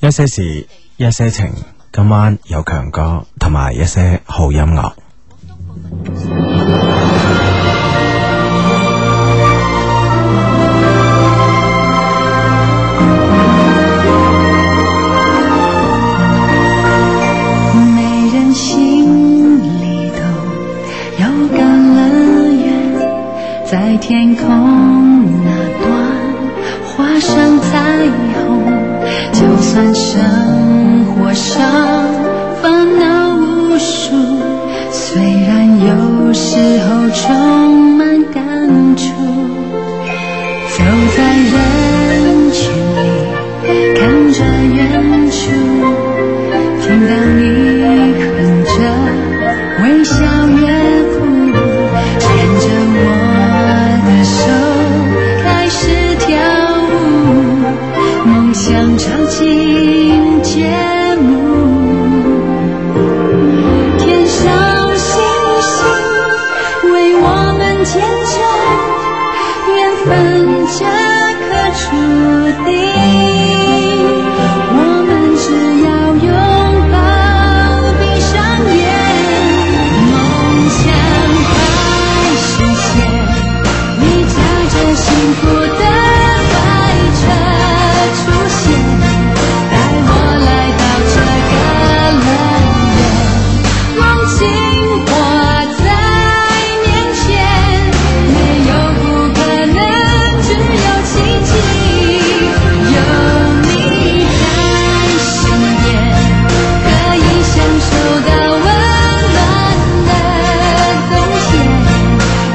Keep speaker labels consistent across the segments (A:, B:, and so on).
A: 一些事，一些情。今晚有強哥同埋一些好音樂。
B: 每人心里都有橄榄园，在天空那端画上彩虹。就算生活上烦恼无数，虽然有时候充满感触，走在人群里，看着远处。听到你哼着微笑乐谱，牵着我的手开始跳舞，梦想照进节目，天上星星为我们见证缘分这颗注定。我们只要拥抱，闭上眼，梦想快实现。你驾着幸福的快车出现，带我来到这个乐园。梦境活在面前，没有不可能，只有奇迹。有你在身边，可以享受到温暖的冬天，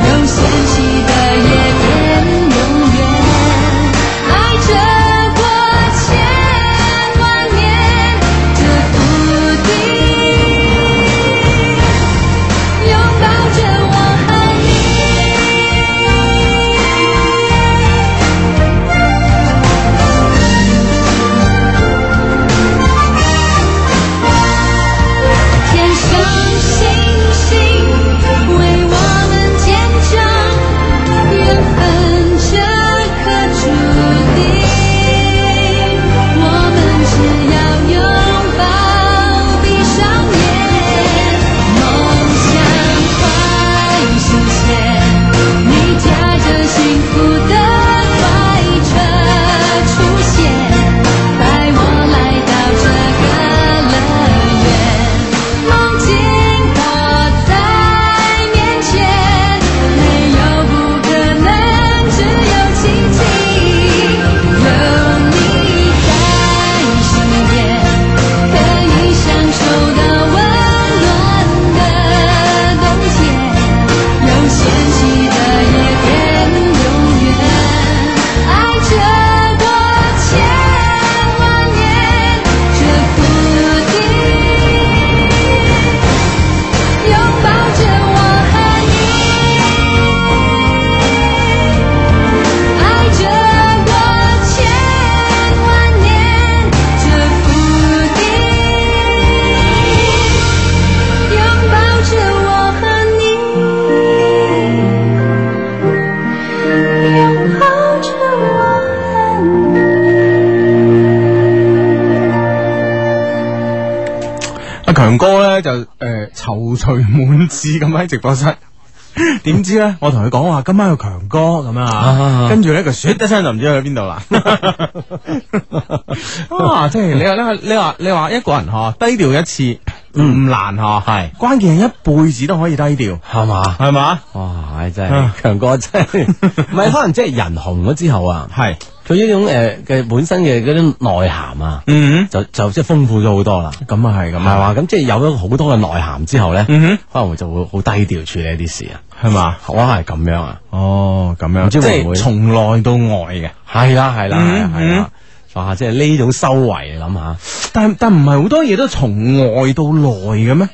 B: 有闲息的夜边，永远爱着过千万年，这土地。拥抱着我和你。天上星星为我们见证缘分这颗注定，我们只要拥抱，闭上眼，梦想快实现。你驾着幸福的快车出现，带我来到这个乐园。梦境迫在面前，没有不可能，只有奇迹。有你在身边，可以享受到温暖的冬天，有闲息的夜边，永远爱着过千万年，这土地。拥抱着我和你，爱着过千万年，这土地拥抱着我和你，拥抱着我和你。
A: 阿強哥咧就呃诶踌躇滿志咁喺直播室。 點知咧，我同佢講話今晚有強哥咁樣啊，跟住咧佢唰一聲就唔知去邊度啦。 啊，即係你話你話你話你話一個人嗬低調一次唔難嗬，
C: 係
A: 關鍵係一輩子都可以低調，
C: 系嘛？
A: 係嘛？啊
C: 哇！唉真係強哥真 係，唔係可能即係人紅咗之後啊，
A: 係，
C: 佢呢種誒嘅本身嘅嗰啲內涵啊，
A: 嗯，
C: 就就即係豐富咗好多啦，
A: 咁啊係，咁
C: 係
A: 啊
C: 嘛？咁即係有咗好多嘅內涵之後咧，
A: 嗯
C: 可能就會好低調處理一啲事啊，
A: 哼，係嘛？
C: 可能係咁樣啊，
A: 哦，咁樣
C: 唔知
A: 即
C: 會唔
A: 係
C: 會
A: 從內到外嘅。
C: 係啦係啦係啦
A: 嗯
C: 係啦，哇！即係呢種修為，你諗下，
A: 但但唔係好多嘢都從外到內嘅咩？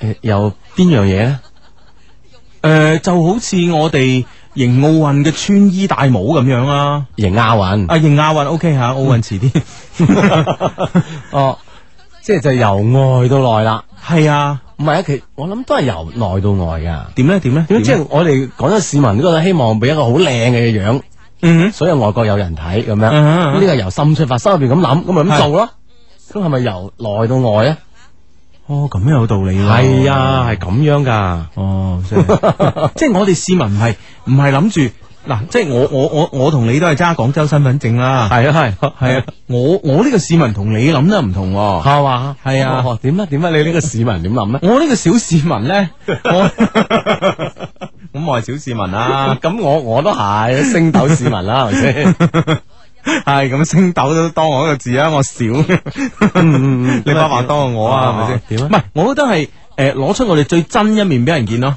C: 誒有邊樣嘢咧？
A: 诶、就好似我哋迎奧運嘅穿衣戴帽咁樣啊！
C: 型亞運
A: 啊，迎亞運 OK 吓，奧運遲啲
C: 哦，即係就由外到內啦，
A: 係啊，
C: 唔係啊，其我諗都係由內到外㗎。
A: 點咧點咧？
C: 點解即係我哋廣州市民嗰度希望俾一個好靚嘅樣
A: 嗯
C: 所以外國有人睇咁樣，
A: 嗯嗯嗯
C: 呢個由心出發，心入邊咁諗，咁咪咁
A: 係
C: 做咯。咁係咪由內到外咧？
A: 哦，咁有道理喎
C: 係啊，係咁樣噶。
A: 哦，即係 即系我哋市民唔係唔係諗住嗱，即係我我我我同你都係揸廣州身份證啦，
C: 係啊，係
A: 係啊，我我呢個市民同你諗得唔同喎。
C: 係嘛？
A: 係啊
C: 哦，點啊？點啊？你呢個市民點諗咧？
A: 我呢個小市民咧，我咁我係小市民啦，
C: 咁我我都係星斗市民啦，係咪先？
A: 係咁星斗都當我一個字啊，我少，
C: 嗯嗯
A: 你爸爸當我啊，係咪
C: 哦
A: 先？
C: 點啊
A: 唔係，我覺得係诶攞出我哋最真一面俾人見咯。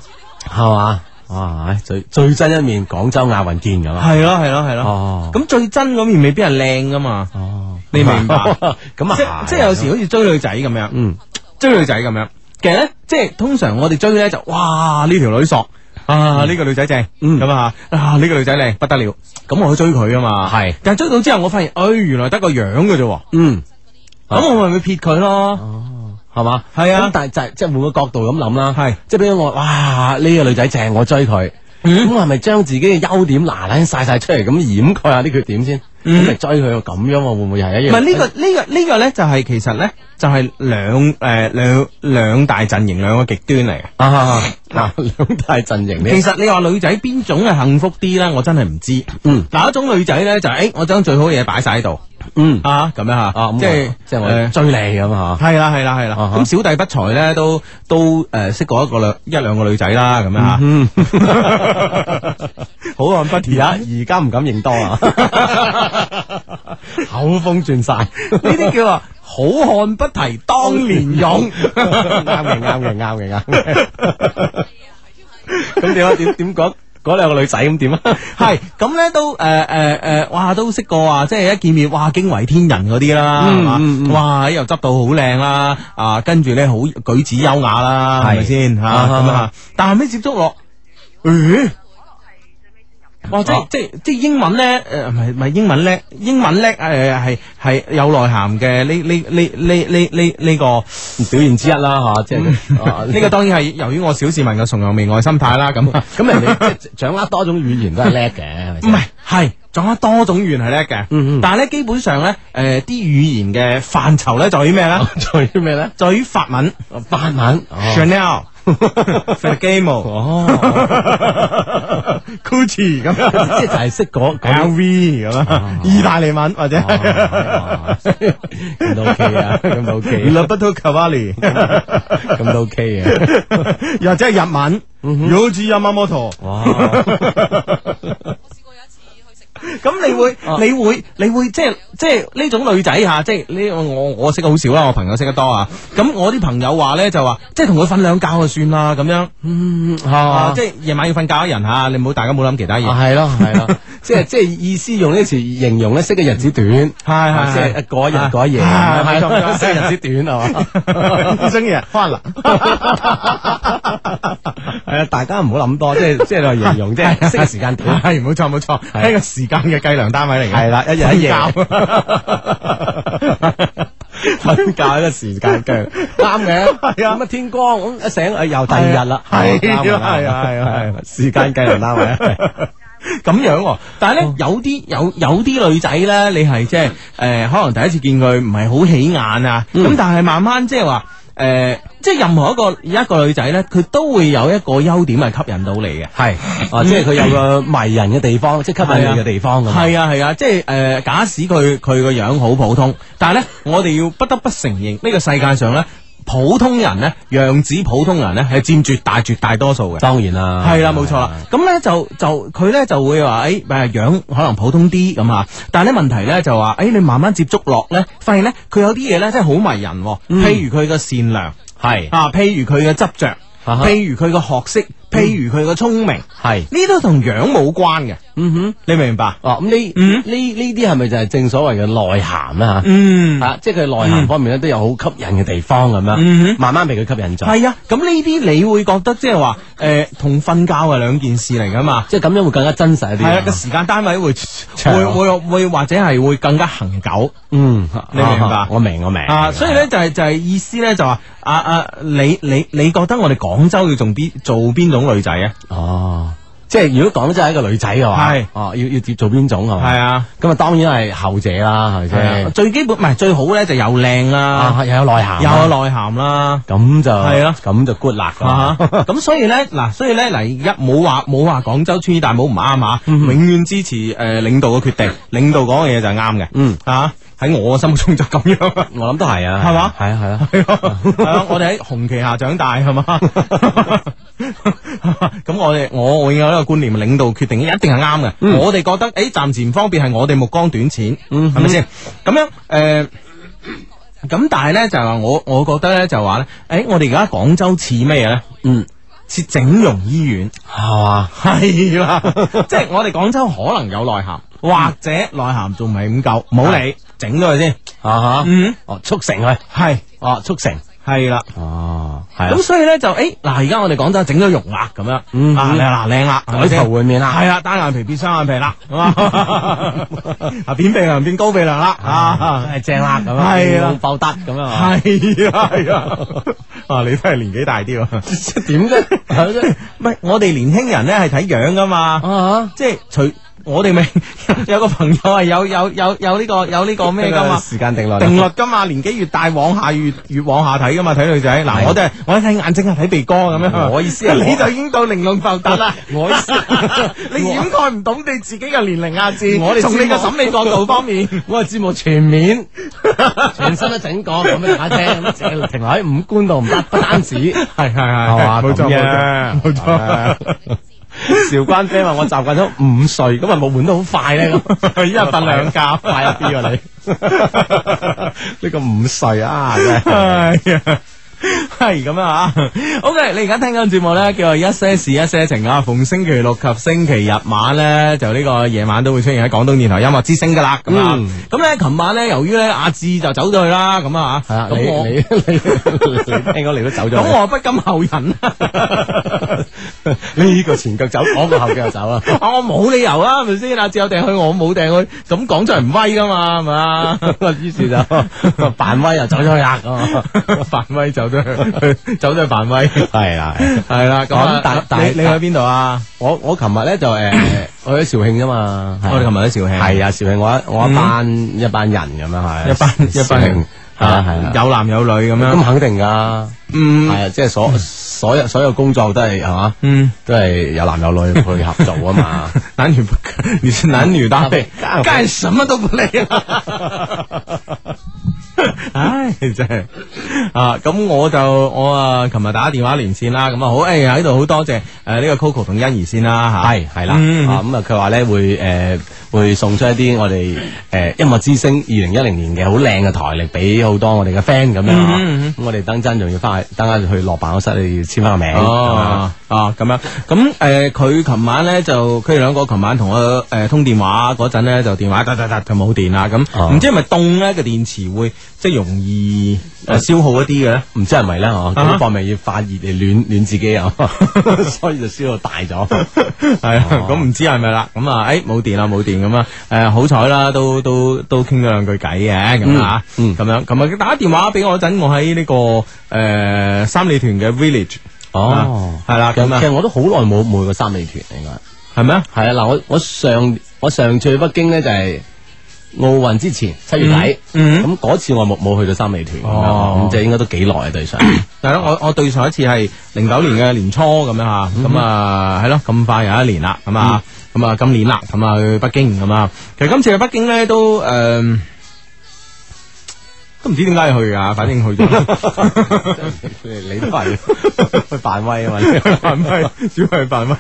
C: 係嘛？哇！唉最最真一面，廣州亞運見咁啊！
A: 係咯係咯係咯，
C: 哦，
A: 咁最真嗰面未必係靚噶嘛，
C: 哦，
A: 你明白？
C: 咁
A: 即
C: 啊係，
A: 即係有時好似追女仔咁樣。
C: 嗯
A: 追女仔咁樣。其實咧，即係通常我哋追咧就哇呢條女索啊呢個女仔正
C: 嗯
A: 咁啊啊呢個女仔靚不得了，咁我去追佢啊嘛。
C: 係
A: 但係追到之後我發現，哎原來得個樣嘅啫喎，
C: 嗯，啊
A: 咁我咪會撇佢咯。
C: 係嘛？
A: 係啊
C: 咁但係就係即係換個角度咁諗啦，
A: 係
C: 即係俾我哇呢個女仔正，我追佢。咁係咪將自己嘅優點嗱嗱晒晒出嚟，咁掩蓋下啲缺點先？
A: 嗯
C: 咁嚟追佢咁樣喎，會唔會係一
A: 唔
C: 樣？
A: 係呢個呢個呢個咧就係其實咧就係兩誒兩兩大陣營兩個極端嚟嘅。
C: 啊， 嗱兩大陣營
A: 其
C: 呢，
A: 實你話女仔邊種係幸福啲咧，我真係唔知。
C: 嗯
A: 嗱一種女仔咧就係誒我將最好嘅嘢擺晒喺度
C: 嗯
A: 啊咁樣嚇，
C: 啊，咁
A: 即係
C: 我即係
A: 誒
C: 我追你咁啊，
A: 系啦系啦系啦，
C: 啊
A: 咁、
C: 哈
A: 小弟不才咧，都都诶、呃、识过一个两一兩個女仔啦，咁樣吓，
C: 嗯，
A: 好漢不
C: 而家而家唔敢認多啊，口風轉晒。
A: 呢啲叫話好漢不提當年勇，
C: 啱嘅，啱嘅，啱嘅，啱嘅。咁 點啊？點點講？嗰兩個女仔咁點啊？
A: 係咁咧都诶诶诶，哇都識過啊，即係一見面哇驚為天人嗰啲啦，
C: 嗯
A: 係嘛
C: 嗯嗯
A: 哇又執到好靚啦，啊跟住咧好舉止優雅啦，係咪
C: 係
A: 先吓
C: 啊哈
A: 咁啊？但後尾接觸落，咦？哇！即係
C: 啊
A: 即係即係英文咧，誒唔係唔係英文叻，英文叻誒呃係係有內涵嘅呢呢呢呢呢呢呢個
C: 表現之一啦，嚇，即係啊
A: 呢個當然係由於我小市民嘅崇洋媚外心態啦。咁唔
C: 咁人哋 即係掌握多種語言都係叻嘅，係
A: 係
C: 咪
A: 係仲有多種語言係叻嘅
C: 嗯，
A: 但係咧基本上咧誒啲語言嘅範疇咧在於咩咧？
C: 先？最咩咧？
A: 在於法文
C: 法文哦
A: Chanel、Ferragamo、
C: 哦，
A: Gucci 咁樣
C: 即係就係識 嗰嗰種
A: LV 咁啊
C: 啊，
A: 意大利文或者
C: 哦哦咁都 OK 啊，咁都 OK，
A: La b a t o c a v a l i
C: 咁都 OK 嘅。
A: 又或者係日文，如好似 Yamamoto，
C: 嗯哇，
A: 咁你會
C: 啊
A: 你會你會即係即係呢種女仔吓，即係呢個我我識得好少啦，我朋友識得多啊。咁我啲朋友話咧就話，即係同佢瞓兩覺就算啦，咁樣
C: 嗯，
A: 啊
C: 嚇，
A: 即係夜晚要瞓覺一人吓，你唔好大家冇諗其他嘢，
C: 啊，系咯，系咯，即系即系意思用呢個詞形容咧，識嘅日子短，系
A: 係
C: 即係一個一日
A: 係
C: 過一夜，
A: 係冇錯冇錯
C: 識嘅日子 短係嘛，
A: 中意翻啦，
C: 係啊，大家唔好諗多，即 係即係你話形容，即係識嘅時間短，
A: 係冇錯冇錯，係一個時間嘅計量單位嚟嘅，
C: 係啦，一日一夜， 瞓覺一個時間嘅，啱嘅，
A: 係啊
C: 咁啊天光咁一醒，哎又第二日啦，
A: 係啊
C: 啱嘅
A: 係啊係啊係啊
C: 時間計量單位。
A: 咁樣喎，但係咧有啲有有啲女仔咧，你係即係誒，可能第一次見佢唔係好起眼啊，咁、但係慢慢即係話誒，即係任何一個一個女仔咧，佢都會有一個優點係吸引到你嘅。
C: 系，啊，即係佢有個迷人嘅地方，即係吸引你嘅地方咁。
A: 係啊啊係啊，即係誒、假使佢佢個樣好普通，但係咧，我哋要不得不承認呢、個世界上咧，普通人咧樣子普通人咧係佔絕大絕大多數嘅。
C: 當然啦，
A: 系啦，冇錯啦。咁咧就就佢咧就會話哎誒誒樣可能普通啲咁啊，但係咧問題咧就話誒、哎你慢慢接觸落咧，發現咧佢有啲嘢咧真係好迷人、喎。
C: 嗯
A: 譬如佢嘅善良
C: 係，
A: 啊，譬如佢嘅執着，
C: 啊哈嗯
A: 譬如佢嘅學識，譬如佢嘅聰明，呢
C: 係。
A: 啲都同樣冇關嘅，
C: 嗯哼，
A: 你明唔明白？
C: 哦，咁呢
A: 嗯
C: 呢呢啲係咪就係正所謂嘅內涵啦吓？
A: 嗯
C: 啊，即係佢內涵方面咧都有好吸引嘅地方咁
A: 嗯
C: 樣，慢慢俾佢吸引咗。
A: 係啊，咁呢啲你會覺得即係話誒同瞓覺係兩件事嚟噶嘛？
C: 即係咁樣會更加真實一啲。
A: 係啊，個時間單位會
C: 長
A: 會會會或者係會更加恒久。
C: 嗯，
A: 你明白
C: 啊我明我明。
A: 啊，所以咧就係、就係、意思咧就話啊啊，你你你覺得我哋廣州要做邊做邊種女仔啊？
C: 哦，即係如果講真係一個女仔嘅話，
A: 係
C: 哦，要要做邊種係嘛？
A: 係啊，
C: 咁啊，當然係後者啦，係咪
A: 係啊
C: 先？
A: 最基本唔係最好咧就又靚啦，
C: 啊，又有內涵，
A: 又有內涵啦。
C: 咁就
A: 係咯
C: 咁就 good 啦。
A: 啊哈咁所以咧，嗱，所以咧，嗱，而家冇話冇話廣州穿衣戴帽唔啱啊，永遠支持誒領導嘅決定，領導講嘅嘢就係啱嘅，
C: 嗯，
A: 啊，喺我心目中就咁樣，
C: 我諗都係啊，
A: 係嘛
C: 係啊，係啊。
A: 係咯，係咯，我哋喺紅旗下長大係嘛， 咁我哋我我有一個觀念，領導決定一定係啱嘅，我哋覺得誒暫時唔方便係我哋目光短淺，
C: 嗯
A: 係咪先？咁樣誒。呃咁但係咧就係話我我覺得咧就話咧，誒、我哋而家廣州似咩咧？
C: 嗯，
A: 似整容醫院，
C: 係嘛，
A: 係啦， 即係我哋廣州可能有內涵，
C: 嗯
A: 或者內涵仲唔係咁夠，唔好理，整咗佢先。
C: 啊哈，
A: 嗯，
C: 哦，促成佢，
A: 係
C: 哦，促成，
A: 係啦。
C: 哦，係啊
A: 咁，所以咧就誒嗱，而家我哋廣州整咗容啦，咁樣啊
C: 嗯
A: 靚啦靚啦，係咪
C: 改
A: 先
C: 頭換面啦，
A: 係啊，單眼皮變雙眼皮啦，咁啊， 啊扁鼻梁變高鼻梁啦，啊
C: 係正啦，咁啊，
A: 係啊
C: 用爆得咁樣啊，
A: 係啊係啊，啊你都係年紀大啲喎，
C: 點啫？係啫
A: 唔係我哋年輕人咧係睇樣噶嘛。
C: 啊
A: 即係除我哋咪 有個朋友 係有有有有呢、個有呢個咩噶嘛？
C: 時間定落啊
A: 定律噶嘛，年紀越大往下越越往下睇噶嘛，睇女仔。嗱，我都係我睇眼睛啊，睇鼻哥咁樣。
C: 我意思係我
A: 你就已經到玲瓏浮凸啦。
C: 我意思
A: 你掩蓋唔到你自己嘅年齡壓制。
C: 我哋
A: 從你
C: 知
A: 嘅
C: 我
A: 審美角度方面，
C: 我嘅節目全面， 全身都整過咁啊樣打聲，咁淨係停留喺五官度唔得，不單止係
A: 係係
C: 係嘛
A: 冇錯
C: 咁
A: 冇錯
C: 嘅
A: 冇錯。
C: 韶關 friend 話我習慣咗五歲，咁啊冇換得好快咧 咁，
A: 一日瞓兩覺
C: 快一啲啊 你，呢個五歲啊真係
A: 係啊。係咁啊！OK，你而家聽緊節目咧，叫做一些事一些情啊。逢星期六及星期日晚咧，就呢個夜晚都會出現喺廣東電台音樂之聲噶啦。咁啊
C: 嗯，
A: 咁咧，琴晚咧，由於咧阿志就走咗去啦，咁啊，
C: 係啊，
A: 咁
C: 你
A: 我
C: 你你你聽講你都走
A: 咁
C: 咗，
A: 我不甘後人啦。
C: 呢個前腳走，嗰個後腳走啊。
A: 啊我冇理由啊，係咪先？阿志有掟去，我冇掟去，咁講出嚟唔威噶嘛，係嘛？
C: 於是就扮威又走咗去啦，
A: 范威走咗去， 走咗去范威，
C: 係啦。
A: 係啦。咁啊
C: 哦咁但但
A: 你你去邊度啊？
C: 我我琴日咧就 誒去咗肇慶啫嘛，
A: 我哋琴日喺肇慶。
C: 係啊，肇慶我一我一班一班人咁樣
A: 嗯
C: 係，啊
A: 一班一班人
C: 係啊係啊，
A: 有男有女咁
C: 咁啊
A: 樣，
C: 肯定噶，
A: 嗯
C: 係啊，即係所所有所有工作都係係嘛，
A: 嗯，
C: 都係有男有女配合做 啊嘛，
A: 男女不你是男女搭配，
C: 嗯
A: 干什么都不累 啊！唉，真係啊！咁我就我啊，琴日打電話連線啦，咁啊好，誒喺度好多謝誒呢個 Coco 同欣怡先啦吓，
C: 係係啦，
A: 嗯
C: 啊咁啊佢話咧會誒會送出一啲我哋誒音樂之星二零一零年嘅好靚嘅台歷俾好多我哋嘅 friend 咁樣
A: 嗯
C: 啊
A: 嗯嗯
C: 咁我哋登真仲要翻去登間去落辦公室你要簽翻個名，
A: 哦，啊咁樣，咁誒佢琴晚咧就佢哋兩個琴晚同我誒通電話嗰陣咧就電話突突突就冇電啦，咁
C: 哦
A: 唔知係咪凍咧個電池會即係容易誒消耗一啲嘅咧？
C: 唔知係咪啦嗬，
A: 啊哈
C: 咁方面要發熱嚟暖暖自己啊， 所以就燒到大咗。
A: 系啊，
C: 哦
A: 咁唔知 係咪啦？咁啊，诶，冇電啦，冇電咁啊，诶，好彩啦，都都都傾咗兩句偈嘅咁啊，
C: 嗯
A: 咁樣咁啊，佢打電話俾我嗰陣，我喺呢個诶三里屯嘅 village，
C: 哦
A: 啊係啦，
C: 其
A: 咁
C: 實其
A: 啊，
C: 實我都好耐冇冇去過三里屯應該
A: 係咩？
C: 係啊嗱，我我上我上次去北京咧就係奧運之前七月底，
A: 嗯嗯
C: 咁嗰次我冇冇去到三里屯，
A: 哦
C: 咁即係應該都幾耐啊對上，
A: 係咯，我我對上一次係零九年嘅年初咁樣吓，咁啊係咯，咁快又一年啦，咁啊，咁啊今年啦，咁啊去北京咁啊，其實今次去北京咧都诶。誒都唔知點解去噶，反正去咗。
C: 你 你都係 去扮威啊嘛，你
A: 扮咪，主要係扮咪，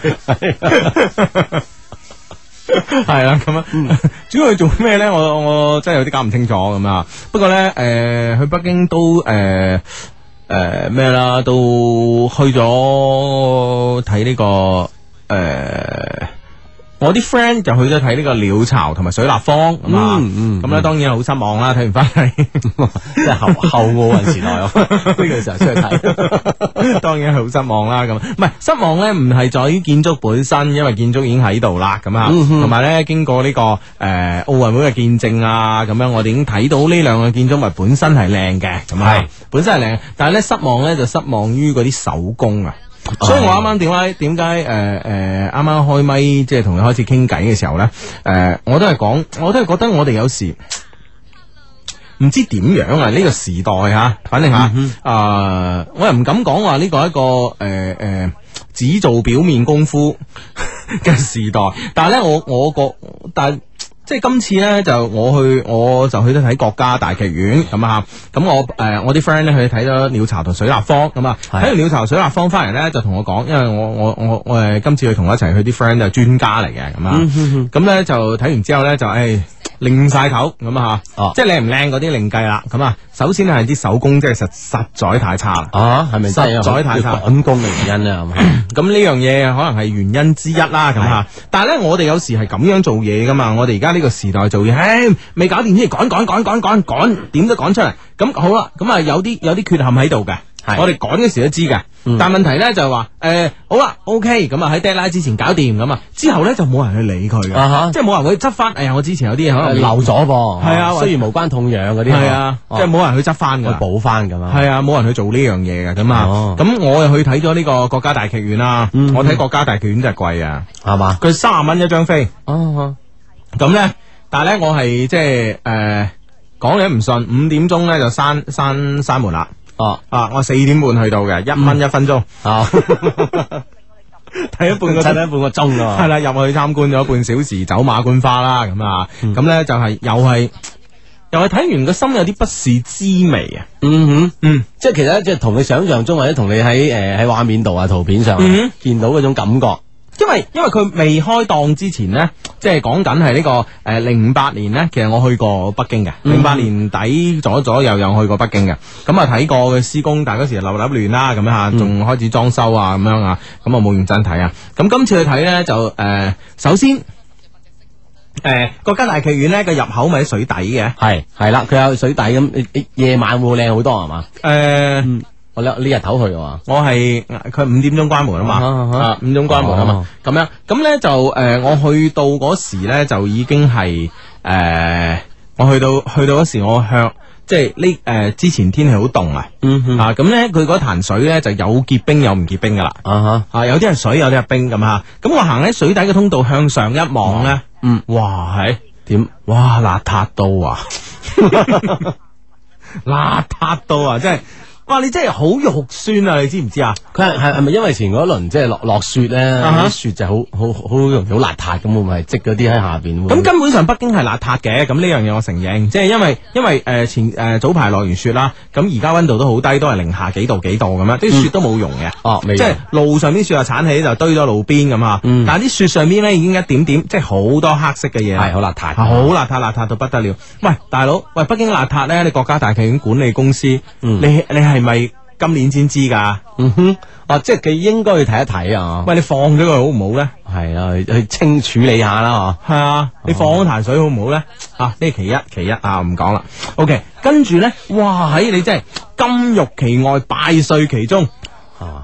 A: 係啦咁啊。
C: 嗯
A: 主要係做咩咧？我我真係有啲搞唔清楚咁啊。不過咧，诶、去北京都诶诶咩啦，都去咗睇呢個诶。誒我啲 friend 就去咗睇呢個鳥巢同埋水立方咁啊，
C: 嗯嗯
A: 咁咧當然好失望啦，睇完翻嚟。
C: 即係後後奧運時代啊，呢個時候出去 睇，
A: 當然係好失望啦，咁唔係失望咧，唔係在於建築本身，因為建築已經喺度啦，咁啊，
C: 嗯哼
A: 同埋咧經過呢、個誒、呃、奧運會嘅見證啊，咁樣我哋已經睇到呢兩個建築物本身係靚嘅，咁啊
C: 係，
A: 本身係靚，但係咧失望咧就失望於嗰啲手工啊。
C: 哦
A: 所以我啱啱點解點解誒誒啱啱開咪即係同你開始傾偈嘅時候咧，誒、我都係講，我都係覺得我哋有時。唔知點樣啊？呢、個時代吓、反正吓，啊、我又唔敢講話呢個係一個誒誒、呃只做表面功夫 嘅時代。但係咧，我我覺，但係即係今次咧，就我去我就去咗睇國家大劇院咁啊，咁我誒、呃我啲 friend 咧去睇咗鳥巢同水立方咁啊，睇完鳥巢水立方翻嚟咧就同我講，因為我我我我誒今次去同我一齊去啲 friend 就專家嚟嘅咁啊，咁咧、就睇完之後咧就誒。唉擰晒頭咁啊吓，
C: 哦
A: 即係靚唔靚嗰啲另計啦。咁啊，首先係啲手工真係實實在太差啦。
C: 啊，係咪真係有
A: 實在太差
C: 要趕工嘅原因咧？係嘛
A: 咁呢樣嘢可能係原因之一啦，咁吓。但係咧，我哋有時係咁樣做嘢噶嘛。我哋而家呢個時代做嘢，唉，未搞掂先，趕趕趕趕趕趕，點都趕出嚟。咁好啦，咁啊有啲有啲缺陷喺度嘅。
C: 係嗯
A: 我哋趕嘅時都知嘅，但問題咧就係話，誒、好啦，OK，咁啊喺 deadline 之前搞掂咁啊，之後咧就冇人去理佢嘅，
C: 啊哈
A: 即係冇人會執翻。哎呀，我之前有啲嘢可能未
C: 漏咗噃，
A: 係啊
C: 雖然無關痛癢嗰啲，
A: 係啊，即
C: 哦
A: 係冇人去執翻
C: 去
A: 噶。
C: 補翻咁啊。
A: 係啊，冇人去做呢樣嘢嘅咁啊
C: 哦。嗯
A: 咁我又去睇咗呢個國家大劇院啦。我睇國家大劇院真係貴啊，
C: 係嘛？
A: 佢三十蚊一張飛。
C: 哦，
A: 咁咧，但係咧我係即係誒講你都唔信，五點鐘咧就閂閂閂門啦。
C: 哦，
A: 啊，我四點半去到嘅，一蚊一 分鐘，
C: 啊，
A: 睇咗半個
C: 趁
A: 鐘。
C: 咗半個鐘啊。
A: 係啦，入去參觀咗半小時，走馬觀花啦，咁啊，
C: 嗯
A: 咁咧就係又係又係睇完個心有啲不是滋味啊。
C: 嗯哼，
A: 嗯，
C: 即係其實即係同你想象中，或者同你喺誒喺畫面度啊、圖片上啊
A: 嗯哼
C: 見到嗰種感覺，
A: 因為因為佢未開檔之前呢，即係講緊係呢個誒零八年呢。其實我去過北京嘅，
C: 嗯
A: 零八年底左左右右去過北京嘅，咁啊睇過佢施工，但係嗰時流立亂啦，咁樣吓，
C: 嗯
A: 仲開始裝修啊，咁樣啊，咁啊冇認真睇啊，咁今次去睇呢，就誒、呃首先誒、呃、國家大劇院呢個入口咪喺水底嘅，誒、
C: 係係啦，佢有水底咁，你你夜晚會靚好多係嘛？呃我呢呢日頭去嘅喎，
A: 嗯我係佢五點鐘關啊門啊
C: 啊啊
A: 嘛，
C: 啊
A: 啊五點鐘關門啊嘛，咁樣咁咧就誒、呃我去到嗰時咧就已經係誒、呃我去到去到嗰時我向即係呢誒之前天氣好凍啊，
C: 嗯哼，
A: 啊咁咧佢嗰潭水咧就有結冰有唔結冰噶啦，
C: 啊哈，
A: 啊有啲係水有啲係冰咁吓，咁我行喺水底嘅通道向上一望咧，
C: 嗯，
A: 哇係。
C: 點？
A: 哇！邋遢到 啊， 邋遢到啊，真係，哇！你真係好肉酸啊，你知唔知啊？
C: 佢係係係咪因為前嗰輪即係落落雪咧，
A: 啊哈
C: 啲雪就好好好好容易好邋遢咁，會唔會係積咗啲喺下邊？會唔會
A: 咁根本上北京係邋遢嘅，咁呢樣嘢我承認，即係因為因為誒、呃前誒、呃早排落完雪啦，咁而家温度都好低，都係零下幾度幾度咁樣，啲雪都冇用嘅。
C: 嗯哦，未
A: 即係路上邊雪啊，鏟起就堆咗路邊咁啊！
C: 嗯
A: 但係啲雪上邊咧已經一點點，即係好多黑色嘅嘢啦，啊
C: 係好邋遢
A: 好邋遢邋遢到不得了。喂，大佬，喂，北京邋遢咧，你國家大劇院管理公司，
C: 嗯
A: 你你係咪今年先知㗎？
C: 嗯哼，哦，即係佢應該去睇一睇啊，
A: 喂，你放咗佢好唔好咧？
C: 係啊，去去清處理下啦，
A: 係啊，你放咗潭水好唔好咧？啊，呢其一其一啊，唔講啦。OK，跟住咧，哇，喺你真係金玉其外，敗絮其中，
C: 嗬，係
A: 啊
C: 嘛？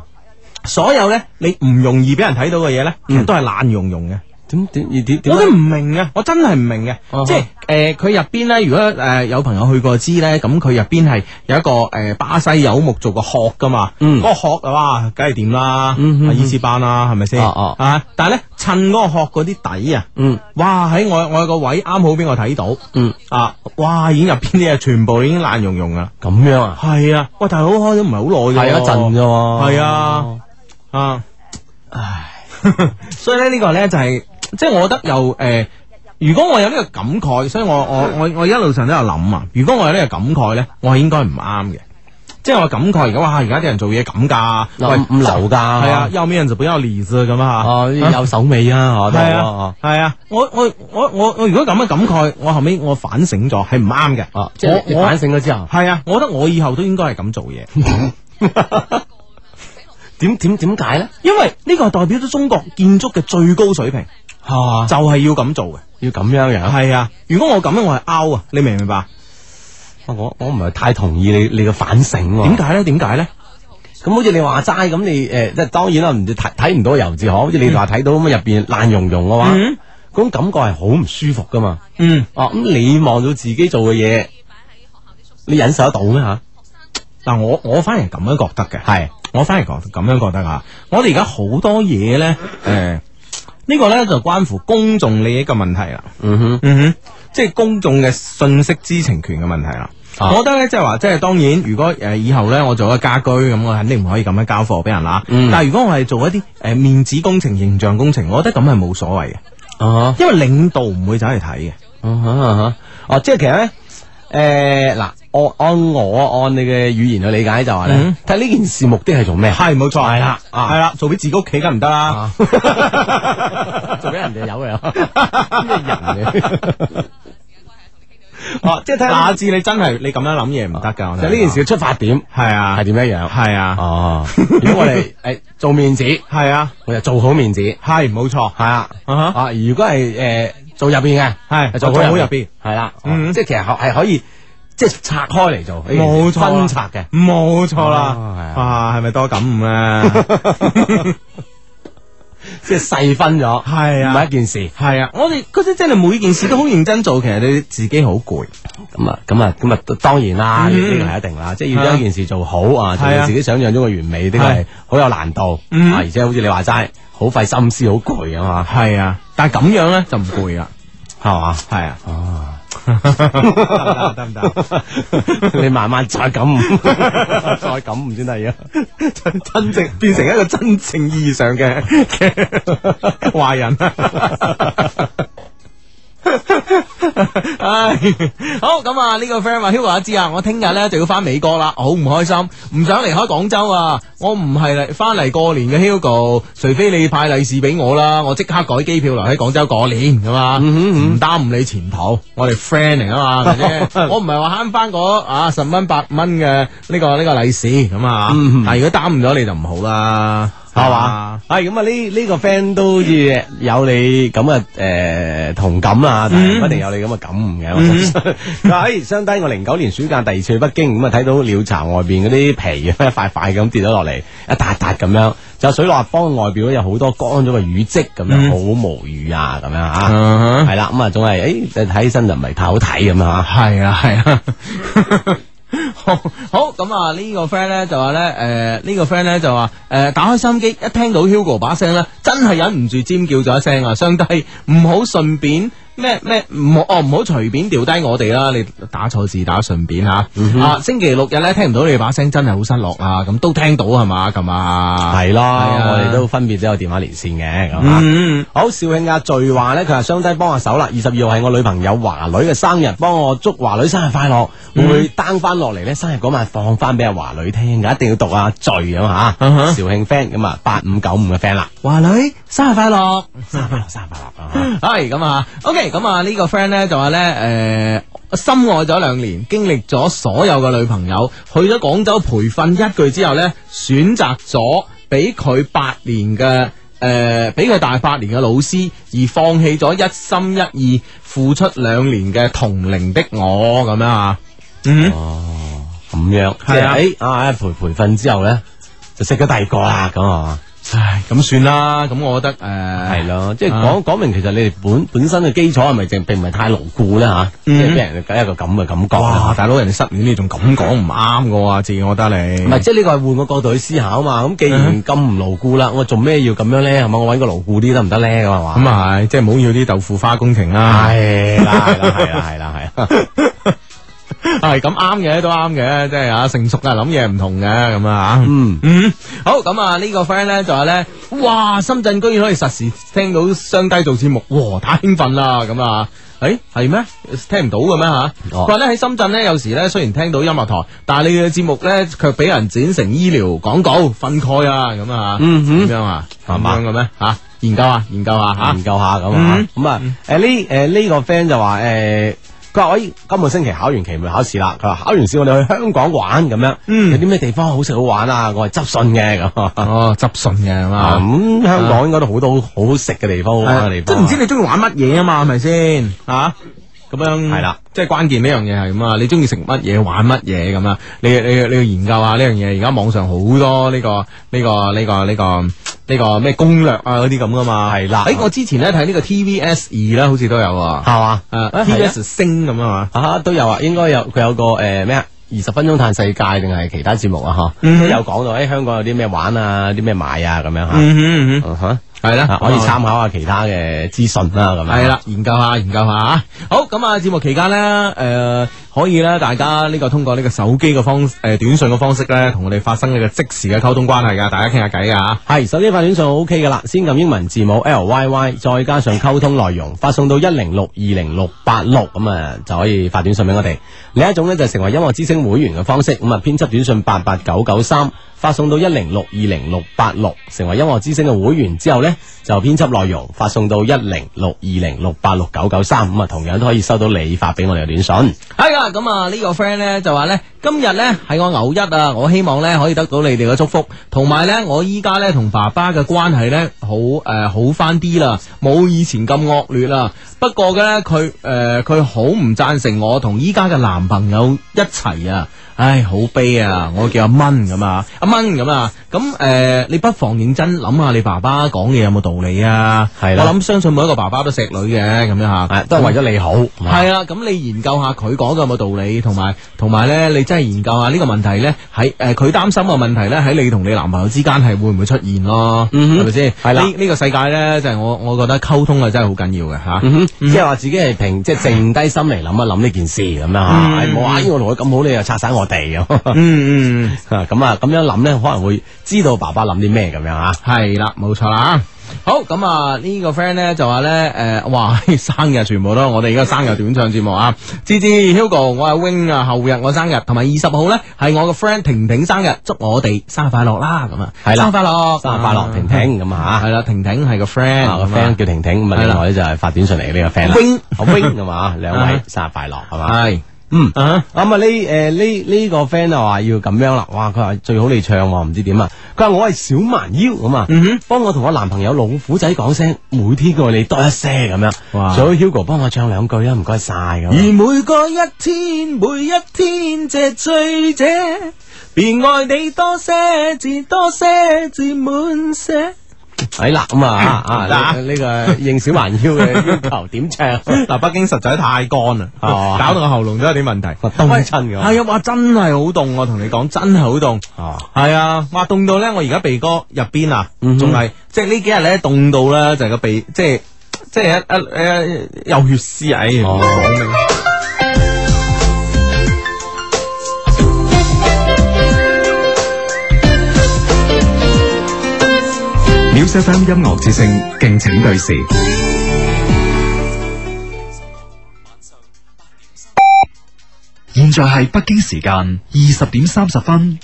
A: 所有咧你唔容易俾人睇到嘅嘢咧，其實都係懶融融嘅。
C: 點點點點
A: 嗯
C: 點啊
A: 我都唔明嘅，我哦真係唔明嘅，
C: 啊哈
A: 即係誒佢入邊咧，如果誒、呃有朋友去過知咧，咁佢入邊係有一個誒、呃巴西柚木做個殼噶嘛，
C: 嗯
A: 嗰個殼啊，哇，梗係掂啦，
C: 嗯哼
A: 啊伊斯班啦，係咪先？
C: 啊啊
A: 但係咧襯嗰個殼嗰啲底啊，
C: 嗯
A: 哇喺我我有個位啱好俾我睇到，
C: 嗯
A: 啊，哇已經入邊啲嘢全部已經爛融融噶啦，
C: 咁樣啊，
A: 係啊，喂大佬開咗唔係好耐
C: 係啊
A: 㗎喎
C: 一陣啫喎，
A: 係啊，啊，唉， 所以咧呢個咧就係、即係我覺得又誒、呃如果我有呢個感慨，所以我我我我一路上都有諗啊，如果我有呢個感慨咧，我係應該唔啱嘅，即係我感慨而家哇，而家啲人做嘢咁㗎，
C: 嗱，唔唔留
A: 係
C: 㗎，係
A: 啊，，要面子不要裏子咁啊。
C: 哦，有手尾啊，我都
A: 係啊，係啊，我我我我我如果咁嘅感慨，我後尾我反省咗係唔啱嘅。
C: 哦，即係你
A: 我我
C: 反省咗之後，
A: 係啊，我覺得我以後都應該係咁做嘢。
C: 點點點解咧？
A: 因為呢個係代表咗中國建築嘅最高水平，
C: 嚇，
A: 就係要咁做嘅。
C: 啊要咁樣樣。
A: 係啊，如果我咁樣，我係 out 啊，你明唔明白？
C: 啊我我唔係太同意你你嘅反省喎。
A: 點解咧？點解咧？
C: 咁好似你話齋咁，你誒即係當然啦，唔知睇睇唔到猶自可。好似你話睇到咁入邊爛融融嘅話，
A: 嗯
C: 嗰種感覺係好唔舒服噶嘛。
A: 嗯，
C: 哦，咁你望到自己做嘅嘢，你忍受得到咩嚇？
A: 嗱，我我反而咁樣覺得嘅，
C: 係
A: 我反而覺咁樣覺得啊，我哋而家好多嘢咧，誒、呢個咧就關乎公眾利益嘅問題啦。
C: 嗯哼，
A: 嗯哼，即係公眾嘅信息知情權嘅問題啦。
C: 啊
A: 我覺得咧，即係話，即係當然，如果誒、呃以後咧，我做一個家居咁，我肯定唔可以咁樣交貨俾人啦。
C: 嗯
A: 但係如果我係做一啲誒、呃面子工程、形象工程，我覺得咁係冇所謂嘅，
C: 啊
A: 因為領導唔會走嚟睇嘅。
C: 哈啊哈啊哈，哦，即係其實咧。
A: 呃
C: 誒呃嗱、按按我按你嘅語言去理解就話咧
A: 嗯，
C: 睇呢、件事目的係做咩？
A: 係冇錯，係
C: 啦啊
A: 係啦，做俾自己屋企梗唔得啊 啦。
C: 做俾人哋有嘅， 咩人嘅？
A: 哦，即係睇下次你真係你咁樣諗嘢唔得㗎。我
C: 就
A: 睇
C: 呢件事嘅出發點
A: 係啊，
C: 係點樣樣？
A: 係啊，
C: 哦，如果我哋誒做面子，
A: 係啊，
C: 我就做好面子，係
A: 係冇錯，
C: 啊。
A: 啊哈
C: 啊，如果係誒做入邊嘅，
A: 係
C: 做
A: 做好
C: 好
A: 入
C: 入
A: 邊
C: 邊，係啦，哦
A: 嗯
C: 即係其實係可以即係拆開嚟做，呢件事
A: 冇錯啦
C: 分拆嘅。
A: 冇錯
C: 哦
A: 啦
C: 係，啊
A: 哇，係咪多啊感悟 咧？
C: 即係細分咗，
A: 係啊
C: 唔係一件事。
A: 係啊，我哋嗰啲真係每件事都好認真做，其實你自己好攰。
C: 咁啊，咁啊，咁啊，當然啦，呢
A: 嗯
C: 呢個係一定啦，即係要將一件事做好啊，做
A: 係啊
C: 到自己想象中嘅完美，呢個
A: 係
C: 係好有難度，
A: 嗯
C: 啊而且好似你話齋，好費心思，好攰啊嘛，
A: 係啊，但係咁樣咧就唔攰啊啦。
C: 係嘛？
A: 係啊，
C: 哦，
A: 得唔得？
C: 你慢慢再感悟， 再感悟先得啊！
A: 真正變成一個真正意義上 嘅嘅壞人。唉，好咁啊！呢、個 friend 話 Hugo 阿知啊，我聽日咧就要翻美國啦，好唔開心，唔想離開廣州啊！我唔係嚟翻嚟過年嘅 Hugo，除非你派利是俾我啦，我即刻改機票留喺廣州過年
C: 嗯
A: 咁啊！唔耽誤你前途，我哋 friend 嚟 啊嘛，係咪先我唔係話慳翻嗰啊十蚊八蚊嘅呢個呢、個利是咁啊，
C: 嗯
A: 但係如果耽誤咗你就唔好啦，
C: 係嘛？？係咁啊！呢呢個 friend 都好似有你咁嘅誒同感
A: 嗯
C: 啊，但係唔一定有你咁嘅感悟嘅。我相信 佢話：誒，相低我零九年暑假第二次去北京，咁啊睇到鳥巢外邊嗰啲皮一塊塊咁跌咗落嚟，一笪笪咁樣。就水落浜嘅外表咧有好多乾咗嘅淤跡，咁樣
A: 嗯
C: 好無語啊，咁樣啊，
A: 嗯
C: 係啦，咁啊總係誒睇起身就唔係太好睇咁啊。
A: 係啊，係啊。 好好咁啊！呢個 friend 咧就話咧，誒、呢、個 friend 咧就話，誒、打開心機一聽到 Hugo 把聲咧，真係忍唔住尖叫咗一聲啊！相低唔好順便咩咩唔好哦，唔好隨便掉低我哋啦！你打錯字打順便吓、啊！星期六日咧聽唔到你把聲真係好失落啊！咁都聽到係嘛咁啊？
C: 係咯，
A: 啊
C: 我哋都分別都有電話連線嘅咁啊。
A: 嗯
C: 好，肇慶阿聚話咧，佢話相低幫下手啦。二十二號係我女朋友華女嘅生日，幫我祝華女生日快樂。
A: 嗯
C: 會唔會 down 翻落嚟咧？生日嗰晚放翻俾阿華女聽噶，一定要讀啊聚咁吓。
A: 嗯哼
C: 肇慶 friend 咁啊，八五九五嘅 friend 啦，
A: 華女生日快樂！
C: 生日快樂，生日快樂啊！
A: 系咁啊，OK，咁啊呢個 friend 咧就話咧，诶、深愛咗兩年，經歷咗所有嘅女朋友，去咗廣州培訓一句之後咧，選擇咗俾佢八年嘅。誒，俾佢、大八年嘅老師，而放棄咗一心一意付出兩年嘅同齡的我咁樣啊，嗯，
C: 咁樣即
A: 係啊
C: 係誒啊培培訓之後咧，就識咗第二個啦咁啊，
A: 唉，咁算啦，咁我覺得誒，
C: 係咯，即係
A: 啊
C: 講講明其實你哋本本身嘅基礎係咪淨並唔係太牢固咧吓，
A: 嗯
C: 即係俾人一個咁嘅感覺。啊
A: 哇，大佬人哋失戀你仲咁講唔啱嘅喎，自己我覺得你
C: 唔係，即係呢個係換個角度去思考啊嘛。咁既然咁唔牢固啦，我做咩要咁樣咧？係咪？我揾個牢固啲得唔得咧？咁係嘛？
A: 咁啊係，即係唔好要啲豆腐花工程啦。
C: 係啦，係啦，係啦，係 啦，係啦。
A: 啊系咁啱嘅，都啱嘅，即係啊，成熟啊，諗嘢唔同嘅咁啊。
C: 嗯，
A: 嗯，好咁啊！呢個 friend 咧就話咧，哇！深圳居然可以實時聽到雙低做節目，哇！太興奮啦咁啊！誒係咩？聽唔到嘅咩嚇？佢
C: 哦
A: 話咧喺深圳咧，有時咧雖然聽到音樂台，但係你嘅節目咧卻俾人剪成醫療廣告，憤慨啊咁啊！
C: 嗯哼
A: 咁樣啊？
C: 係
A: 咁
C: 嘛
A: 樣嘅咩嚇？研究下，研究下嚇。
C: 研究下咁啊
A: 嗯。
C: 咁啊，誒呢誒呢個 friend 就話誒。佢話：我今個星期考完期末考試啦。佢話考完試我哋去香港玩咁樣，
A: 嗯
C: 有啲咩地方好食好玩啊？我係執信嘅咁。
A: 哦，執信嘅係嘛？
C: 咁香港應該都好多好好食嘅地方，好玩嘅地
A: 係哎即
C: 方。
A: 係唔知你中意玩乜嘢啊嘛，係咪先吓？咁樣
C: 係啦，
A: 即係關鍵呢樣嘢係咁啊！你中意食乜嘢玩乜嘢咁啊？你你你要研究下呢樣嘢。而家網上好多呢個呢個呢個呢個呢個咩攻略啊嗰啲咁噶嘛。
C: 係啦
A: 誒我之前咧睇呢個 TVS 二啦，好似都有啊。
C: 係嘛？
A: 誒
C: 啊係啊
A: ，TVS 星咁啊嘛。
C: 啊，都有啊，應該有佢有個誒咩啊二十分鐘嘆世界定係其他節目啊？嗬、
A: 嗯哼
C: 都有講到誒、香港有啲咩玩啊，啲咩買啊咁樣嚇。
A: 嗯哼嗯哼
C: 嗯哼
A: 系
C: 啊
A: 啦，
C: 可以參考下其他嘅資訊啦，咁樣
A: 系啦，啊研究下，研究下啊！好，咁啊，節目期間呢，诶、可以咧，大家呢個通過呢個手機嘅方诶、呃短信嘅方式咧，同我哋發生呢個即時嘅溝通關係噶，大家傾下偈啊噶
C: 系，手機發短信 O K 噶啦，先撳英文字母 L Y Y，再加上溝通內容，發送到一零六二零六八六，咁啊就可以發短信俾我哋。另一種呢，就成為音樂之星會員嘅方式，咁啊編輯短信八八九九三，發送到一零六二零六八六，成為音樂之星嘅會員之後呢，就編輯內容發送到一零六二零六八六九九三，咁啊同樣都可以收到你發俾我哋嘅短信。
A: 系啦，咁啊呢個 friend 咧就話咧，今日咧係我牛一啊，我希望咧可以得到你哋嘅祝福，同埋咧我依家咧同爸爸嘅關係咧好诶好翻啲啦，冇以前咁惡劣啦。不過咧佢诶佢好唔贊成我同依家嘅男朋友一齊啊。唉，好悲啊！我叫阿蚊咁啊，
C: 嗯
A: 阿蚊咁啊，咁诶、呃你不妨認真諗下你爸爸講嘢有冇道理啊？
C: 係啦
A: 我諗相信每一個爸爸都錫女嘅咁樣吓，
C: 啊，都係為咗你好。
A: 系啦，啊咁你研究下佢講嘅有冇道理，同埋同埋咧，你真係研究下呢個問題咧，喺诶佢擔心嘅問題咧，喺你同你男朋友之間係會唔會出現咯？
C: 嗯哼
A: 係咪先？
C: 係啦
A: 呢呢个世界咧，就係我我觉得溝通啊，真係好緊要嘅吓。
C: 嗯哼，即系话自己系平，即系静低心嚟谂一谂呢件事咁样
A: 嗯
C: 吓，唉冇话啊咦我同佢咁好，你又拆散我哋咁，
A: 嗯嗯。
C: 咁啊咁样谂咧，可能会知道爸爸谂啲咩咁啊样吓。
A: 系啦，冇错啦。好咁啊！呢個 friend 咧就話咧，誒、哇！ 生日全部都係我哋而家生日短唱節目啊！芝芝 Hugo，我係 wing 啊，後日我生日，同埋二十號咧係我個 friend 婷婷生日，祝我哋生日快樂啦！咁啊，
C: 係啦
A: 生日快樂，
C: 生日快樂婷婷咁啊
A: 係啦，婷婷係個 friend，
C: 啊个 friend 叫婷婷，咁啊
A: 係啦
C: 另外咧就系发短信嚟嘅呢个 friend 啦
A: Wing
C: 阿 wing 咁 啊，两位
A: 啊
C: 生日快乐系嘛。
A: 係
C: 嗯
A: 啊，
C: 咁啊呢诶呢呢个 friend 就話要咁樣啦，哇佢話最好你唱喎，唔知點啊，佢話我係小蠻腰咁啊，
A: 嗯
C: 幫我同我男朋友老虎仔講聲，每天愛你多一些咁樣，
A: 哇
C: 最好 Hugo 幫我唱兩句啊，唔該晒咁
A: 而
C: 啊。
A: 每個一天，每一天這醉者，便愛你多些，至多些，至滿些。
C: 係啦，咁啊 啊
A: 得啊
C: 呢呢個應小蠻腰嘅要求 點唱？
A: 嗱，北京實在太乾 啦，啊
C: 哦
A: 搞到個喉嚨都有啲問題，
C: 凍親㗎
A: 係啊，哇，真係好凍，我同你講，真係好凍。
C: 哦，
A: 係啊，哇，凍到咧，我而家鼻哥入邊啊，
C: 嗯哼
A: 仲係即係呢幾日咧凍到咧，就係個鼻，即係即係一一一有血絲，哎呀，
C: 哦
A: 講明
D: 秒收音音樂之聲，敬請對視。現在係北京時間二十點三十分。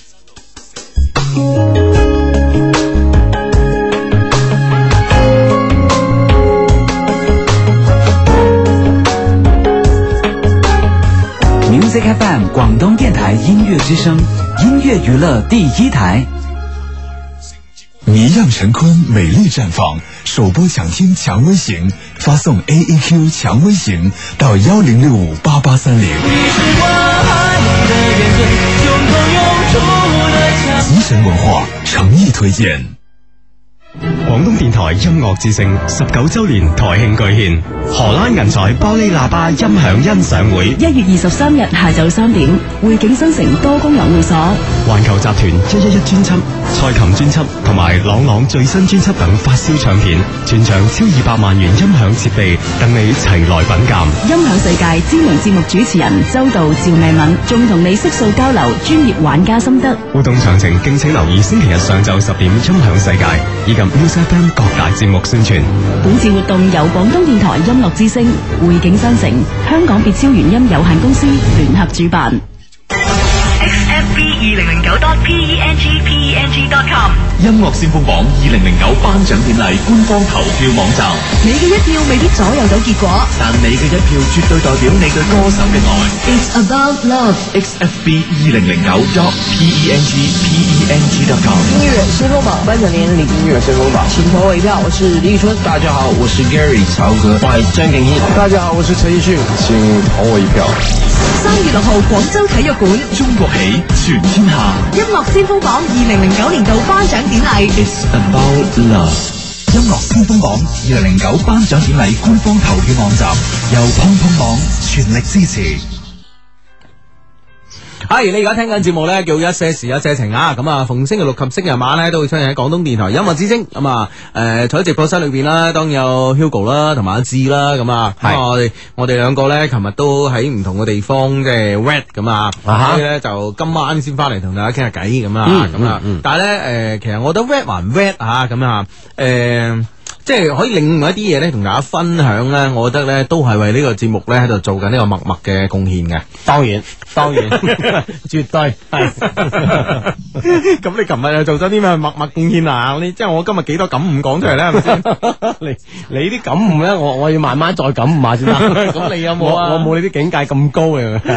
E: Music FM 广东电台音乐之声，音乐娱乐第一台。
D: 你让乾坤美丽绽放，首波抢听蔷薇型，发送 A A Q 蔷薇型到幺零六五八八三零。吉神文化诚意推荐。
F: 广东电台音乐之声十九周年台庆巨献，荷兰银彩玻璃喇叭音响欣赏会，
G: 一月二十三日下昼三点，汇景新城多功能会所。
F: 环球集团一一一专辑、蔡琴专辑同埋朗朗最新专辑等发烧唱片，全场超二百万元音响设备等你齐来品鉴。
G: 音响世界知名节目主持人周道、赵丽敏，仲同你悉数交流专业玩家心得。
F: 活动详情敬请留意星期日上昼十点音响世界以及 Music FM 各大节目宣传。
G: 本次活动由广东电台音乐之声、汇景新城、香港别超原音有限公司联合主办。
H: XFB 二零零九 dot PENG PENG dot com。
D: 音樂先鋒榜二零零九頒獎典禮官方投票網站，
G: 你嘅一票未必左右到结果。
D: 但你嘅一票絕對代表你對歌手嘅愛。
G: It's about love，
D: XFB 二零零九 E dot PENG PENG dot com。
I: 音乐先锋榜颁奖典礼，音乐先锋榜，请投我一票，我是李宇春。大家好，我是 Gary 曹格，我系张敬轩。大家好，我是陈奕迅，请投我一票。
G: 三月六号广州体育馆
D: 中國起，全天下。
G: 音乐先锋榜二零零九年度颁奖典礼。
D: It's about love。音樂先鋒榜二零零九頒獎典禮官方投票網站由碰碰網全力支持。
A: 係啊你而家聽緊節目咧，叫一些事一些情啊！咁啊，逢星期六及星期日晚咧，都會出現喺廣東電台音樂之聲。咁啊，誒坐喺直播室裏邊啦，當然有 Hugo 啦，同埋阿志啦，咁啊，咁啊我哋我哋兩個咧，琴日都喺唔同嘅地方即係 wet 咁啊，
C: 哈
A: 所以咧就今晚先翻嚟同大家傾下偈咁啊，
C: 嗯
A: 咁啊
C: 嗯嗯，
A: 但係咧誒，其實我覺得 wet 還 wet 啊，咁啊，誒。即係可以另外一啲嘢咧，同大家分享咧，我覺得咧都係為呢個節目咧喺度做緊呢個默默嘅貢獻嘅。
C: 当然，当然，绝对
A: 咁你琴日又做咗啲咩默默貢獻啊？你即係我今日幾多感悟講出嚟咧？係咪先？
C: 你 你啲感悟咧，我我要慢慢再感悟下先得。
A: 咁你有冇啊
C: 我我冇你啲境界咁高嘅，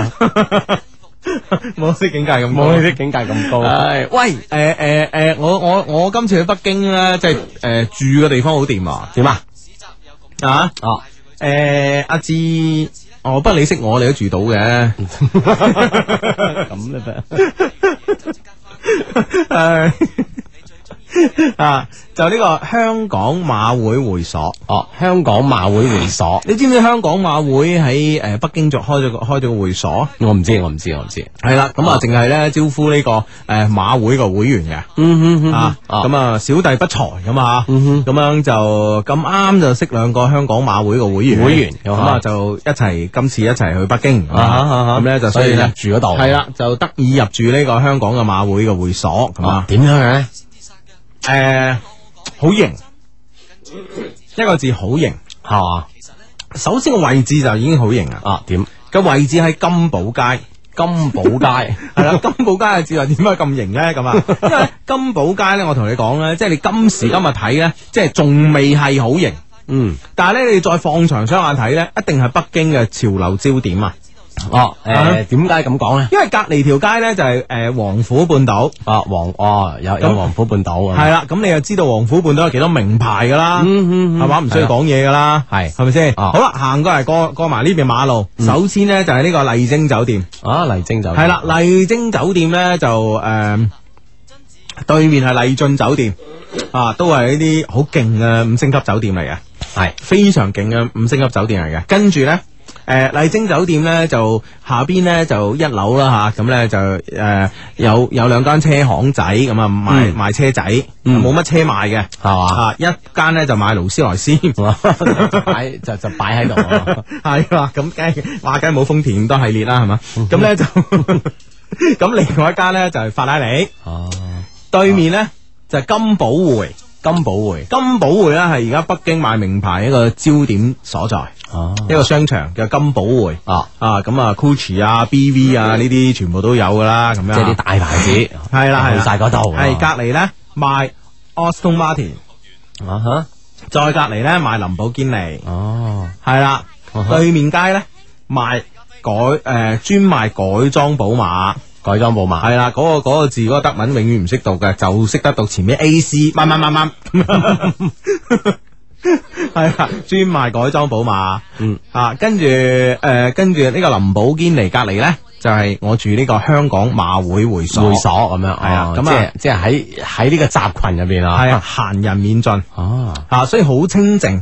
A: 冇啲境界咁
C: 冇你啲境界咁高。
A: 唉，喂，诶诶诶，誒我我我今次去北京咧，即係诶住嘅地方好掂啊！
C: 点啊？
A: 啊，
C: 哦，
A: 诶阿志，哦，不過你識我，你都住到嘅。
C: 咁啦噃，
A: 诶，啊，就呢個香港馬會會所。
C: 哦，香港马会会所，
A: 你知唔知香港馬會喺诶北京就開咗個開咗個會所？
C: 我唔知，我唔知，我唔知。
A: 系啦，咁啊，淨係咧招呼呢個诶马会個會員嘅。
C: 嗯哼
A: 啊，咁啊，小弟不才咁啊，咁樣就咁啱就識兩個香港馬會嘅會員，
C: 會員
A: 咁啊就一齊今次一齊去北京，
C: 啊哈啊哈
A: 咁咧就
C: 所以
A: 咧
C: 入住嗰度
A: 係啦，就得以入住呢個香港嘅馬會嘅會所，咁
C: 啊
A: 啊，，
C: 点样嘅咧？
A: 誒，好型，一個字好 型。
C: 系
A: 啊
C: 嘛？
A: 首先個位置就已經好型啊，
C: 啊，点？
A: 個位置喺金寶街。
C: 金宝街
A: 系啦， 金寶街嘅字又點解咁型咧？咁 啊，因為金寶街咧，我同你講咧，即係你今時今日睇
C: 啊
A: 咧，即係仲未係好型。
C: 嗯，
A: 但系咧，你再放長雙眼睇咧，一定係北京嘅潮流焦點啊！
C: 哦，
A: 啊
C: 诶，點解咁講咧？
A: 因為隔離條街咧就係诶王府半島，
C: 啊，黃哦，有有
A: 咁
C: 黃浦半島啊，
A: 係啦，咁你又知道王府半島有幾多名牌噶啦，
C: 嗯嗯嗯
A: 係嘛，唔需要講嘢噶啦，
C: 係
A: 係咪嗯先？
C: 啊
A: 好啦，行過嚟過過埋呢邊馬路，首先咧就係呢個麗晶酒店，
C: 啊，麗晶就
A: 係 啦，麗晶酒店咧就诶對面係麗俊酒店。啊，都係呢啲好勁嘅五星級酒店嚟嘅，
C: 係
A: 非常勁嘅五星級酒店嚟嘅。跟住咧，誒麗晶酒店咧就下邊咧就一樓啦吓，咁、咧就誒、有有兩間車行仔咁啊賣、賣車仔，
C: 嗯
A: 冇乜車賣嘅。
C: 係嘛？
A: 啊！一間咧就賣勞斯萊斯，
C: 就擺就就擺喺 度啊，
A: 係啦，咁梗係話梗係冇豐田咁多系列啦，係嘛？
C: 嗯
A: 咁咧就 咁另外一間咧就係法拉利，
C: 哦，
A: 對面咧就係金寶匯，
C: 啊金寶匯
A: 金寶匯咧係而家北京賣名牌一個焦點所在，
C: 哦，
A: 一個商場叫金寶匯。
C: 啊，嗯
A: 啊，咁啊，Gucci 啊、BV 啊呢啲全部都有噶啦，咁樣
C: 即係啲大牌子，
A: 系啦系
C: 去晒嗰度啊，
A: 系隔離咧賣 Aston Martin，
C: 啊哈，
A: 再隔離咧賣林寶堅尼，
C: 哦，
A: 係啦，
C: 啊哈
A: 對面街咧賣改诶專賣改裝寶馬，
C: 改裝寶馬，
A: 係啦，嗰個嗰個字嗰個德文永遠唔識讀嘅，就識得讀前面 A C，乜乜 乜乜。係啦，專賣改裝寶馬，
C: 嗯
A: 啊，跟住诶、呃跟住呢個林寶堅尼隔離咧，就係我住呢個香港馬會會所，
C: 會所咁樣，
A: 係啊
C: 哦
A: 咁啊
C: 即係即係喺喺呢個集群入邊啊，
A: 系啊，閒人免進
C: 哦，
A: 啊，所以好清靜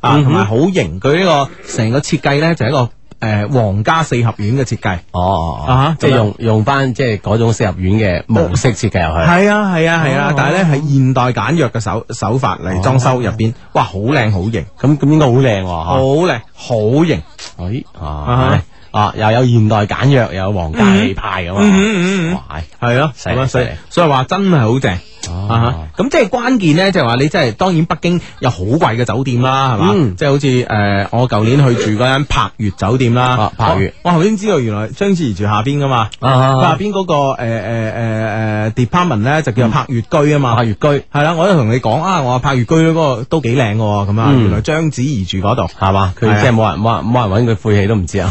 A: 啊，
C: 嗯哼
A: 同埋好型。佢呢個成個設計咧就係一個诶皇家四合院嘅設計。
C: 哦哦
A: 啊哈
C: 哦，即
A: 咁
C: 係
A: 樣
C: 用用翻即係嗰種四合院嘅模式設計入去，
A: 係啊係啊
C: 哦
A: 係啊，但係咧係現代簡約嘅手手法嚟裝修入邊，哇好靚好型，
C: 咁咁應該好靚喎，
A: 好
C: 嚇。
J: 哦
A: 靚好型，
C: 哎
A: 啊
C: 啊啊，又有現代簡約，又有皇家氣派咁
A: 嗯嗯嗯嗯
C: 嘛，哇！
A: 係咯，
C: 犀利
A: 咁啊所以
C: 犀利
A: 所以話真係好正。啊
C: 哦，
A: 咁即係關鍵咧，就係話你真係當然北京有好貴嘅酒店啦，係嘛？
C: 嗯
A: 即係好似誒、呃我舊年去住嗰間柏悦酒店啦
C: 啊，柏悦
A: 我，我頭先知道原來章子怡住下邊噶嘛，
C: 啊啊
A: 佢
C: 啊
A: 下邊嗰個呃誒誒誒呃 department 咧就叫柏悦居啊嘛，
C: 柏悦居
A: 係啦，我都同你講啊，我話柏悦居嗰個都幾靚嘅喎，咁啊，
C: 嗯
A: 原來章子怡住嗰度。
C: 係嘛，佢
A: 係啊
C: 即係冇人冇人冇人揾佢晦氣都唔知啊，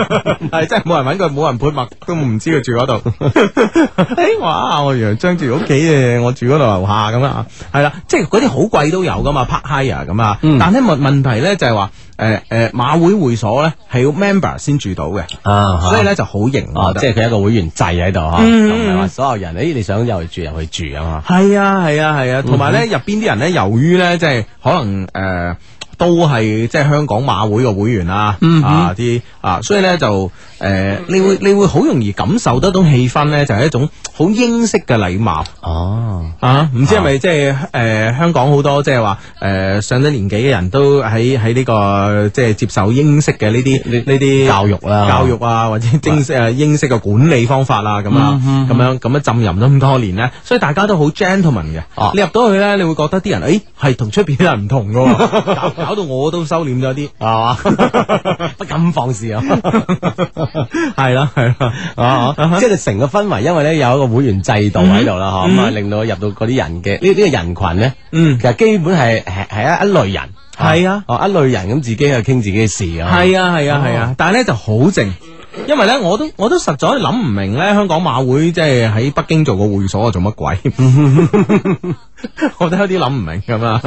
A: 系真系冇人揾佢，冇人配墨，都唔知佢住嗰度。 诶，哇！我原來張住屋企嘅，我住嗰度樓下咁啊，係啦，即係嗰啲好貴都有噶嘛 p a r t hire 咁啊。
C: 嗯
A: 但係問問題咧就係話，诶诶，馬會會所咧係要 member 先住到嘅，
C: 啊
A: 所以咧就好型。
C: 哦，即係佢一個會員制喺度嚇，
A: 嗯
C: 就唔係話所有人，誒你想入去住入去住啊嘛，
A: 系啊係啊係啊，同埋咧入邊啲人咧，由於咧即係可能诶。呃都係即係香港馬會嘅會員啊，
E: 嗯哼嗯
A: 啊啲啊，所以咧就诶、呃你會你會好容易感受得到氣氛咧，就係一種好英式嘅禮貌。
C: 哦，
A: 啊，唔知係咪即係诶香港好多即係話诶上咗年紀嘅人都喺喺呢個即係接受英式嘅呢啲呢啲
C: 教育啦
A: 教育啊或者英式诶英式嘅管理方法啊咁啊
C: 嗯
A: 咁樣咁樣浸淫咗咁多年咧，所以大家都好 gentleman 嘅。
C: 哦
A: 你入到去咧，你會覺得啲人诶係同出边啲人唔同噶， 搞搞到我都收斂咗啲。
C: 系嘛，不敢放肆啊！
A: 係啦係啦，
C: 啊
A: 啊哈，
C: 即係成個氛圍，因為咧有一個會員制度喺度啦，吓咁啊，令到入到嗰啲人嘅呢呢個人群咧，
A: 嗯
C: 其實基本係係係一一類人，
A: 係啊
C: 哦一類人咁自己去傾自己嘅事啊，
A: 系啊系啊系啊，但系咧就好靜，因為咧我都我都實在諗唔明咧香港馬會即係喺北京做個會所啊做乜鬼？ 我都有啲諗唔明咁啊。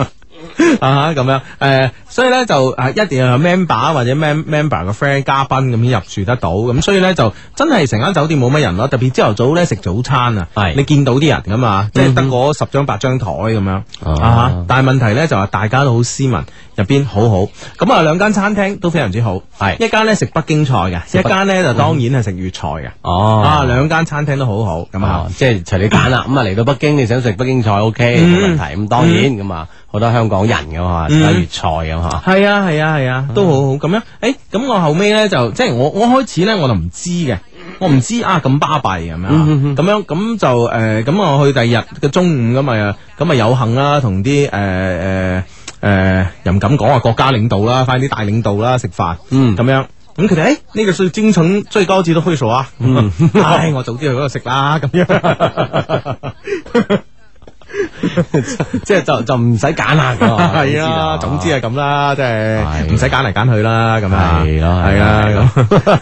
A: 啊咁樣，誒、所以咧就啊一定要有 member 或者 mem member 嘅 friend 嘉賓咁先入住得到，咁所以咧就真係成間酒店冇乜人咯，特別朝頭早咧食早餐啊，
C: 係嗯
A: 你見到啲人噶嘛，即係得嗰十張八張台咁樣
C: 哦
A: 啊哈但係問題咧就話大家都好斯文，入邊好好。咁啊，兩間餐廳都非常之好，
C: 係
A: 一間咧食北京菜嘅，一間咧就當然係食粵菜嘅。
C: 哦
A: 啊，兩間餐廳都好好咁啊
C: 啊，。即係隨你揀啦。咁啊，嚟到北京你想食北京菜 OK 冇問
A: 嗯
C: 題。咁當然咁啊，好多香港人噶嘛，食
A: 嗯
C: 下粵菜咁嚇。
A: 係啊係啊係啊，都好好咁樣。誒，咁我後尾咧就即係我我開始咧我就唔知嘅。我唔知啊，咁巴閉咁樣，咁樣咁就誒，咁、我去第二日嘅中午咁啊，咁啊有幸啦，同啲誒呃誒誒，又唔敢講話國家領導啦，快啲大領導啦食飯，
C: 嗯
A: 咁樣。咁佢哋誒呢個最精神最高級都揮手啊！
C: 嗯
A: 唉，我早啲去嗰度食啦，咁 樣。
C: 即係 就就唔使揀啦。咁
A: 系啊，總之係咁啦，即係
C: 係
A: 唔使揀嚟揀去啦，咁啊，
C: 係咯
A: 係
C: 係
A: 啊
C: 啊，
A: 咁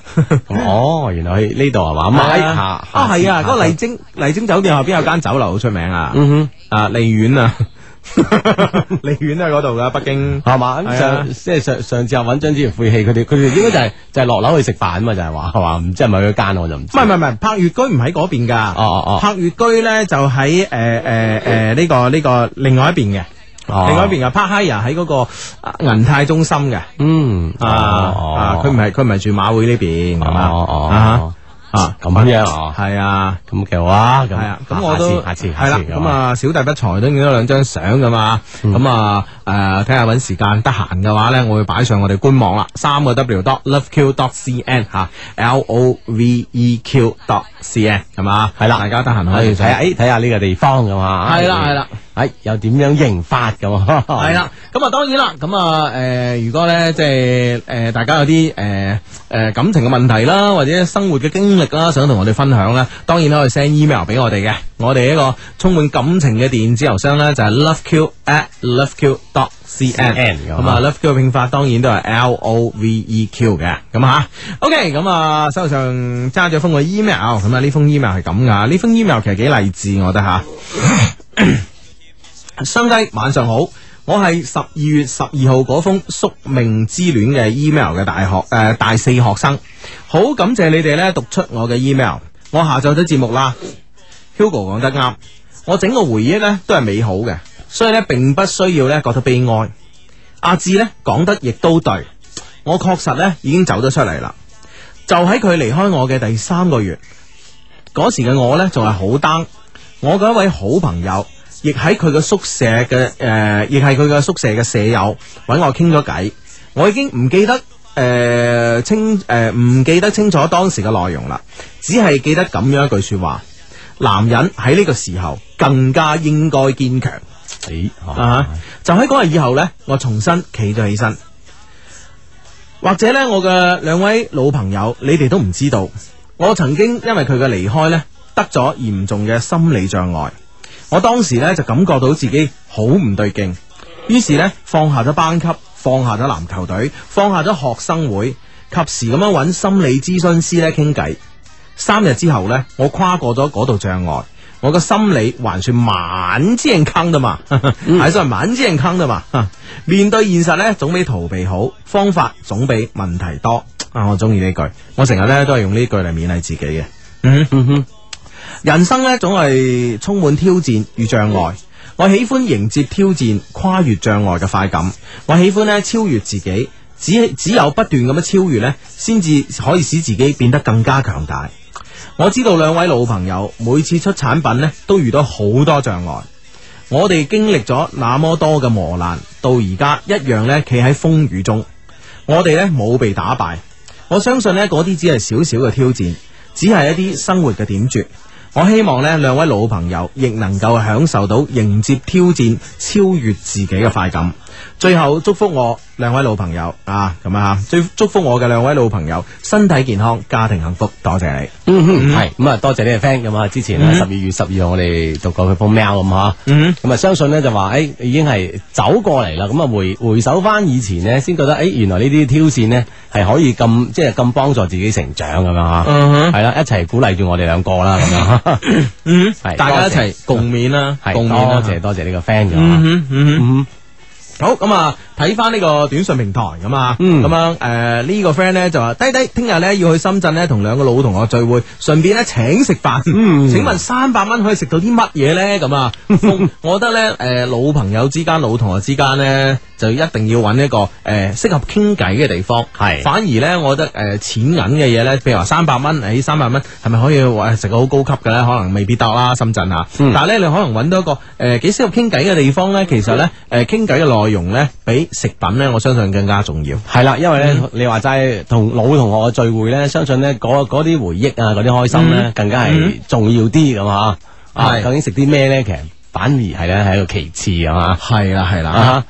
C: 咁 哦，原來去呢度係嘛？咁
A: 係
C: 啊
A: 啊
C: 下
A: 啊，系啊，
C: 下
A: 嗰個麗晶麗晶酒店後邊有間酒樓好出名啊，
C: 嗯
A: 啊麗苑 啊，麗苑啊都喺嗰度噶，北京
C: 哼，係嘛？
A: 係啊
C: 咁上即係上上次又揾張之前晦氣，佢哋佢哋應該就係就係落樓去食飯啊嘛，就係話係嘛？唔知係咪佢間我就唔
A: 唔
C: 知。
A: 係唔係唔係，柏悦居唔喺嗰邊㗎，
C: 哦哦哦
A: 柏悦居咧就喺誒誒誒呢個呢個另外一邊嘅，
C: 哦
A: 另外一邊嘅 p a r h i a 喺嗰個啊銀泰中心嘅，
C: 嗯
A: 啊啊，佢唔係佢唔係住馬會呢邊咁啊
C: 哦哦
A: 啊
C: 哦
A: 啊
C: 咁樣啊
A: 係啊。
C: 咁嘅話
A: 系
C: 咁
A: 啊，咁我都
C: 下次下
A: 係啦，
C: 次嗯下次
A: 咁啊小弟不才都影咗兩張相噶嘛，咁啊诶睇下搵時間得閒嘅話咧，我會擺上我哋官網啦，三個 W dot loveq dot cn 吓，L O V E Q dot cn 係嘛，
C: 係啊啦
A: 大家得閒可
C: 可以
A: 以
C: 睇下，
A: 睇，
C: 誒睇下呢個地方咁啊，
A: 係啦係啦，
C: 誒又點樣刑法咁啊？
A: 係 啦，咁啊當然啦，咁啊诶如果咧即係诶大家有啲诶诶感情嘅問題啦，或者生活嘅經歷啦，想同我哋分享咧，當然可以 send email 俾我哋嘅，我哋一個充滿感情嘅電子郵箱咧就係 loveq at loveq dot cn，
C: CN
A: 咁啊 loveq 嘅拼法當然都係 L O V E Q 嘅，咁吓，OK，咁啊手上揸咗封嘅 email，咁啊呢封 email 係咁噶，呢封 email 其實幾勵志，我覺得吓。相低晚上好，我係十二月十二號嗰封宿命之戀嘅 email 嘅大學誒、呃大四學生，好感謝你哋咧讀出我嘅 email，我下載咗節目啦。Hugo 講得啱，我整個回憶咧都係美好嘅，所以咧並不需要咧覺得悲哀。阿志咧講得亦都對，我確實咧已經走咗出嚟啦。就喺佢離開我嘅第三個月，嗰時嘅我咧仲係好 down。我嘅一位好朋友，亦喺佢嘅宿舍嘅誒、呃亦係佢嘅宿舍嘅舍友揾我傾咗偈。我已經唔記得誒、呃清誒唔、記得清楚當時嘅內容啦，只係記得咁樣一句説話：男人喺呢個時候更加應該堅強。
C: 咦，
A: 啊就喺嗰日以後呢，我重新企咗起身。或者呢，我嘅兩位老朋友，你哋都唔知道，我曾經因為佢嘅離開呢，得咗嚴重嘅心理障礙。我當時呢，就感覺到自己好唔對勁，於是呢，放下咗班級，放下咗籃球隊，放下咗學生會，及時咁樣揾心理諮詢師呢傾偈。三日之後呢，我跨過咗嗰度障礙，我個心理還算蠻健康的嘛， 還算蠻健康的嘛。 面對現實呢，總比逃避好，方法總比問題多。啊，我中意呢句，我成日呢都係用呢句嚟勉勵自己嘅。嗯哼，人生呢總係充滿挑戰與障礙。我喜歡迎接挑戰、跨越障礙嘅快感。我喜歡咧超越自己，只只有不斷咁樣超越咧，先至可以使自己變得更加強大。我知道兩位老朋友每次出產品咧，都遇到好多障礙。我哋經歷咗那麼多嘅磨難，到而家一樣咧，企喺風雨中。我哋咧冇被打敗，我相信咧嗰啲只係少少嘅挑戰，只係一啲生活嘅點綴。我希望咧兩位老朋友亦能夠享受到迎接挑戰、超越自己嘅快感。最後祝福我兩位老朋友啊，咁啊，最祝福我嘅兩位老朋友身體健康、家庭幸福。多謝你。
C: 嗯哼，系咁啊，多謝呢個 friend 咁啊，之前啊十二月十二號我哋讀過佢封 mail 咁吓，
A: 嗯
C: 咁啊相信咧就話诶已經係走過嚟啦，咁啊回回首翻以前呢，先覺得诶哎原來呢啲挑戰呢係可以咁即係咁幫助自己成長咁樣吓，
A: 嗯哼
C: 係啦，一齊鼓勵住我哋兩個啦咁樣，
A: 嗯
C: 係
A: 大家一
C: 多謝
A: 齊共勉啦，
C: 係
A: 共勉啊啦
C: 多謝多謝呢個 friend
A: 嗯
C: 啊嘅，
A: 哼嗯哼。
C: 嗯
A: 好咁啊，睇翻呢個短信平台咁啊，
C: 嗯
A: 咁樣诶呢個 friend 咧就話：低低，聽日咧要去深圳咧同兩個老同學聚會，順便咧請食飯。
C: 嗯
A: 請問三百蚊可以食到啲乜嘢咧？咁 啊，風我覺得咧诶、呃老朋友之間、老同學之間咧，就一定要揾一個诶适、適合傾偈嘅地方。
C: 係
A: 反而咧，我覺得诶、呃、錢銀嘅嘢咧，譬如話三百蚊，诶三百蚊係咪可以話食個好高級嘅咧？可能未必得啦，深圳啊。
C: 嗯
A: 但係咧，你可能揾到一個诶幾適合傾偈嘅地方咧，其實咧诶傾偈嘅內容咧，比食品咧，我相信更加重要。嗯
C: 係啦，因為咧你話齋同老同學嘅聚會咧，相信咧嗰嗰啲回憶啊，嗰啲開心咧
A: 嗯
C: 更加係
A: 嗯
C: 重要啲咁啊，啊
A: 係
C: 究竟食啲咩咧？其實反而係咧係一個其次啊嘛。
A: 係啦，係啦。
C: 啊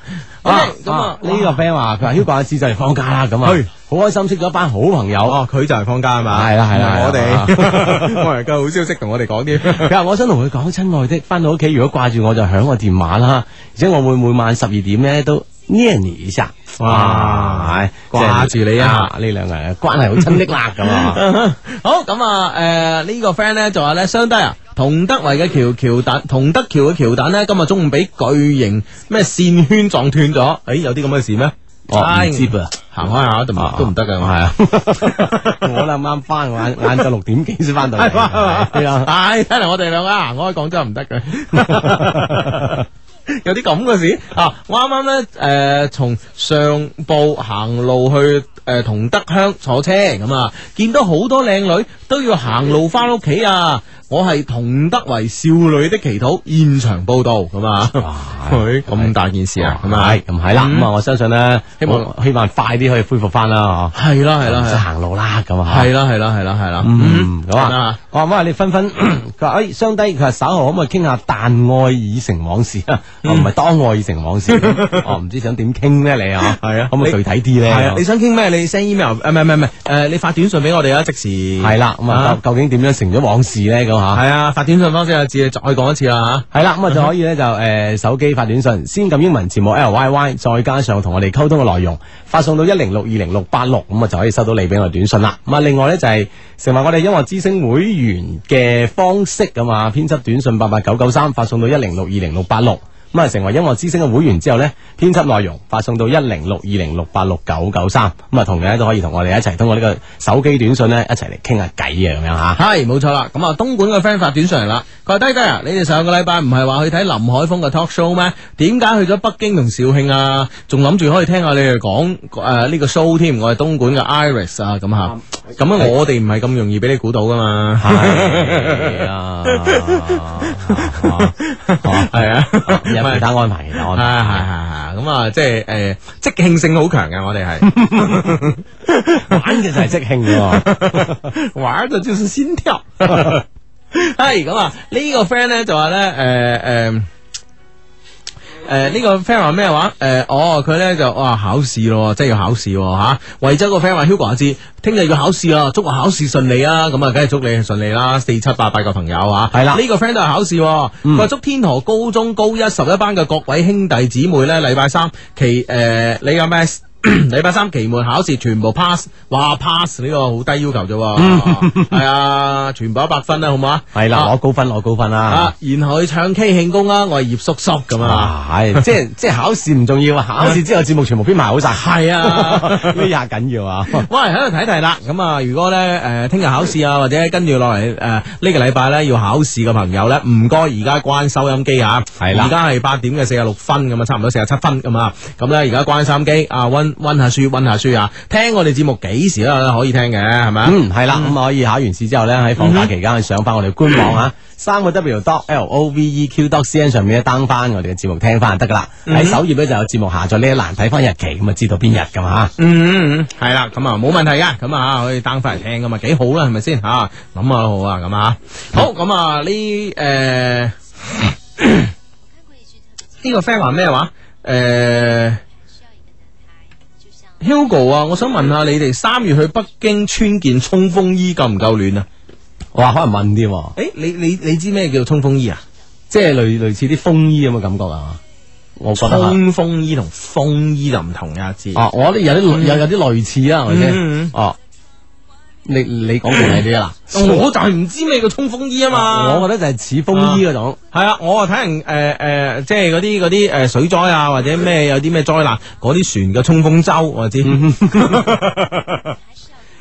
C: 哈！啊
A: 咁啊
C: 呢個 friend 話佢話 Hugo 阿志就嚟放假啦，咁
A: 係
C: 啊，好開心識咗一班好朋友。
A: 哦，佢就係放假係嘛？
C: 係啦係啦
A: 唔
C: 係啦
A: 我哋我能夠好消息同我哋講啲。
C: 佢話：我想同佢講，親愛的，翻到屋企如果掛住我就響我電話啦，而且我會每晚十二點咧都念你一下。
A: 哇
C: 係
A: 掛住你啊！
C: 即係呢 兩個人嘅關係好親昵 啦，咁啊，
A: 好咁啊，诶、呢、個 friend 咧就話咧，相低啊，同德圍嘅橋橋蛋，同德橋嘅橋蛋咧，今日中午俾巨型咩線圈撞斷咗，誒、有啲咁嘅事咩？
C: 我
A: 唉
C: 唔知噃。
A: 啊行開下都唔都唔得嘅，我係啊。
C: 我啱啱翻，我晏晏晝六點幾先翻到嚟。係啊
A: 唉，睇嚟我哋兩個行開廣州唔得嘅。 有啲咁嘅事啊！我啱啱咧，诶、從上步行路去诶、呃同德鄉坐車咁啊，見到好多靚女都要行路翻屋企啊！我係同德為少女的祈禱現場報道咁啊！ 佢咁大件事啊，咁啊
C: 係，咁係啦，
A: 嗯
C: 咁啊，我相信咧，
A: 希望
C: 希望快啲可以恢復翻啦，嗬。
A: 係啦係啦
C: 唔使
A: 係啦
C: 行路啦，咁啊，
A: 係啦係啦係啦係啦，
C: 嗯，咁
A: 咁
C: 啊
A: 啊，
C: 我話喂，你分分， 佢話哎，相低，佢話稍後可唔可以傾下但愛已成往事 啊？哦
A: 嗯
C: 唔係當愛已成 往事，我唔知想點傾咧，你啊，
A: 係啊
C: 可唔可以具體啲咧？
A: 係啊，你想傾咩？你 send email 啊誒唔係唔係唔係誒，你發短信俾我哋啊，即時
C: 係啦，咁啊，究究竟點樣成咗往事咧？咁吓。
A: 係啊，發短信方式啊，只再講一次啦
C: 系啦，咁啊就可以咧就诶、呃手機發短信，先撳英文字母 L Y Y，再加上同我哋溝通嘅內容，發送到一零六二零六八六，咁啊就可以收到你俾我嘅短信啦。咁啊，另外咧就係成為我哋音樂之星會員嘅方式咁啊，編輯短信八八九九三，發送到一零六二零六八六。咁啊，成為音樂之星嘅會員之後呢，編輯內容發送到一零六二零六八六九九三，咁啊，同樣咧都可以同我哋一齊通過呢個手機短信呢，一齊嚟傾下偈啊嘅咁樣吓。
A: 嚇。係冇錯啦，咁啊，東莞嘅 friend 發短信嚟啦，佢話低低啊，你哋上個禮拜唔係話去睇林海峰嘅 talk show 咩？點解去咗北京同肇慶啊？仲諗住可以聽下你哋講誒呢個 show 添，我係東莞嘅 Iris 啊，咁嚇，咁啊我哋唔係咁容易俾你估到噶嘛，
C: 係啊，哦
A: 係啊，
C: 有其他安排，哦其他安
A: 系系
C: 排。
A: 系，咁啊，即系诶，即興性好強嘅，我哋係
C: 玩嘅就係即興 喎，
A: 玩嘅就是心跳。 係咁啊，呢個 friend 咧就話咧，诶诶。诶，呃呢、個 friend 話咩話？诶、哦，佢咧就哇考試咯，即係要考試喎吓。惠州個 friend 話 Hugo 阿志，聽日要考試啦，祝我考試順利啊！咁啊，梗係祝你順利啦，四七八八個朋友啊，
C: 係啦嗯
A: 呢個 friend 都係考試喎，佢話祝天河高中高一十一班嘅各位兄弟姊妹咧，禮拜三期诶、呃你有咩？ 礼拜三期末考試全部 pass，哇 pass 呢個好低要求啫
C: 嗯
A: 喎，係啊，全部一百分啦，好唔好啊？
C: 系啦，
A: 啊
C: 攞高分，攞高分啦
A: 啊。，然後去唱 K 慶功啦，我係葉叔叔咁啊，
C: 啊，系，即系即系考试唔重要啊，考试之後節目全部編埋好晒，
A: 係啊。
C: 呢下緊要啊。
A: 喂，喺度睇睇啦。咁啊，如果咧誒聽日考試啊，或者跟住落嚟誒呢個禮拜咧要考試嘅朋友咧，唔該而家關收音機啊。
C: 係啦
A: 而家係八點嘅四十六分咁啊，差唔多四十七分咁啊。咁咧而家關收音機啊，温温下書，温下書啊。聽我哋節目幾時都可以聽嘅，係咪啊？
C: 嗯，係啦，咁可以考完試之後咧，喺放假期間去上翻我哋官網
A: 嗯
C: 啊，三個 W dot L O V E Q dot C N 上面咧 down 翻我哋嘅節目聽翻就得噶啦。
A: 嗯
C: 喺首頁咧就有節目下載呢一欄，睇翻日期咁啊，知道邊日噶嘛。
A: 嗯，嗯嗯，系啦，咁啊冇問題噶，咁啊可以 down 翻嚟聽噶嘛，幾好啦，係咪先吓？諗下都好啊，咁啊，好，咁啊呢诶呢個 friend 話咩話？诶、h u g o 啊，我想問下你哋三月去北京穿件衝鋒衣夠唔夠暖啊？
C: 哇，可能問啲喎，
A: 诶、你你你知咩叫衝鋒衣啊？
C: 即係類類似啲風衣咁嘅感覺啊。我覺得啊
A: 衝鋒衣同風衣就唔同啊噶，知
C: 哦，我覺得有啲類有有啲類似啦，係咪
A: 嗯嗯嗯
C: 先？哦，你你講具體啲啦。
A: 我就係唔知咩叫衝鋒衣啊嘛。
C: 我覺得就係似風衣嗰種。
A: 系啊，我啊睇人诶诶，即係嗰啲嗰啲诶水災啊，或者咩有啲咩災難，嗰啲船嘅衝鋒舟我知。
C: 嗯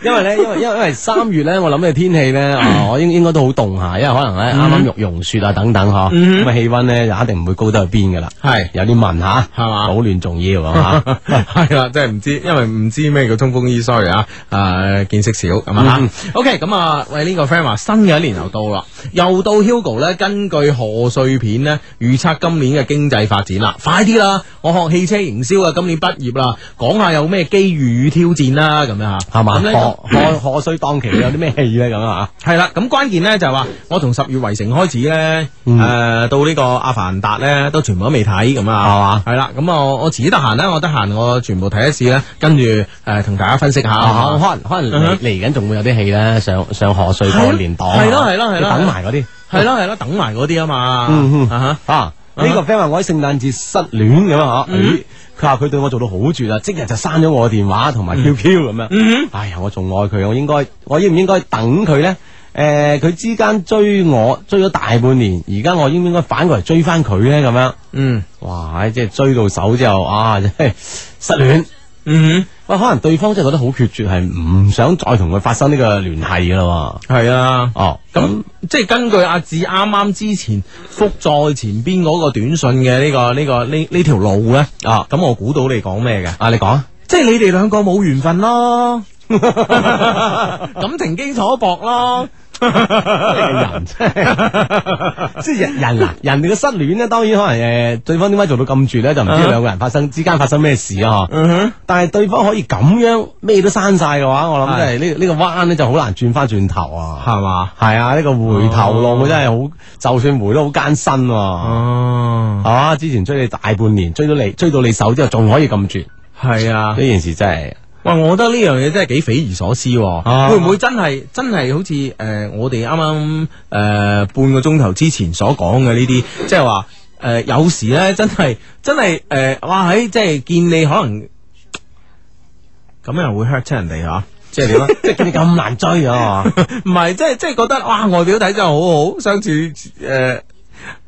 C: 因為咧，因為因為因為三月咧，我諗嘅天氣咧，啊我應應該都好凍下，因為可能咧
A: 嗯
C: 啱啱玉融雪啊等等嗬，咁啊氣温咧就一定唔會高得去邊噶啦，
A: 係
C: 有啲問吓，
A: 係嘛
C: 保暖重要 啊嘛。
A: 係啦，哎真係唔知，因為唔知咩叫衝鋒衣，sorry 啊，诶见識少咁啊
C: 嗯。
A: OK，咁啊，喂呢個 friend 話新嘅一年又到啦，又到 Hugo 咧，根據賀歲片咧預測今年嘅經濟發展啦，快啲啦，我學汽車營銷啊，今年畢業啦，講下有咩機遇與挑戰啦，咁樣吓，
C: 係嘛？
A: 咁呢
C: 賀賀賀歲檔期有 啲咩戲咧咁啊？
A: 系啦，咁關鍵咧就係話，我從十月圍城開始咧，诶、到呢個阿凡達咧，都全部都未睇咁啊，系嘛？系啦，咁我我遲啲得閒咧，我得閒我全部睇一次咧，跟住诶同大家分析下。
C: 啊可能可能
A: 嗯哼
C: 嚟嚟緊仲會有啲戲咧上上賀歲過年檔啊，
A: 係咯係咯係咯
C: 要等埋嗰啲。
A: 系咯系咯，等埋嗰啲啊嘛。
C: 嗯嗯
A: 啊嗯
C: 啊！呢個 friend 話我喺聖誕節失戀咁啊，咦佢話佢對我做到好絕啦，即日就刪咗我電話同埋
A: 嗯
C: QQ 咁樣。哎呀，我仲愛佢，我應該，我應唔應該等佢呢？誒，佢之間追我追咗大半年，而家我應唔應該反過嚟追翻佢呢？咁樣，
A: 嗯
C: 哇！即係追到手之後，啊，真係失戀。
A: 嗯，
C: 喂，可能對方真係覺得好決絕，係唔想再同佢發生呢個聯繫噶啦喎。
A: 系啊。
C: 哦，
A: 咁即係根據阿志啱啱之前覆在前邊嗰個短信嘅呢、個呢、個呢呢條路咧，
C: 啊
A: 咁我估到你講咩嘅。
C: 啊，你講啊。
A: 即系你哋两个冇缘分 咯，感情基础薄 咯。
C: 人真係 即系人 人啊，人哋嘅失戀咧，當然可能诶，對方點解做到咁絕咧，就唔知兩個人發生之間發生咩事啊，嗬
A: 嗯
C: 但係對方可以咁樣咩都刪晒嘅話，我諗真係呢呢個彎咧就好難轉翻轉頭啊，
A: 係嘛
C: 係啊，呢個回頭路真係好，就算回都好艱辛喎。
A: 哦，
C: 啊！之前追你大半年，追到你追到你手之後，仲可以咁絕，
A: 系啊
C: 呢。件事真係
A: 喂，我覺得呢樣嘢真係幾匪夷所思喎、
C: 啊
A: 會唔會真係真係好似誒、呃我哋啱啱誒半個鐘頭之前所講嘅呢啲，即係話誒有時咧真係真係誒、呃哇喺即係見你可能咁又會 hurt 親人哋嚇、
C: 即係點啊？即係見你咁難追啊！
A: 唔係，即係即係覺得哇，外表睇真係好好，相處诶、呃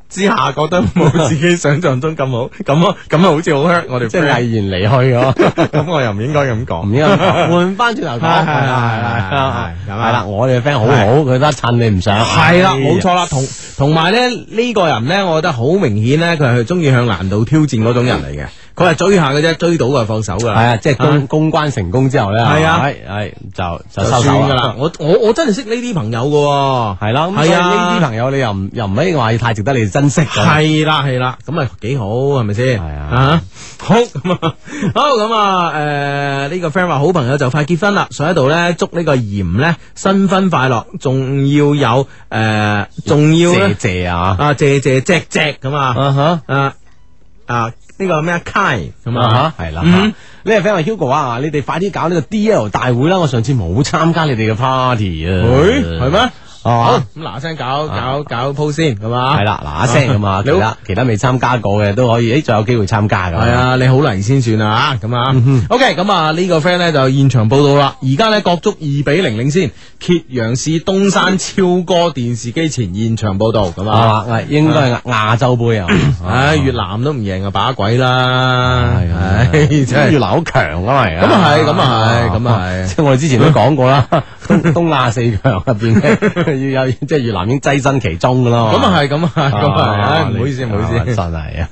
A: 之下覺得冇自己想象中咁好，咁咁好似好 hurt 我哋
C: 即
A: friend
C: 係毅然哎離去啊！
A: 咁我又唔應該咁講
C: 唔。應該 換翻轉頭講，
A: 係係
C: 係係係
A: 係
C: 係啦，我哋嘅 friend 好好，佢得襯你唔上，哎
A: 係啦，冇錯啦，同同埋咧呢個人咧，我覺得好明顯咧，佢係中意向難度挑戰嗰種人嚟嘅。佢係追下嘅啫，追到就放手噶
C: 係
A: 啦。
C: 啊，即係公公關成功之後咧，
A: 係啊
C: 係係就
A: 就
C: 就收手
A: 算噶啦。。我我我真係識呢啲朋友噶。
C: 係啦，咁所以
A: 係啊
C: 呢啲朋友你又唔又唔可以話太值得你珍惜㗎。
A: 系啦系啦，咁啊幾好係咪先？
C: 係啊
A: 好咁啊， 好咁啊，诶、呢、個 friend 話好朋友就快結婚啦，所以喺度咧祝呢個嚴咧新婚快樂，仲要有诶，仲、要
C: 謝
A: 咧
C: 謝啊，
A: 啊謝謝隻隻咁啊
C: 啊哈。
A: 啊啊呢個咩啊 Kai 咁
C: 啊
A: 啊
C: 哈，系啦，
A: 嗯
C: 呢位 friend 話 Hugo 啊，你哋快啲搞呢個 D L 大會啦！我上次冇參加你哋嘅 party 啊，
A: 會係咩？好
C: 嘛？
A: 咁嗱聲搞搞搞鋪先，係嘛？
C: 系啦，嗱一声咁啊，
A: 你
C: 其
A: 好
C: 他其他未參加過嘅都可以，诶，仲有機會參加噶。
A: 系，啊，你好嚟先算啊，咁啊、o k 咁啊呢個 friend 咧就現場報道啦，而家咧國足二比零領先，揭陽市東山超歌電視機前現場報道咁啊，
C: 係嘛？喂應該係亞洲 杯啊。
A: 唉、越南都唔贏啊，把鬼啦，
C: 係
A: 唉，真
C: 咁越
A: 係。
C: 南好強啊嘛，而家
A: 咁啊係咁啊係咁啊係
C: 即係我哋之前都講過啦， 東東亞四強入邊嘅 要有即係越南已經跻身其中噶啦。
A: 咁啊係，咁啊係，咁啊係，唉唔好意思，唔好意
C: 真
A: 思，
C: 係啊，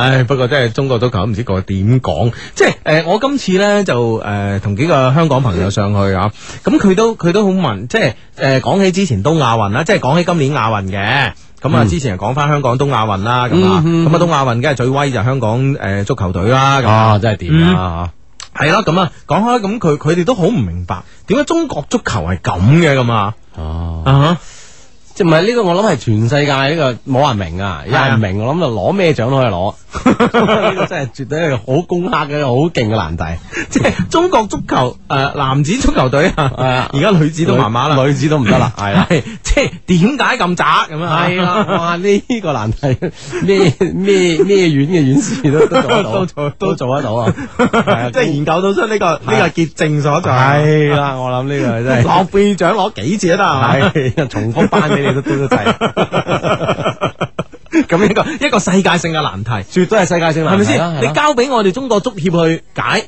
A: 唉，不過真係中國足球都唔知個點講，即係誒、呃我今次咧就誒同、幾個香港朋友上去啊，咁佢都佢都好問，即係誒講起之前東亞運啦，即係講起今年亞運嘅。咁啊，之前又講翻香港東亞運啦，
C: 嗯
A: 咁啊，咁啊東亞運梗係最威就係香港誒、呃足球隊啦，咁啊
C: 啊真係掂
A: 嗯
C: 啊
A: 係啦，咁啊講開咁佢佢哋都好唔明白點解中國足球係咁嘅咁啊，
C: 嚇哦。
A: 啊哈
C: 即係唔係呢個？我諗係全世界呢個冇人明啊，有人明我諗就攞咩獎都可以攞。 呢個真係絕對係好攻克嘅，好勁嘅難題。
A: 即係 中國足球誒、呃男子足球隊啊，
C: 啊
A: 而家女子都麻麻啦，
C: 女子都唔 得啦，係啦。
A: 系即系点解咁渣咁啊？
C: 系啦，哇！呢、個難題，咩咩咩院嘅院士都都做得
A: 都
C: 到，
A: 做
C: 都做得到啊！係啊
A: 即系研究到出呢个呢个结症所在。
C: 係啦，我諗呢個 真係
A: 諾貝獎攞幾次都得
C: 啊
A: 係咪？
C: 係重複班俾你都都都 滯，
A: 咁一個一個世界性嘅難題，
C: 絕對係世界
A: 係
C: 性難
A: 咪
C: 題
A: 先？你
C: 交
A: 交俾我哋中國足協去解，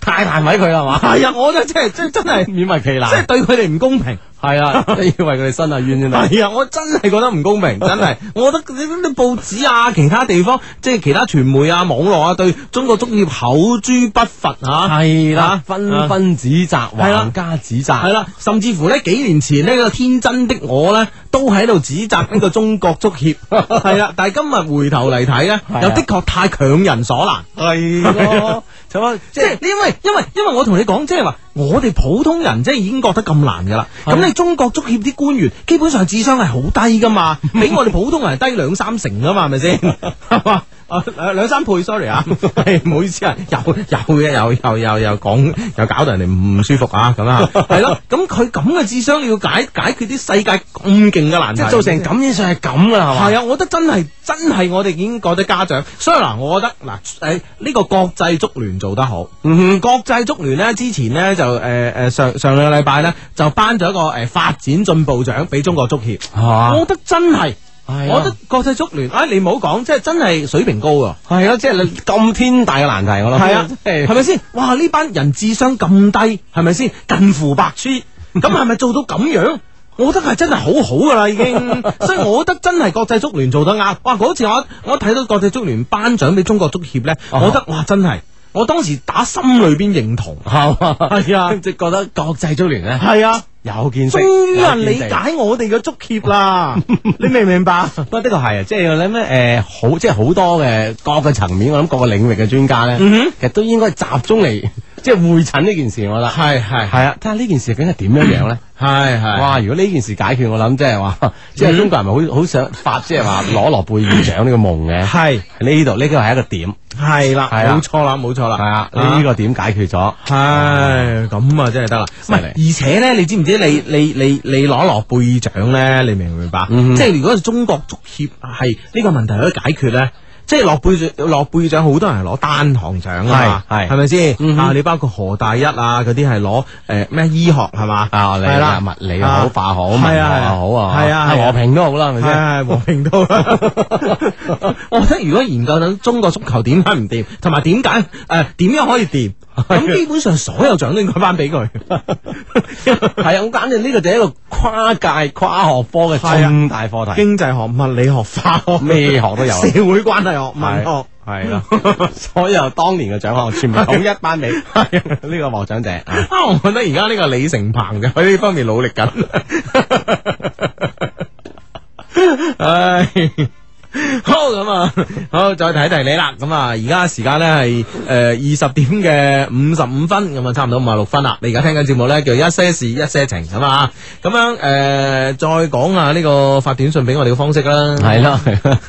C: 太難為佢啦係嘛？
A: 係啊！我真真係真真係
C: 勉為其
A: 即係
C: 難，
A: 對佢哋唔公平。
C: 係 啊，都要為佢哋伸下冤先得。
A: 係啊，我真係覺得唔公 平，真係。我覺得你啲報紙啊，其他地方即係其他傳媒啊、網絡啊，對中國足協口诛不伐 啊。
C: 係
A: 啊
C: 啦，紛紛指責，
A: 係啦
C: 橫加指
A: 系
C: 責，
A: 啦，甚至乎呢幾年前呢個天真的我呢，都喺度指責呢個中國足協，係啦。但係今日回頭嚟睇呢，
C: 係啊
A: 又的確太強人所難。
C: 係咯，咁啊
A: 即
C: 即係
A: 係因為因為因為我同你講，即係話我哋普通人即係已經覺得咁難㗎啦。
C: 係
A: 咁你中國足協啲官員基本上智商係好低㗎 嘛，比我哋普通人低兩三成㗎嘛，係咪先？係嘛？啊兩兩三倍，sorry 啊，係唔好意思啊，又又嘅又又又又講又搞到人哋唔舒服啊，咁 啊，係咯，咁佢咁嘅智商你要解解決啲世界咁勁嘅難題，
C: 即係做成咁樣上係咁噶啦，係嘛？
A: 系啊，我覺得真係真係我哋已經覺得家長，所以嗱，我覺得嗱，诶、呢、個國際足聯做得好，嗯哼，国际足聯呢，之前呢，就诶诶、呃上上两个礼拜呢，就頒咗一個诶、呃、发展進步獎俾中國足協，
C: 係嘛
A: 我覺得真係，
C: 係啊
A: 我覺得國際足聯，啊、你唔好講，即係真係水平高啊！
C: 係咯，即係你咁天大嘅難題，我諗
A: 系啊，
C: 真
A: 係咪先？哇！呢班人智商咁低，係咪先？近乎白 痴，咁係咪做到咁樣？我覺得係真係好好噶啦，已 經，所以我覺得真係國際足聯做得啱。哇！嗰次我我睇到國際足聯頒獎俾中國足協咧，我覺得哇真係，我當時打心裏邊認同，
C: 係嘛？
A: 係啊，
C: 即係覺得國際足聯咧
A: 係啊，
C: 有見識，
A: 終於有人
C: 有見
A: 理
C: 地。
A: 解我哋嘅足協啦，你明唔明白？
C: 不過的確係啊，即係你咩誒好，即係好多嘅各個層面，我諗各個領域嘅專家咧，
A: 嗯
C: 其實都應該集中嚟 即係會診呢件事，我覺得
A: 係係
C: 係啊，睇下呢件事究竟係點樣樣咧。
A: 係係嗯
C: 哇！如果呢件事解決，我諗即係話， 即係中國人咪好好想發，即係話攞諾貝爾獎呢個夢嘅。
A: 係
C: 呢度呢個係一個點，
A: 係啦，
C: 係啊
A: 冇錯啦，冇錯啦，
C: 係啊，呢個點解決咗，
A: 唉，咁啊真係得啦，唔係，而且咧，你知唔知你你你你攞諾貝爾獎咧？你明唔明白？
C: 嗯
A: 即係如果中國足協係呢個問題可以解決咧，即係諾貝爾諾貝爾獎好多人係攞單項獎啊嘛，
C: 係係
A: 係咪
C: 嗯
A: 先？
C: 哼
A: 啊，你包括何大一啊嗰啲係攞誒咩醫學係嘛？
C: 啊，你
A: 係啦
C: 啊物理又好，
A: 啊
C: 化學好，文學
A: 係
C: 又
A: 啊
C: 好啊，
A: 係啊係啊
C: 和平都好啦，係咪先？
A: 系和平都， 我覺得如果研究緊中國足球點解唔掂，同埋點解诶點樣可以掂，咁基本上所有獎都應該頒俾佢。
C: 啊 係啊，我簡直呢個就係一個跨界跨學科嘅
A: 係啊
C: 重大課題。
A: 經濟學、物理學、化學、
C: 咩學都有啊
A: 社會關係學、文學。
C: 系啦， 所有當年嘅獎項全部統一頒俾呢個獲獎者。啊
A: 啊，我覺得而家呢個李成鵬就喺呢方面努力緊。 唉。好咁啊，好再睇睇你啦。咁啊，而家時間咧係诶呃二十點嘅五十五分，咁啊差唔多五十六分啦。你而家聽緊節目咧叫一些事一些情咁啊，咁樣诶、呃再講下呢個發短信俾我哋嘅方式啦。
C: 係啦，係啦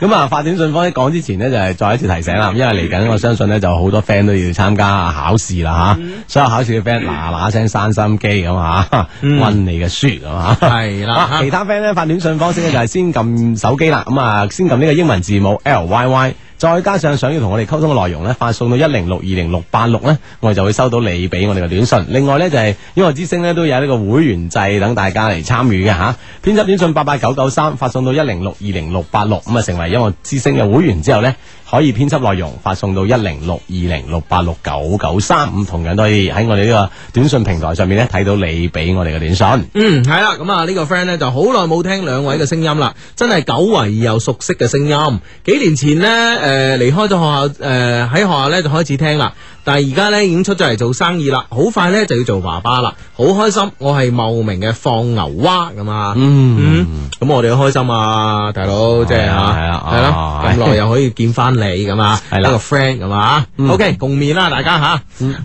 C: 咁啊，發短信方式講之前呢，就係、再一次提醒啦，因為嚟緊我相信呢，就好多 friend 都要參加考試啦
A: 嗯
C: 吓，所有考試嘅 friend 嗱嗱聲閂心機咁吓，温你嘅書咁吓。
A: 係 啦
C: 啊其他 friend 咧發短信方式咧就係先撳手機啦，咁啊先撳呢個英文字母 L Y Y。再加上想要同我哋溝通嘅內容咧，發送到一零六二零六八六咧，我哋就會收到你俾我哋嘅短信。另外咧就係、音樂之星咧都有呢個會員制等大家嚟參與嘅吓，編輯短信八八九九三發送到一零六二零六八六，咁啊成為音樂之星嘅會員之後咧，可以編輯內容發送到一零六二零六八六九九三，咁同樣都可以喺我哋呢個短信平台上面咧睇到你俾我哋嘅短信。
A: 嗯，系啦，咁啊呢個 friend 咧就好耐冇聽兩位嘅聲音啦，真係久違而又熟悉嘅聲音。幾年前呢，诶、離開咗學校，诶、喺學校咧就開始聽啦，但係而家咧已經出咗嚟做生意啦，好快咧就要做爸爸啦，好開心！我係茂名嘅放牛蛙咁啊，嗯，咁、我哋好開心啊，大佬，即係啊，
C: 係啊
A: 係
C: 啊
A: 啦，咁耐又可以見翻你咁啊，
C: 係
A: 一
C: 啦嗯
A: 個 friend 咁啊，OK，共勉啦，大家吓。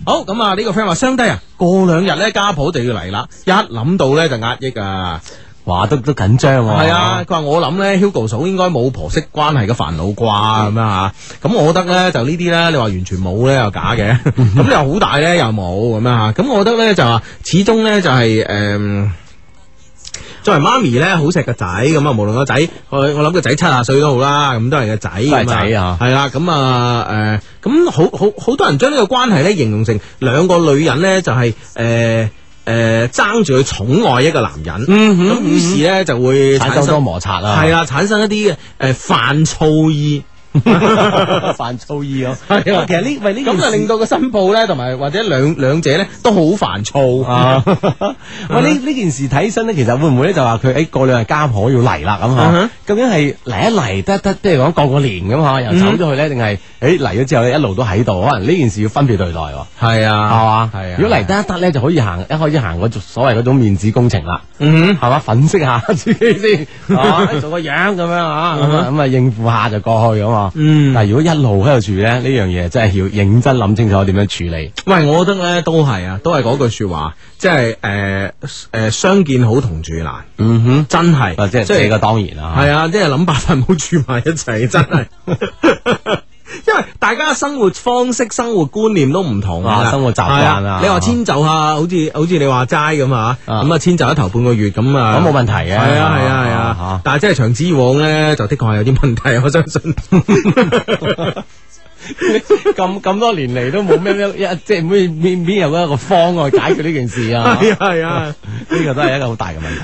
A: 好，咁啊呢個 friend 話相低啊，過兩日咧家婆就要嚟啦，一諗到咧就壓抑啊。
C: 哇，都都緊張喎。
A: 系啊，佢話我諗咧，Hugo 嫂應該冇婆媳關係嘅煩惱啩
C: 嗯
A: 咁樣吓。咁我覺得咧，就呢啲咧，你話完全冇咧又假嘅， 咁你話好大咧又冇咁樣吓。咁我覺得咧就話，始終咧就係誒作為媽咪咧，好錫個仔咁啊，無論個仔，我我諗個仔七啊歲都好啦， 咁都係個仔咁，
C: 都係仔啊
A: 係啦，咁啊誒，咁好好好多人將呢個關係咧形容成兩個女人咧就係誒誒爭住去寵愛一個男人，
C: 嗯
A: 咁於是咧就會
C: 產生多摩擦啊啦，
A: 係啦，產生一啲嘅誒犯醋意，
C: 啦，犯粗意咯。
A: 係啊
C: 其實呢，喂呢件
A: 咁就
C: 事
A: 令到個新抱咧，同埋或者兩兩者咧都好煩躁
C: 啊！喂，
A: 啊
C: 呢呢件事睇起身咧，其實會唔會咧就話佢誒過兩日家婆要嚟啦咁
A: 嗯
C: 嚇
A: 哼？
C: 究竟係嚟一嚟得得，即係講過個年咁嚇，又走咗去咧，定係誒嚟咗之後咧一路都喺度？可能呢件事要分別對待喎，
A: 係
C: 係
A: 啊，
C: 嘛？
A: 係啊
C: 如果嚟得一得咧，就可以行一開始行嗰種所謂嗰種面子工程啦，
A: 嗯
C: 係嘛？粉飾下 自己先，係嘛做個樣咁樣嚇，咁啊咁啊應付下就過去咁嘛。
A: 嗯
C: 但係如果一路喺度住咧，呢樣嘢真係要認真諗清楚點樣處理。
A: 喂，我覺得咧都係啊，都係嗰句説話，即係誒誒相見好同住難，
C: 嗯哼。
A: 真係，
C: 啊，即係呢個當然啦，
A: 系啊，即系谂辦法唔好住埋一齊，真 係，因為大家生活方式、生活觀念都唔同
C: 啊生活習慣啊
A: 係你話遷就下，好似好似你話齋咁啊，
C: 啊
A: 咁啊遷就一頭半個月咁啊，
C: 咁冇問題嘅。
A: 係啊係啊係啊，但係真係長此以往咧，就的確係有啲問題，我相信。
C: 嚇咁咁多年嚟都冇咩咩一即係邊邊邊有一個方案解決呢件事啊？
A: 係啊係啊。
C: 呢個都係一個好大嘅問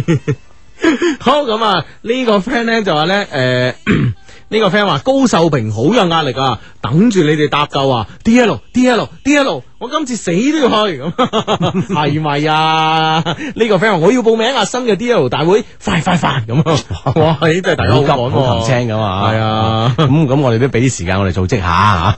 C: 題。
A: 唉，好咁啊！呢、個 friend 咧就話咧，诶、呢個 friend 話高秀平好有壓力啊，等住你哋搭救啊！D L D L D L，我今次死都要去咁，係咪啊？呢、個 friend 話我要報名啊，新嘅 D L 大會，快快快咁啊！哇，呢真係大家
C: 好
A: 好
C: 急
A: 趕喎
C: 好擒青咁啊！
A: 係啊
C: 咁咁我哋都俾啲時間我哋組織下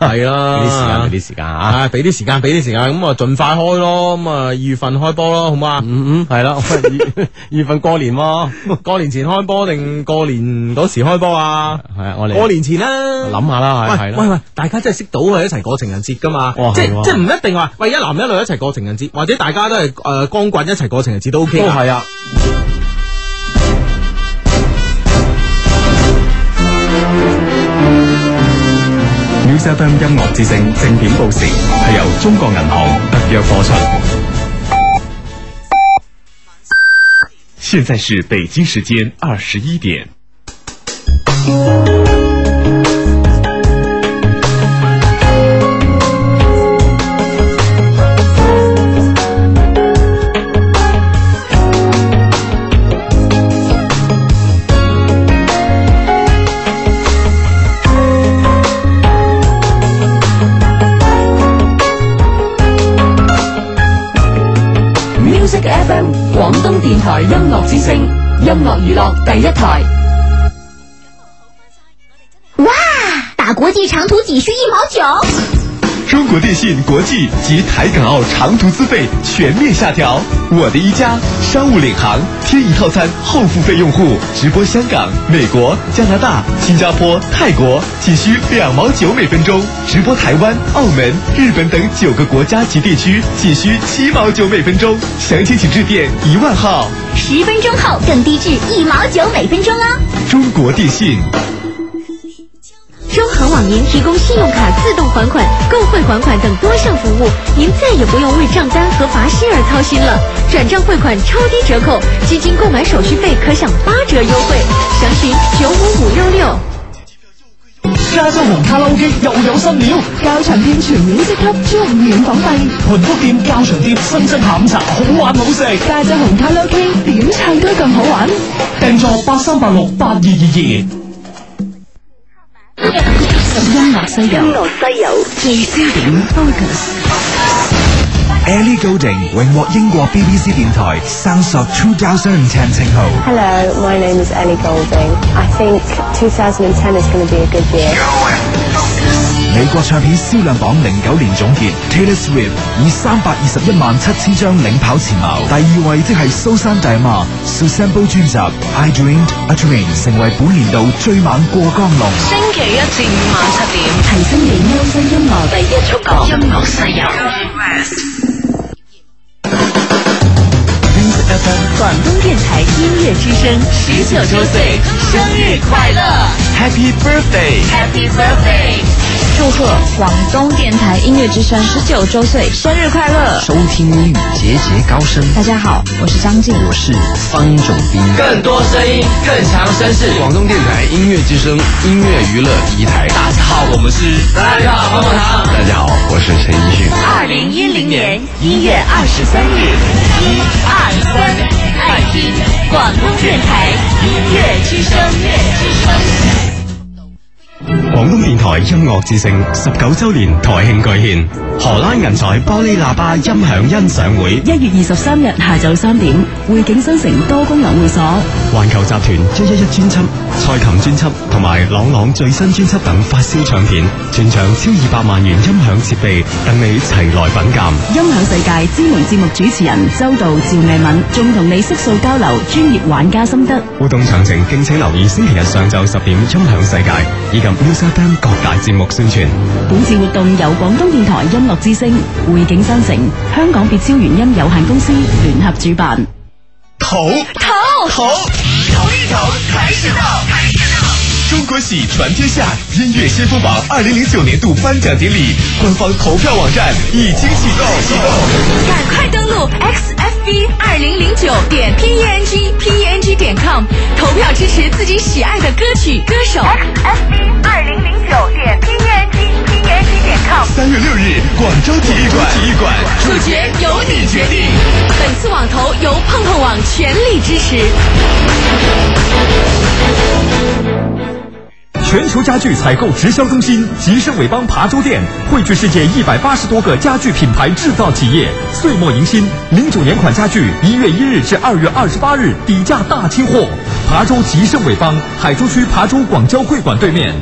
C: 嚇，
A: 係
C: 俾啲時間
A: 啦
C: 俾。啲時間嚇。
A: 啊！俾啲時間，俾啲時間，咁啊，盡快開咯，咁啊，二月份開波咯，好啊嘛？
C: 嗯嗯，係 啦，喂二二月份過年喎，
A: 過年前開波定過年嗰時開波啊？
C: 係啊，我哋
A: 過年前啦，
C: 諗下啦，係係
A: 喂
C: 啦。
A: 喂喂，大家真係識到啊，一齊過情人節噶嘛
C: 哇，
A: 即
C: 係喎
A: 係即係唔一定話喂一男一女一齊過情人節，或者大家都係誒光棍一齊過情人節都 OK
C: 都
A: 㗎
C: 係啊。
D: Music FM 音樂之聲正點報時係由中國銀行特約播出。
F: 现在是北京时间二十一点。
G: Music FM 广东电台音乐之声，音乐娱乐第一台。
B: 哇，打国际长途仅需一毛九。
F: 中国电信国际及台港澳长途资费全面下调。我的一家商务领航贴一套餐后付费用户直播香港、美国、加拿大、新加坡、泰国，仅需两毛九每分钟；直播台湾、澳门、日本等九个国家及地区，仅需七毛九每分钟。详情请致电一万号。
J: 十分钟后更低至一毛九每分钟哦。
F: 中国电信。
J: 中行网银提供信用卡自动还款、购汇还款等多项服务，您再也不用为账单和罚息而操心了。转账汇款超低折扣，基金购买手续费可享八折优惠，详询九五五六六。
K: 加州紅卡拉 OK 又有新料，
L: 教場店全面即刻足五元港幣，
K: 盤福店教場店新式下午茶好玩好食，
L: 加州紅卡拉 OK 點唱歌咁好玩？
K: 訂座八三八六八二二二。
G: 音樂西遊，
H: 音樂西遊
G: 最焦點 focus。
D: Ellie Goulding 榮獲英國 BBC 電台生索2010稱號。
M: Hello, my name is Ellie Golding. I think 2010 is going to be a good year.
D: 美國唱片銷量榜零九年總結，Taylor Swift 以三百二十一萬七千張領跑前茅，第二位即係蘇珊大媽 Susan Bo 專輯《I Dreamed a Dream》成為本年度最猛過江龍。
H: 星期一至五晚七點，
G: 提升你優勢音樂
H: 第一觸覺音樂西遊。
G: 廣東電台音樂之聲十九周歲生日快樂！
H: Happy birthday，Happy birthday，
N: 祝贺广东电台音乐之声十九周岁生日快乐！
O: 收听率节节高升。
N: 大家好，我是张静，
O: 我是方仲斌。
P: 更多声音，更强声势。
Q: 广东电台音乐之声，音乐娱乐第一台。
P: 大家好，我们是
Q: 大家好，
P: 棒棒
Q: 糖。大家好，我是陈奕迅。
H: 二零一零年一月二十三日，一二三，爱听广东电台音乐之声，音乐之声。
F: 广东电台音乐之声十九周年台庆巨献，荷兰银彩玻璃喇叭音响欣赏会，
G: 一月二十三日下晝三點，匯景新城多功能會所，
F: 环球集团一一一专辑、蔡琴专辑同埋朗朗最新专辑等发烧唱片，全场超二百万元音响设备等你齊來品鉴。
G: 音響世界知名節目主持人周道趙藝敏，仲同你悉數交流專業玩家心得。
F: 活動詳情敬請留意星期日上晝十點音響世界以及 Music FM 各大節目宣傳。
G: 本次活動由廣東電台音樂之聲、匯景新城、香港別超原音有限公司聯合主辦。
F: 头
H: 头
F: 头
H: 头一头，开始到，开始到。
F: 中国喜传天下音乐先锋榜二零零九年度颁奖典礼官方投票网站已经启动。
J: 赶快登录 xfb 二零零九点 E png png 点 com 投票支持自己喜爱的歌曲歌手。xfb 二零零九点 E png png 点 com
F: 三月六日，广州体育馆，体育馆
J: 主角由你决定。本次网投由碰碰网全力支持。
R: 全球家具采购直销中心吉盛伟邦琶洲店汇聚世界一百八十多个家具品牌制造企业，岁末迎新，零九年款家具一月一日至二月二十八日底价大清货。琶洲吉盛伟邦海珠区琶洲广交会馆对面。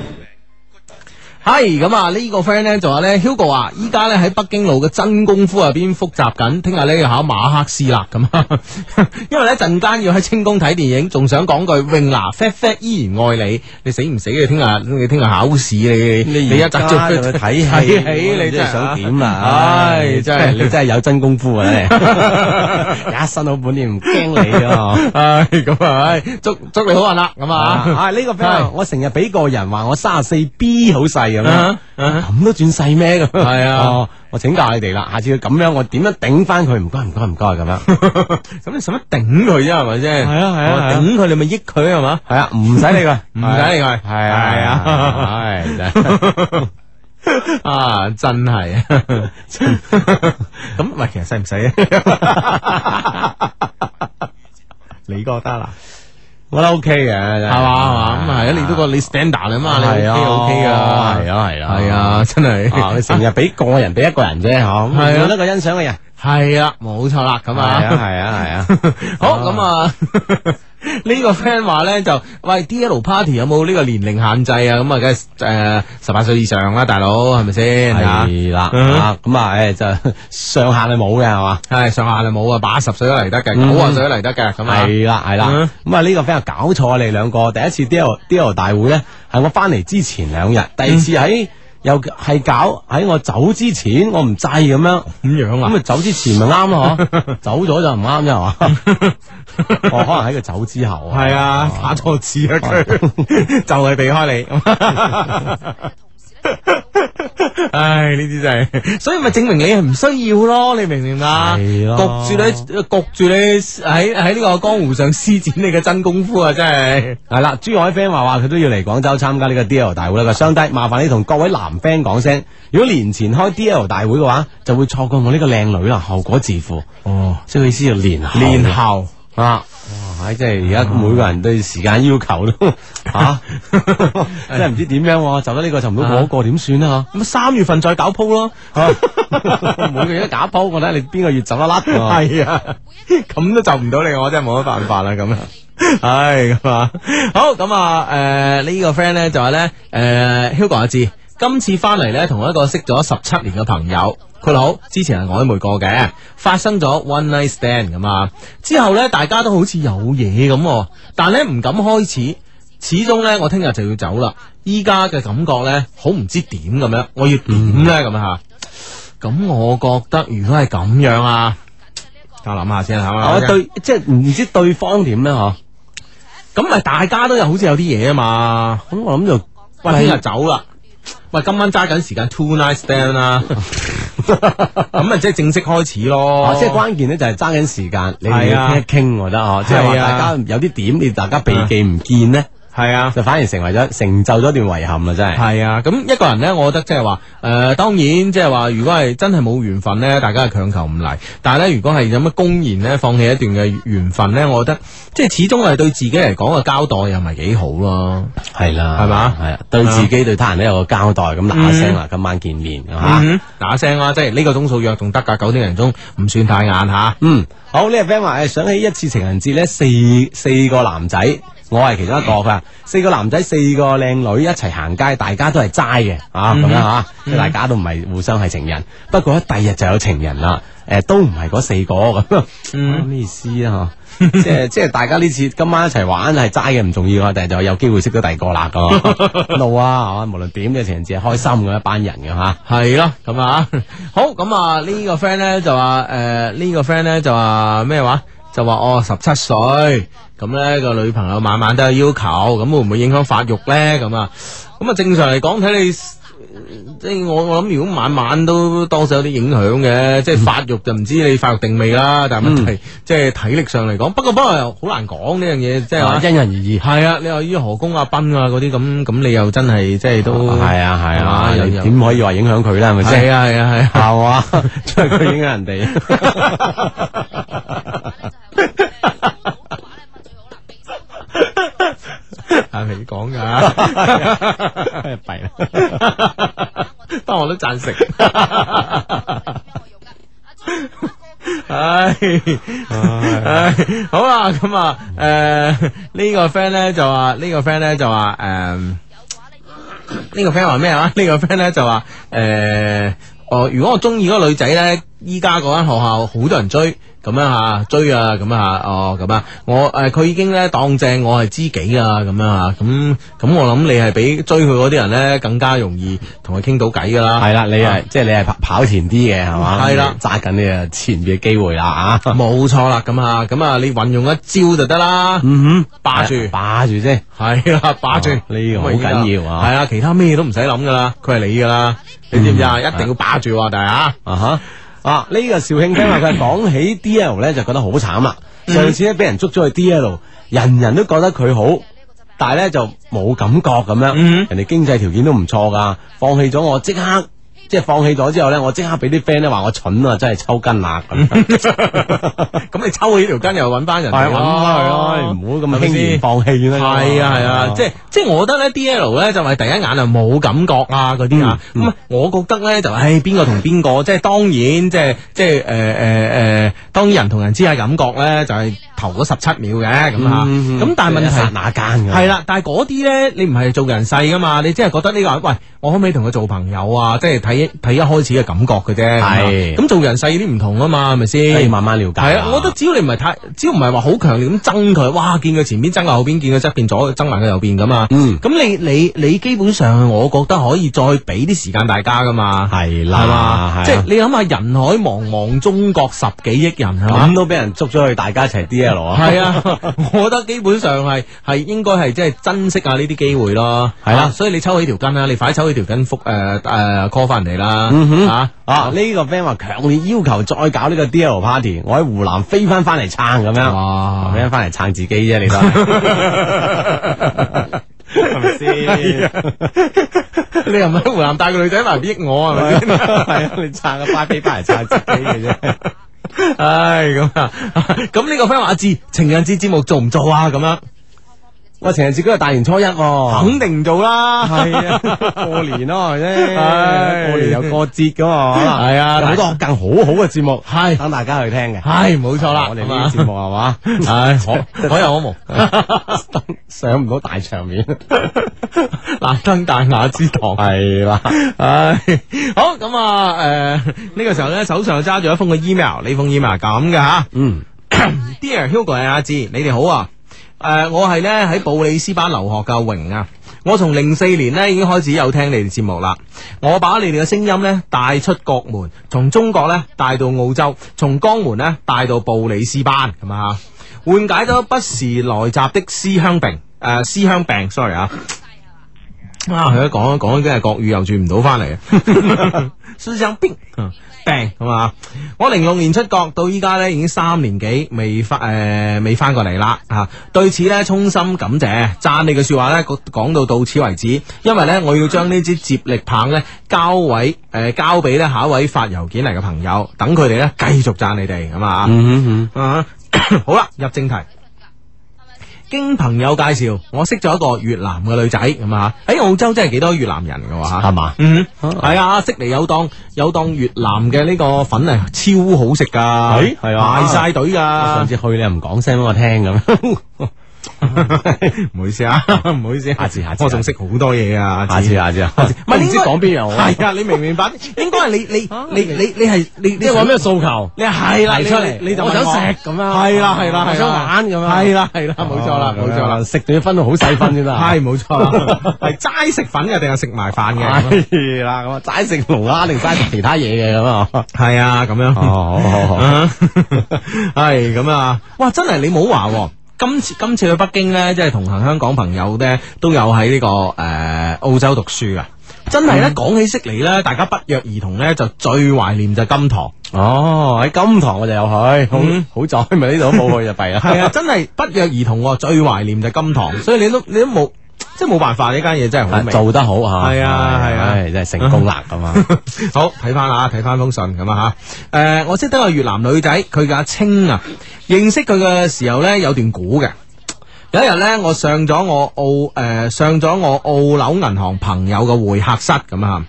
A: 系咁啊！呢、個个 friend 咧就话咧，Hugo 啊，依家咧喺北京路嘅真功夫入啊边复习紧，听日咧要考馬克思啦咁啊！ 因為咧陣間要喺清宮睇電影，仲想講句泳娜 fat fat 依然愛你，你死唔死？你聽日你聽日考試你
C: 你
A: 一
C: 而
A: 集
C: 家就去睇 戲
A: 睇戲你真
C: 你真
A: 係
C: 係想點啊
A: 唉，真係
C: 你真係有真功夫 啊！你一身好本領，唔驚你啊！
A: 唉，咁啊，唉祝祝你好運啦！咁 啊，
C: 啊！呢個 friend 話我成日俾個人話我三十四 B 好細咁樣
A: 啊，
C: 咁都轉細咩咁？
A: 係啊
C: 哦，我請教你哋啦，下次佢咁樣我點樣頂翻佢？唔該唔該唔該咁樣，
A: 咁你使乜頂佢啫？係咪先？
C: 係啊係啊
A: 我
C: 係啊
A: 頂佢你咪益佢係嘛？
C: 係啊，唔使理佢，
A: 唔使理佢
C: 係啊
A: 係啊
C: 係真係
A: 啊，真 啊係 咁，喂，其實使唔使 啊？你覺得啦？
C: 我覺得 OK 嘅，
A: 系嘛系嘛，咁係啊，你都個你 standard 啊嘛，你 OK
C: 係啊
A: OK 噶，
C: 係啊係啊
A: 係啊，真
C: 啊
A: 係
C: 你成日 俾個人俾一個人啫，嗬，
A: 係啊
C: 揾一個欣賞嘅人，
A: 係啦，冇錯啦，咁
C: 係啊
A: 啊，
C: 係啊係啊。
A: 好咁啊，呢個 friend 話咧就喂 D L party 有冇呢個年齡限制啊？咁啊，梗係誒十八歲以上啦，大佬係咪先？啊
C: 係啦啊咁啊，誒就上限係冇嘅係嘛？
A: 係上限係冇啊，八十歲都嚟得嘅，
C: 嗯
A: 九啊歲都嚟得嘅，咁啊
C: 係啦係啦，咁啊呢個 friend 搞錯啊你兩個，第一次 D L D L 大會咧係我翻嚟之前兩日，第二次
A: 嗯
C: 喺。又係搞喺我走之前，我唔制咁樣，咁
A: 樣啊？
C: 咁啊走之前咪 啱咯，嗬走咗就唔啱啫，係嘛？我可能喺佢走之後啊，
A: 係啊，打錯字啊佢， 就係避開你。唉，呢啲真係，所以咪證明你係唔需要咯，你明唔明啊？焗住你，焗住你喺喺呢個江湖上施展你嘅真功夫啊！真係。
C: 系啦，珠海 friend 话话佢都要嚟廣州參加呢個 D L 大會啦，佢相低麻煩你同各位男 friend 講聲，如果年前開 D L 大會嘅話，就會錯過我呢個靚女啦，後果自負。
A: 哦，
C: 即係佢意思要年後
A: 年後
C: 啊。哇！即係而家每個人對時間要 求都吓， 真係唔知點樣喎，就得呢個就唔到嗰個點算啊？
A: 咁三月份再搞鋪咯，
C: 每個月都搞鋪，我睇你邊個月走得甩 喎。
A: 系啊，咁都就唔到你，我真系冇乜辦法啦咁 啊。唉，咁啊，好咁啊，诶、呢、個 friend 咧就話咧，诶、h u g o 阿志，今次翻嚟咧同一個識咗十七年嘅朋友，佢好，之前係曖昧過嘅，發生咗 one night stand 咁啊，之後咧大家都好似有嘢咁喎，但咧唔敢開始。始終咧，我聽日就要走啦。依家嘅感覺咧，好唔知點咁樣，我要點咧咁啊吓？咁我覺得如果係咁樣啊，我諗下先吓。
C: 我啊對即係唔知對方點咧
A: 哦
C: 嗬？
A: 咁咪大家都有好似有啲嘢啊嘛。
C: 咁我諗就
A: 喂，聽日走啦。喂，今晚揸緊時間 two night stand 啦。咁咪即係正式開始咯。
C: 啊，即係關鍵咧就係爭緊時間，你哋
A: 係
C: 要
A: 啊
C: 傾一傾，我覺得哦，即係話
A: 係啊
C: 大家有啲點，你大家避忌唔見咧，
A: 系啊，
C: 就反而成為咗成就咗一段遺憾啦，真係。
A: 系啊，咁一個人咧，我覺得即係話，诶、當然即係話，如果係真係冇緣分咧，大家係強求唔嚟。但係咧，如果係有乜公然咧放棄一段嘅緣分咧，我覺得即係始終係對自己嚟講個交代又唔係幾好咯。
C: 係啦，
A: 係嘛
C: 係啊，對自己對他人都有個交代，咁嗱嗱聲啦，今晚見面啊嚇。
A: 嗯嗱聲啦，即係呢個鐘數約仲得㗎，九點零鐘唔算太晏吓。
C: 嗯，好呢、個 friend 話誒，想起一次情人節咧，四四個男仔，我係其中一個，佢話四個男仔四個靚女一齊行街，大家都係齋嘅啊，
A: 嗯
C: 咁樣嚇，即係大家都唔係互相係情人，不過咧第日就有情人啦，誒、都唔係嗰四個咁，
A: 嗯
C: 咩意思啊？嚇即 係即係大家呢次今晚一齊玩係齋嘅唔重要啊，但係就有機會識到第二個啦 咁，路啊，係嘛無論點嘅情人節係開心嘅一班人嘅嚇。
A: 係咯，咁啊， 好咁啊，呢個 friend 咧就話，诶、呢、個 friend 咧就話咩話？就話哦，十七歲，咁咧個女朋友晚晚都有要求，咁會唔會影響發育咧？咁啊，咁啊，正常嚟講，睇你。呃即係我我諗，如果晚晚都多少有啲影響嘅，即係發育就唔知你發育定未啦。但係問題、
C: 嗯
A: 即係體力上嚟講，不過不過又好難講呢樣嘢，即係話
C: 啊因人而異。
A: 係啊，你話依何公阿斌啊嗰啲咁，咁你又真係即係都
C: 係啊係啊，
A: 有
C: 你點可以話影響佢啦？係咪先
A: 係？啊係啊係啊，
C: 係嘛，將佢影響人哋。
A: 係你講 㗎，弊 啦，不過我都贊成。唉，唉，好啦，咁啊，诶，呢個 friend 咧就話，呢個 friend 咧就話，诶。呢個 friend 話咩啊？呢、個 friend 咧就話誒、呃，我如果我中意嗰個女仔咧，依家嗰間學校好多人追。咁樣吓追啊，咁啊哦，咁啊，我誒佢、已經咧當正我係知己啊，咁樣啊，咁咁我諗你係比追佢嗰啲人咧更加容易同佢傾到偈噶啦，
C: 係啦，你
A: 啊
C: 係即係你係跑跑前啲嘅係嘛？
A: 係啦
C: 揸緊你嘅前邊嘅機會啦啊！
A: 冇錯啦，咁啊，咁啊，你運用一招就得啦，
C: 嗯哼，
A: 霸住
C: 把住先，
A: 係啦，霸住
C: 哦呢個好緊要啊嗯
A: 係啊，其他咩都唔使諗噶啦，佢係你噶啦，你知唔知啊？一定要霸住啊，但係啊。
C: 啊哈啊！呢、個肇慶 friend 話佢講起 D L 咧就覺得好慘啦。
A: 嗯
C: 上次咧俾人捉咗去 D L，人人都覺得佢好，但係
A: 嗯
C: 咧就冇感覺咁樣。人哋經濟條件都唔錯噶，放棄咗我即刻即係放棄咗之後咧，我即刻俾啲 friend 咧話我蠢啊，真係抽筋啦咁樣。 哎
A: 咁你抽起條筋又揾翻人
C: 係揾返佢咯啊唔好咁輕言放棄啦
A: 係啊係啊，即係即係我覺得咧，D L 咧就係第一眼啊冇感覺啊嗰啲啊。
C: 嗯
A: 咁我覺得咧就係哎邊個同邊個，即係當然即係即係誒呃誒誒，當然人同人之間感覺咧就係頭嗰十七秒嘅咁啊。
C: 嗯嗯
A: 咁但係問題
C: 即係一剎那間㗎
A: 係啦，但係嗰啲咧你唔係做人世噶嘛，你即係覺得呢個人喂，我可唔可以同佢做朋友啊？即係睇一睇一開始嘅感覺嘅啫。
C: 係
A: 咁做人世啲唔同啊嘛，係咪先？
C: 都要慢慢了解啊
A: 係啊，我覺得只要你唔係太，只要唔係話好強烈咁憎佢，哇！見佢前邊憎下後邊，見佢側邊左憎埋佢右邊咁嘛。
C: 嗯
A: 咁你你你基本上，我覺得可以再俾啲時間大家噶嘛。
C: 係啊
A: 係嘛
C: 啦，，
A: 即係你諗下人海茫茫，中國十幾億人係嘛
C: 咁。都俾人捉咗去，大家一齊 D L 啊。
A: 系啊， 我覺得基本上係係應該係即係珍惜下呢啲機會咯。
C: 係啦
A: 啊所以你抽起條筋啦，你快啲抽起條筋覆誒誒 call 翻人哋啦。
C: 嗯哼
A: 啊
C: 啊！呢個 friend 話強烈要求再搞呢個 D L party，我喺湖南飛翻翻嚟撐咁樣，
A: 哇！
C: 飛翻翻嚟撐自己啫，你都係係咪先？
A: 啊你又唔喺湖南帶個女仔埋嚟益我係咪先？
C: 係啊，你撐個巴飛翻嚟撐自己嘅啫。
A: 唉，咁啊，咁呢個 friend 話阿志情人節節目做唔做啊？咁樣
C: 我情人節嗰日大年初一喎，
A: 肯定唔做啦。
C: 係啊，過年咯係
A: 唉
C: 啫，過年又過節噶嘛，
A: 係啊
C: 有好多更好好嘅節目，
A: 係
C: 等大家去聽嘅。啊
A: 係冇錯啦，啊
C: 我哋呢啲節目係嘛，
A: 咁啊，唉，可可有可無。
C: 上唔到大場面，
A: 難登大雅之堂。
C: 係啦。
A: 唉，好咁啊，诶、呢、個時候咧，手上揸住一封嘅 email，呢封 email 係咁嘅吓。
C: 嗯
A: Dear Hugo 阿阿志，你哋好啊！诶、我係咧喺布里斯班留學嘅榮啊。我從零四年咧已經開始有聽你哋節目啦，我把你哋嘅聲音咧帶出國門，從中國咧帶到澳洲，從江門咧帶到布里斯班咁啊，緩解咗不時來襲的思鄉病，誒、呃思鄉病，sorry 啊。啊！佢一講講緊係國語又轉唔到翻嚟 啊！思想病嗯病係嘛？我零六年出國到依家咧已經三年幾未翻誒、呃未翻過嚟啦啊！對此咧衷心感謝，讚你嘅説話咧講講到到此為止，因為咧我要將呢支接力棒咧交位誒、呃交俾咧下一位發郵件嚟嘅朋友，等佢哋咧繼續讚你哋咁啊！
C: 嗯
A: 啊， 好啦，入正題。經朋友介紹，我識咗一個越南嘅女仔咁啊！喺澳洲真係幾多越南人嘅喎
C: 哼，
A: 嚇
C: 係，嘛？
A: 嗯，係啊，悉尼有檔有檔越南嘅呢個粉啊，超好食噶，
C: 係係啊
A: 排晒隊
C: 我
A: 噶
C: 上，次去你又唔講聲俾我聽 咁，
A: 唔好意思啊，唔好意思，
C: 下次下次
A: 我仲識好多嘢啊，
C: 下次下次啊，
A: 唔係
C: 唔知
A: 應該
C: 講邊樣好啊，
A: 係啊，你明唔明白？應該係你 你你你你係你你
C: 即係話咩訴求？
A: 你係啦，
C: 提
A: 你
C: 出嚟
A: 你就
C: 我
A: 問
C: 想食咁樣
A: 係啦係啦，
C: 我想玩咁樣
A: 係啦係啦，冇錯啦
C: 哦
A: 冇錯啦，
C: 食仲要分到好細分先得啊，
A: 係冇錯啦，係齋食粉嘅定係食埋飯 嘅？
C: 係啦，咁啊，齋食龍蝦定齋食其他嘢嘅咁啊？
A: 係啊，咁樣。
C: 哦，好好好，
A: 啊，系咁啊！哇，真係你冇話喎。今次今次去北京呢，即係同行香港朋友呢，都有喺呢、個个呃澳洲讀書啊！真係
C: 嗯
A: 呢，講起悉尼呢，大家不約而同呢，就最懷念就係金堂。
C: 哦，喺金堂我就有去
A: 嗯，
C: 好好在咪呢度都冇去就弊啦。
A: 係啊，真係不約而同喎，最懷念就係金堂，所以你都你都冇，即係冇辦法呢間嘢真係好
C: 啊，
A: 味。
C: 做得好吓，
A: 係啊係啊
C: 唉真係成功啦咁啊！
A: 好睇翻啦，睇翻封信咁啊吓。诶、我識得個越南女仔，佢叫阿青啊。認識佢嘅時候呢，有段估嘅。有一日呢，我上咗我澳诶、上咗我澳紐銀行朋友嘅會客室咁啊。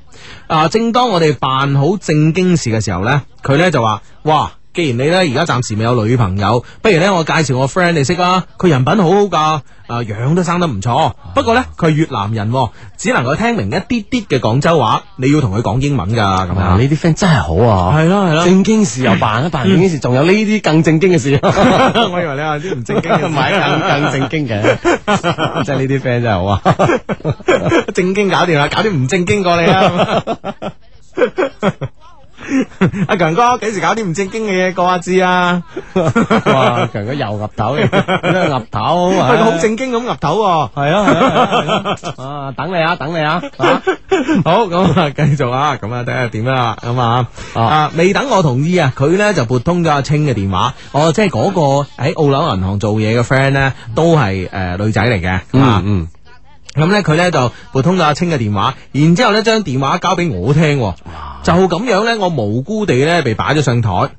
A: 啊，正當我哋辦好正經事嘅時候呢，佢呢就話：，哇！既然你呢而家暫時未有女朋友，不如呢我介紹我 friend 你識啦。佢人品好好噶，啊樣都生得唔
C: 啊
A: 錯。不過呢，佢係越南人喎，只能夠聽明一啲啲嘅廣州話。你要同佢講英文㗎咁
C: 哇
A: 樣。
C: 呢啲 friend 真係好啊！
A: 係咯係咯嗯
C: 正經事又辦一辦，正經事仲有呢啲更正經 嘅事。
A: 我以 為你話啲唔正經
C: 唔係更更正經 嘅，即係呢啲 friend 真係好啊！
A: 正經搞掂啦，搞啲唔正經過你 啊！阿強哥幾時搞啲唔正經嘅嘢過阿志啊？
C: 哇，強哥又岌頭嘅，岌頭
A: 喂
C: 啊！
A: 佢好正經咁岌頭喎。
C: 係啊係啊係啊！啊，等你啊，等你啊！啊
A: 好咁啊，繼續啊，咁啊，睇下點啦，咁啊，啊，未等我同意啊，佢咧就撥通咗阿青嘅電話，哦，即係嗰呃個喺澳樓銀行做嘢嘅 friend 咧，都係誒女仔嚟嘅，啊
C: 嗯
A: 咁咧，佢咧就撥通咗阿青嘅電話，然之後咧將電話交俾我聽喎，就咁樣咧，我無辜地咧被擺咗上台。好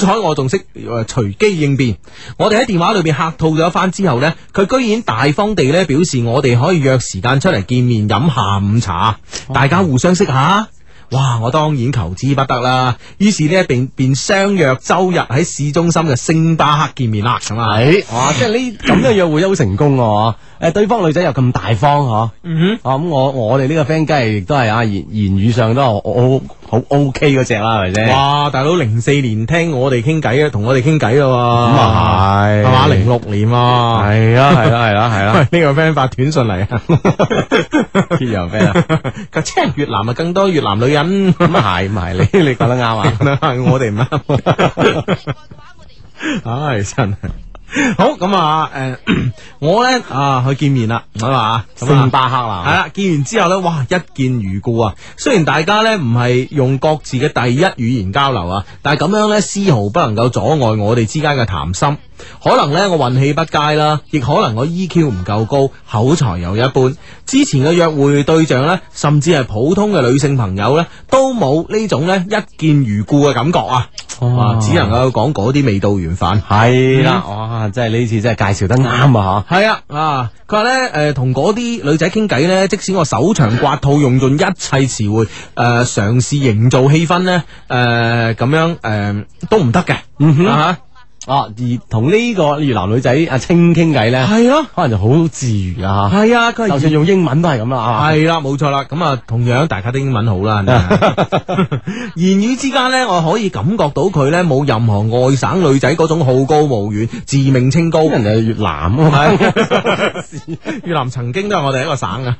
A: 彩我仲識誒隨機應變。我哋喺電話裏邊客套咗一番之後咧，佢居然大方地咧表示我哋可以約時間出嚟見面飲下午茶，大家互相識下。哇！我當然求之不得啦，於是呢，便便相約周日喺市中心嘅星巴克見面啦，咁啊，
C: 係哇！即係呢咁嘅約會都好成功喎。誒，對方女仔又咁大方嗬，嗯哼，啊咁我我哋呢個 friend 梗係亦都係啊言言語上都好好 OK 嗰只啦，係咪先？
A: 哇！大佬零四年聽我哋傾偈啊，同我哋傾偈啦喎，咁
C: 咁啊係
A: 係嘛？零六年啊，
C: 係啊係啊係啊係啊，
A: 喂呢個 friend 發短信嚟啊，
C: 邊有 friend 啊？
A: 佢即係越南啊，更多越南女人，
C: 咁啊係，唔係你你講得啱啊？
A: 我哋唔啱，唉真係。好咁啊！誒、我咧啊去見面啦，係嘛？咁啊
C: 星巴克啦
A: 係啦，見完之後咧，哇，一見如故啊！雖然大家咧唔係用各自嘅第一語言交流啊，但係咁樣咧，絲毫不能夠阻礙我哋之間嘅談心。可能咧我運氣不佳啦，亦可能我 EQ 唔夠高，口才又一般。之前嘅約會對象咧，甚至係普通嘅女性朋友咧，都冇呢種咧一見如故嘅感覺啊！哇，
C: 哦
A: 只能夠講嗰啲未到緣分。
C: 係啦，
A: 哦
C: 哇！真係呢次真係介紹得啱啊！
A: 系啊，啊，佢话咧，诶、同嗰啲女仔傾偈咧，即使我手長刮套，用盡一切詞呃彙，诶、嘗試營造氣氛咧，诶、咁樣诶、誒都唔得嘅，嗯哼，啊
C: 嚇，啊而同呢個越南女仔阿青傾偈咧，
A: 哈，系咯、
C: 可能就好自如啦嚇。
A: 係啊，佢係
C: 就算用英文都係咁啦，啊
A: 系啦，冇錯啦。咁啊，同樣大家的英文好啦。係 咪啊言語之間呢，我可以感覺到佢呢冇任何外省女仔嗰種好高騖遠、自命清高。人哋係越南啊嘛，越南曾經都係我哋一個省 啊。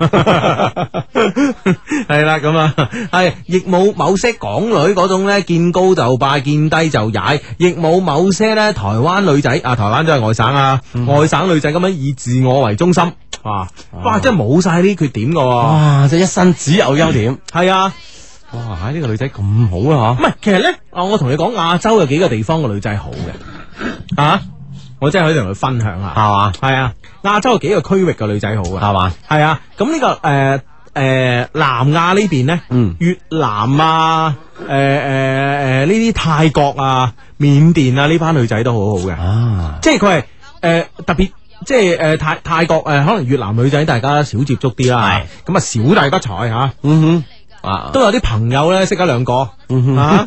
A: 係啦，咁啊，係亦冇某些港女嗰種呢，見高就拜，見低就踩，亦冇某些呢台灣女仔啊，台灣都係外省啊，外省女仔咁樣以自我為中心。哇！啊哇！真係冇晒呢啲缺點噶、
C: 係
A: 喎，
C: 啊嘛？哇！即係一身只有優點。
A: 係啊，
C: 哇！呢個女仔咁好啊
A: 唔係其實咧，啊我同你講亞洲有幾個地方個女仔好嘅，啊，我真係可以同佢分享下，
C: 嚇，係嘛？
A: 係啊，亞洲有幾個區域嘅女仔好嘅，
C: 係嘛？
A: 係啊，咁呢、個誒誒、呃呃南亞呢邊咧，
C: 嗯
A: 越南啊，誒誒誒呃呢啲泰國啊、緬甸啊呢班女仔都好好嘅，
C: 啊，
A: 即係佢係誒特別。即係誒、呃泰泰國誒、呃可能越南女仔大家少接觸啲啦，咁啊少大家財嚇，
C: 嗯哼，啊，
A: 都有啲朋友咧識咗兩個，啊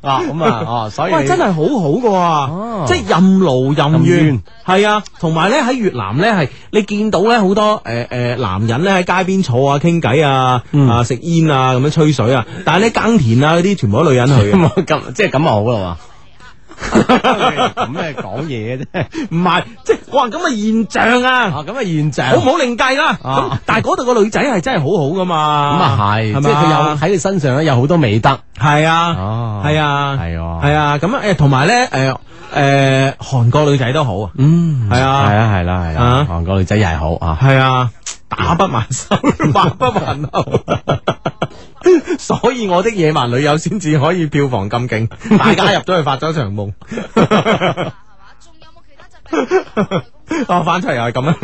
C: 啊 咁啊，哦，所以
A: 喂，真係好好
C: 哦
A: 噶喎，即係任勞任
C: 任
A: 怨
C: 怨，
A: 係啊，同埋咧喺越南咧係你見到咧好多誒誒男人咧喺街邊坐啊傾偈啊
C: 嗯
A: 啊食煙啊咁樣吹水啊，但係咧耕田啊嗰啲全部都女人去嘅，
C: 咁咁即係咁啊好啦喎，咁咩講嘢嘅啫？
A: 唔係即係哇咁嘅現象啊！
C: 啊，咁嘅現象
A: 好唔好另計啦，
C: 啊
A: 咁但係嗰度個女仔係真係好好噶
C: 咁
A: 嘛，
C: 啊係，
A: 係
C: 即係佢有
A: 嘛
C: 喺佢身上咧有好多美德。
A: 係啊，
C: 哦
A: 係啊，
C: 係喎
A: 係啊，咁啊誒同埋咧誒誒韓國女仔都好啊，
C: 嗯，
A: 係啊
C: 係啊，係啦，係啦
A: 啊，
C: 韓國女仔又係好啊。
A: 系啊，打不還手， 罵不還口。所以我的野蠻女友先至可以票房咁勁，大家入咗去發咗場 夢。
C: 哦
A: 我翻出嚟又係咁啊，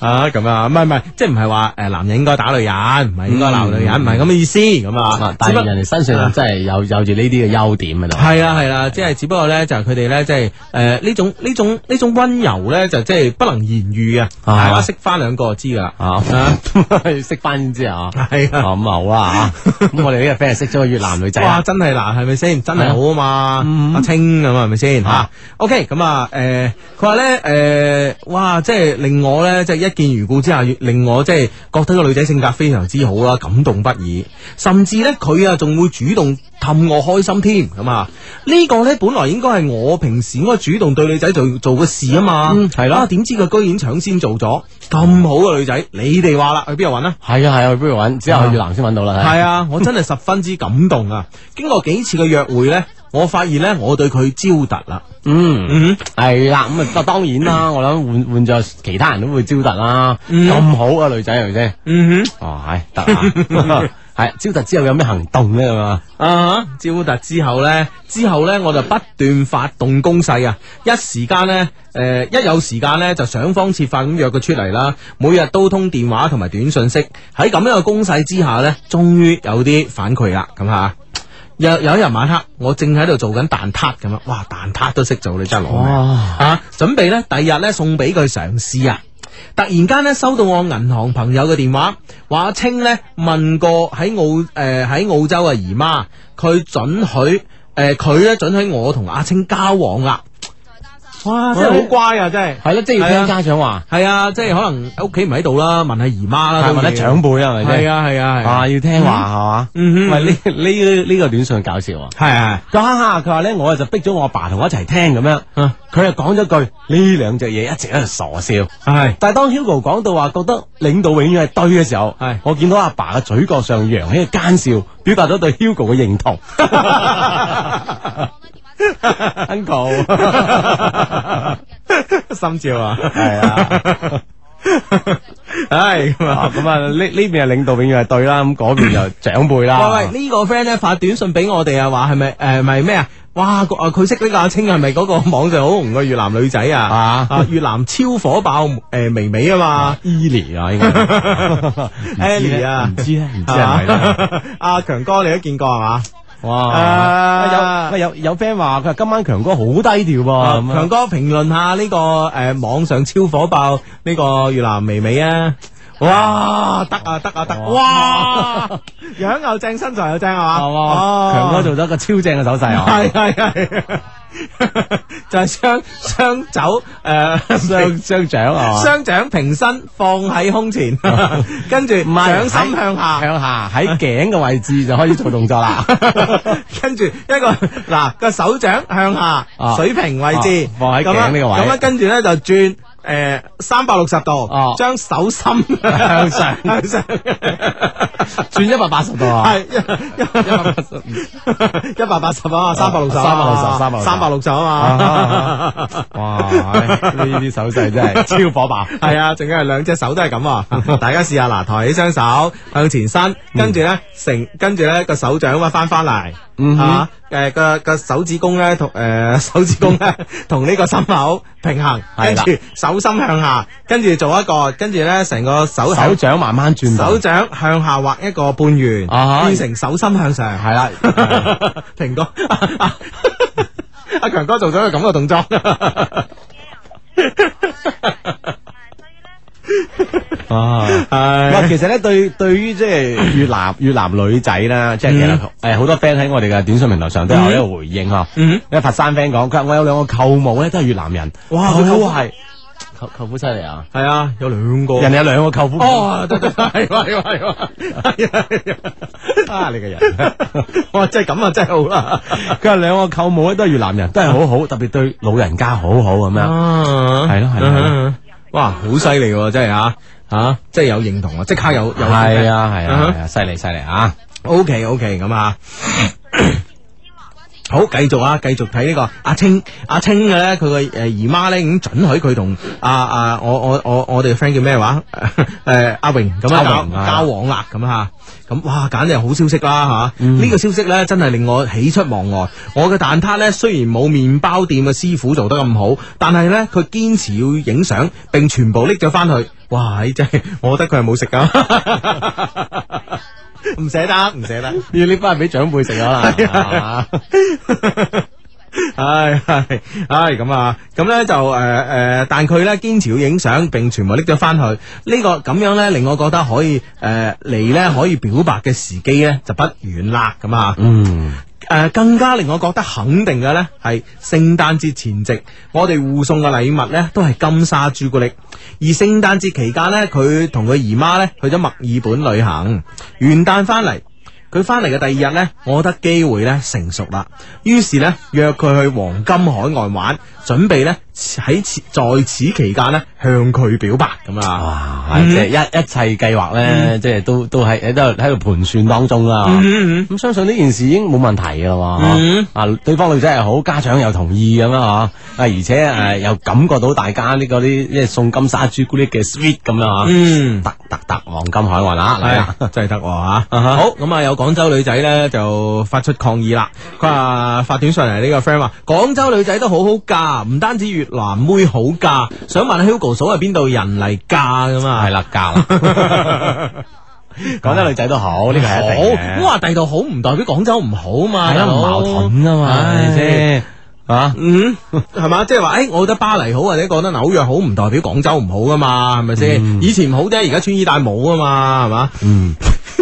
A: 啊咁啊，唔係唔係，即係唔係話诶男人應該打 女人，唔係應該鬧女人，唔係咁嘅意思咁啊
C: 啊。但
A: 只不
C: 係人哋身上真係有有住呢啲嘅優點喺度。
A: 系啦系啊啦，即系只不過咧就係佢哋咧即係诶呢種呢種呢種温柔咧就即係不能言喻嘅，大家識翻兩個就知㗎啦。
C: 啊， 識翻先知啊，
A: 係啊
C: 啊咁啊好啦吓，咁我哋呢個 friend 係識咗個越南女仔
A: 哇，
C: 啊，
A: 真係難係咪先？真係好啊嘛
C: 嗯，
A: 阿青咁啊，係咪先吓
C: 啊
A: ？OK，咁啊，诶，佢話咧，诶，哇，即係令我咧，即係一見如故之下，令我即係覺得個女仔性格非常之好啦，感動不已。甚至咧，佢啊仲會主動氹我開心添，咁啊，呢個咧本來應該係我平時應該主動對女仔做做嘅事啊嘛，
C: 嗯係咯
A: 啊點知佢居然搶先做咗咁好嘅女仔，你哋話啦，去邊度揾啊？
C: 係啊係啊，不如揾，只有去越南先揾到啦，
A: 系啊，我 真係十分之感動啊！經過幾次嘅約會呢，我發現呢，我對佢招突啦。
C: 嗯。
A: 嗯，
C: 係啦，咁啊，當然 啦，我諗換換咗其啊他人都會招突啦，咁好嘅女仔係咪先？
A: 嗯
C: 哦，係得啊，系招突之后有咩行动咧？系嘛？
A: 啊！招突之後呢，之後呢，我就不斷發動攻勢啊！一時間呢，诶、一有時間呢，就想方設法咁約佢出嚟啦。每日都通電話同埋短信息。喺咁樣嘅攻勢之下呢，終於有啲反饋啦。咁啊吓，有有一日晚黑，我正喺度做緊蛋撻咁啊！哇，蛋撻都識做，你真係攞命啊！準備呢，第二日呢，送俾佢嘗試啊！突然間咧收到我銀行朋友嘅電話，話阿青咧問過喺澳诶喺、澳洲嘅姨媽，佢准許诶佢咧准許我同阿青交往啦。哇！真係好乖啊，真係
C: 係咯即係要聽家長話。
A: 係啊，即係可能屋企唔喺度啦，問下姨媽啦，
C: 係問下長輩啦係咪
A: 係
C: 先
A: 啊，係啊，係
C: 啊，要聽話係嘛？
A: 嗯
C: 喂，呢呢呢個短信搞笑啊！
A: 係啊，
C: 佢哈哈，佢話咧，我就逼咗我阿爸同我一齊聽咁樣，佢就講咗句呢兩隻嘢一直喺度傻笑。
A: 係，
C: 但係當 Hugo 講到話覺得領導永遠係對嘅時候，係我見到阿爸嘅嘴角上揚起嘅奸笑，表達咗對 Hugo 嘅認同。Uncle，
A: 心照啊，
C: 係啊。
A: 唉，咁
C: 啊，咁啊，呢呢边系领导永远系对啦，咁嗰边就 长辈啦。
A: 喂喂，呢、個 friend 咧發短信俾我哋啊，話係咪诶咪咩啊？哇！個啊佢識呢個阿青係咪嗰個網上好紅嘅越南女仔啊？啊，越南超火爆诶微微啊 嘛
C: ，Eli 啊，應該
A: Ellie 啊，
C: 唔知咧，唔知係咪啦。
A: 啊 阿強哥你都見過係嘛？
C: 哇！喂有喂有有 friend 話佢話今晚強哥好低調
A: 啊
C: 喎，咁
A: 強哥評論下呢個诶網上超火爆呢個越南微微啊！哇，得啊得啊得！ 哇，樣又正，身材又正係嘛？
C: 樣哇！強哥做咗一個超正嘅手勢啊！
A: 系系系， 就系双双肘诶，
C: 雙雙掌啊！
A: 双呃掌平伸放喺胸 前，跟住
C: 唔係
A: 掌心向下，
C: 向下喺頸嘅位置就開始做動作啦，
A: 跟住一個嗱個手掌向下
C: 啊
A: 水平位置
C: 啊，放喺頸呢個位
A: 咁樣跟住咧就轉诶三百六十度
C: 哦，
A: 將手心
C: 向上
A: 向上
C: 轉一百八十度啊！
A: 係一百八十啊，三百六十，
C: 360 360
A: 三百六十啊嘛
C: 啊。哇！呢啲手勢真係超火爆，
A: 系啊，仲要系两只手都系咁 啊！大家试下嗱，抬起双手向前伸，跟住咧成，跟住咧个手掌屈翻翻嚟，
C: 嗯哼
A: 啊，诶个个手指公咧同诶手指公咧同呢个心口平衡，
C: 係
A: 跟
C: 啦
A: 住手心向下，跟住做一個，跟住咧成個手向
C: 手掌慢慢轉動
A: 手掌向下畫一個半圓，
C: 啊哈
A: 變成手心向上，系
C: 啦，
A: 蘋果啊啊阿強哥做咗個咁嘅動作。
C: 啊！
A: 系
C: 喂，其實咧對對於即係越南越南女仔啦，即係其實誒好多 friend 喺我哋嘅短信平台上都有一個回應嚇。
A: 嗯，
C: 因為佛山 friend 講，佢話我有兩個舅母咧都係越南人，
A: 哇
C: 佢
A: 佢舅
C: 都
A: 父
C: 係舅舅父犀利啊！
A: 系啊，有兩個
C: 人哋有兩個舅父，
A: 哦，得得得，係喎係喎係喎係啊，係啊
C: 啊你嘅人，
A: 哇，真係咁啊，真係好啦，
C: 佢話兩個舅母咧都係越南人，都係好好，特別對老人家好好咁樣。
A: 係
C: 係咯係咯係咯，
A: 嗯哇，好犀利喎，真係啊，吓，真係有認同啊，即刻有有
C: 係啊係
A: 嗯
C: 啊
A: 哼
C: 係啊，犀利犀利啊！
A: O K O K 咁啊。 好，繼續啊，繼續睇呢、個阿青，阿青嘅咧，佢個誒姨媽咧已經准許佢同阿阿我我我我哋 friend 叫咩話？ 誒、阿榮咁樣
C: 阿
A: 交
C: 榮啊
A: 交往啦，咁啊，咁哇，簡直係好消息啦嚇！呢、
C: 嗯
A: 個消息咧真係令我喜出望外。我嘅蛋撻咧雖然冇麵包店嘅師傅做得咁好，但係咧佢堅持要影相，並全部拎咗翻去。哇！真係，我覺得佢係冇食啊 噶。唔捨得，唔捨得。
C: 要拎翻俾長輩食咗啦，係
A: 啊
C: 嘛
A: 唉唉唉咁啊，咁咧就诶诶、呃但佢咧堅持要影相，並全部拎咗翻去。呢、個咁樣咧，令我覺得可以诶嚟咧可以表白嘅時機咧就不遠啦，咁啊。
C: 嗯。
A: 诶、更加令我覺得肯定嘅呢係聖誕節前夕，我哋互送嘅禮物呢都係金沙朱古力。而聖誕節期間呢，佢同佢姨媽呢去咗墨爾本旅行，元旦翻嚟。佢翻嚟嘅第二日呢，我覺得機會呢成熟啦，於是呢，約佢去黃金海岸玩，準備呢喺此在此期間呢，向佢表白咁啊！
C: 啊，即係一一切計劃咧，即係都都喺喺度喺度盤算當中啦。咁相信呢件事已經冇問題噶啦
A: 嗯，
C: 啊，對方女仔又好，家長又同意咁樣啊，啊，而且誒又感覺到大家呢嗰啲即係送金沙朱古力嘅 sweet 咁樣啊，
A: 嗯
C: 特特特黃金海岸啊，嚟啦，
A: 係 真係得喎嚇！好咁啊，有廣州女仔咧就發出抗議啦。佢話發短信嚟呢個 friend 話：廣州女仔都好好嫁，唔單止越南妹好嫁，想問 Hugo 嫂係邊度人嚟嫁咁啊？係
C: 啦，嫁 啦。廣州女仔都好，呢個係一
A: 好
C: 定嘅
A: 咁話第度好唔代表廣州唔好嘛，
C: 係啦
A: 大佬
C: 唔矛盾㗎嘛
A: 唉
C: 係咪先啊，
A: 嗯，系嘛，即系
C: 哎
A: 话，诶，我覺得巴黎好或者覺得紐約好，唔代表廣州唔好噶嘛，係咪先？以前唔好啫，而家穿衣戴帽啊嘛，係嘛？
C: 嗯，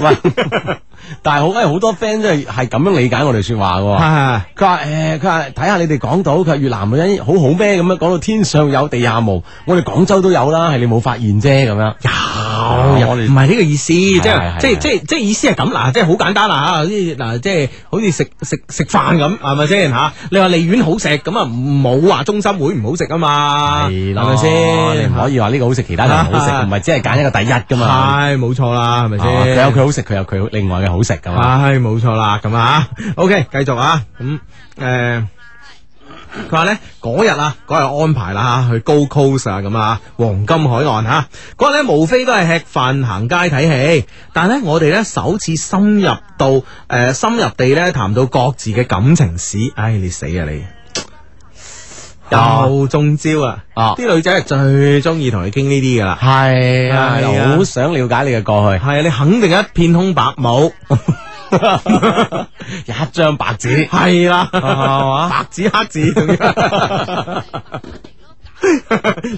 C: 喂， 但係好，因為哎好多 friend 真係係咁樣理解我哋说話嘅喎。
A: 係
C: 佢話誒，佢話睇下你哋講到，佢話越南女人好好咩咁樣，講到天上有地下無，我哋廣州都有啦，係你冇發現啫咁樣。哦有，
A: 有唔係呢個意思，即
C: 係啊
A: 係即係
C: 係
A: 即係即係意思係咁嗱，即係好簡單啦嚇，好似嗱即係好似食食食飯咁，係咪先嚇？你話利苑好食咁啊，冇話中心會唔好食啊嘛，係
C: 啦
A: 咪
C: 你
A: 先？
C: 唔可以話呢個好食，其他就唔好食，
A: 啊
C: 唔係只係揀一個第一噶嘛。
A: 係冇錯啦，係咪
C: 啊
A: 先？
C: 佢有佢好食，佢有佢另外嘅好食噶嘛。
A: 唉，冇錯啦，咁啊，OK，繼續啊，咁、诶，佢話呢嗰日啊，嗰日安排啦吓，去 Go Coast 啊，咁啊，黃金海岸吓，嗰日呢，無非都係吃飯、行街、睇戲，但係呢，我哋呢，首次深入到诶、誒呃深入地呢，談到各自嘅感情史，唉，你死啊你！又中招啊！啲女仔係最中意同你傾呢啲噶啦，
C: 係啊，
A: 係
C: 好想了解你嘅過去。
A: 系哎啊，你肯定一片空白冇，
C: 一張白紙啊
A: 系啦，
C: 係嘛
A: 白紙黑字，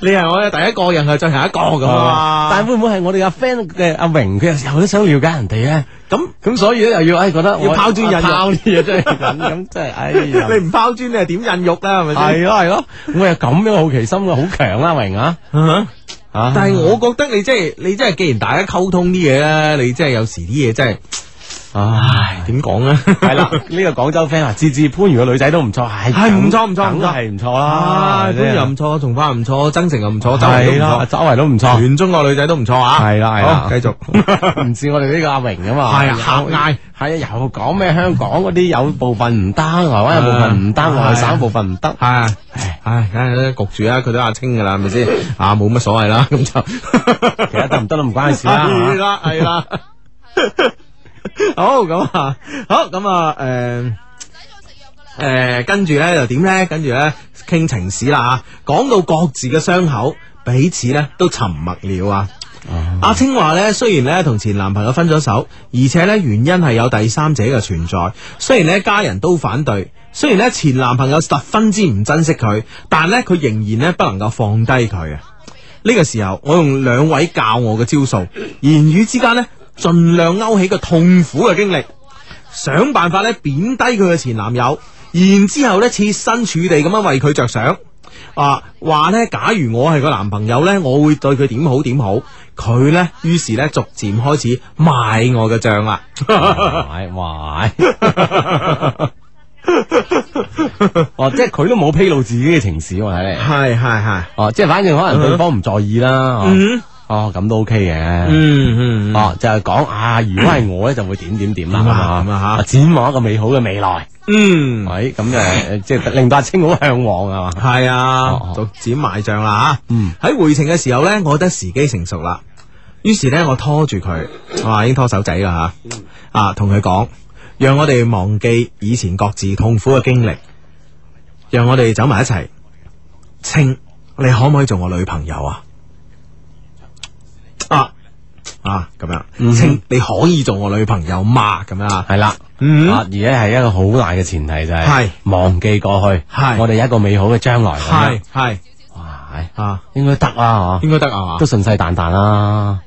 A: 仲要你係我嘅第一個，人係最後一個咁啊嘛，
C: 但會唔會係我哋阿 friend 嘅阿榮佢又都想了解人哋咧？咁咁所以咧又要唉覺得
A: 要拋磚引玉
C: 拋呢嘢真係咁真係唉呀
A: 你唔拋磚你係點引玉啦，係咪先？
C: 係咯係咯，我有咁樣好奇心嘅好強啦，榮啊
A: 啊！
C: 啊！
A: 但係我覺得你即係你即係，既然大家溝通啲嘢咧，你即係有時啲嘢真係，唉，點講咧？
C: 係啦，呢個廣州 friend 啊，自志番禺個女仔都唔錯，係
A: 係唔錯唔錯唔錯
C: 梗係唔錯啦，
A: 啊，潘又唔錯，松花唔錯，增城又唔錯，周圍都
C: 係
A: 唔
C: 啦，
A: 錯，
C: 周圍都唔錯，
A: 全中國女仔都唔錯啊！
C: 係啦係啦
A: 好，繼續。
C: 唔似我哋呢個阿榮啊嘛，
A: 係啊狹隘
C: 係啊，又講咩香港嗰啲有部分唔得，台灣有部分唔得，
A: 啊
C: 外省
A: 係
C: 部分唔得。
A: 系，唉，梗系啦，焗住啦，佢都阿清噶啦，系咪先？啊，冇乜所谓啦，咁就
C: 其他得唔得都唔關 事啦。
A: 係
C: 係嘛
A: 啦，系啦。好咁啊，好咁啊，诶、诶、跟住咧又點咧？跟住咧傾情史啦吓，講到各自嘅傷口，彼此咧都沉默了啊。阿清話咧，雖然咧同前男朋友分咗手，而且咧原因係有第三者嘅存在。雖然咧家人都反對，雖然咧前男朋友十分之唔珍惜佢，但咧佢仍然咧不能夠放低佢啊。呢個時候，我用兩位教我嘅招數，言語之間呢，盡量勾起個痛苦嘅經歷，想辦法咧貶低佢嘅前男友，然之後咧設身處地咁樣為佢着想。啊，話呢，假如我係個男朋友呢，我會對佢點好點好。佢呢，於是呢，逐漸開始賣我嘅賬啦。
C: 喂喂，哦，即係佢都冇披露自己嘅情史喎，睇嚟。
A: 係係係，
C: 哦，即係反正可能對方唔在意啦。
A: 嗯
C: 哦哦，咁都 OK 嘅。
A: 嗯嗯，
C: 哦，就係講啊，如果係我咧，就會點點點啦，
A: 咁啊咁啊
C: 嚇，展望一個美好嘅未來。
A: 嗯。
C: 喂，咁誒，即係令到阿清好向往啊嘛。
A: 系
C: 哦
A: 啊，逐漸埋帳啦吓。喺回程嘅時候呢，我覺得時機成熟啦。於是呢，我拖住佢，我話已經拖手仔啦吓，啊，同佢講，讓我哋忘記以前各自痛苦嘅經歷，讓我哋走埋一齊。清，你可唔可以做我女朋友啊？啊啊，咁樣，清，你可以做我女朋友嘛？咁樣啊，
C: 係啦。
A: 嗯
C: 啊，而且係一個好大嘅前提就係
A: 係
C: 忘記過去，
A: 係
C: 我哋有一個美好嘅將來。咁樣
A: 係係
C: 哇，
A: 啊，
C: 應該得啦，
A: 應該得啊嘛
C: 嗬，都。信誓旦旦啦，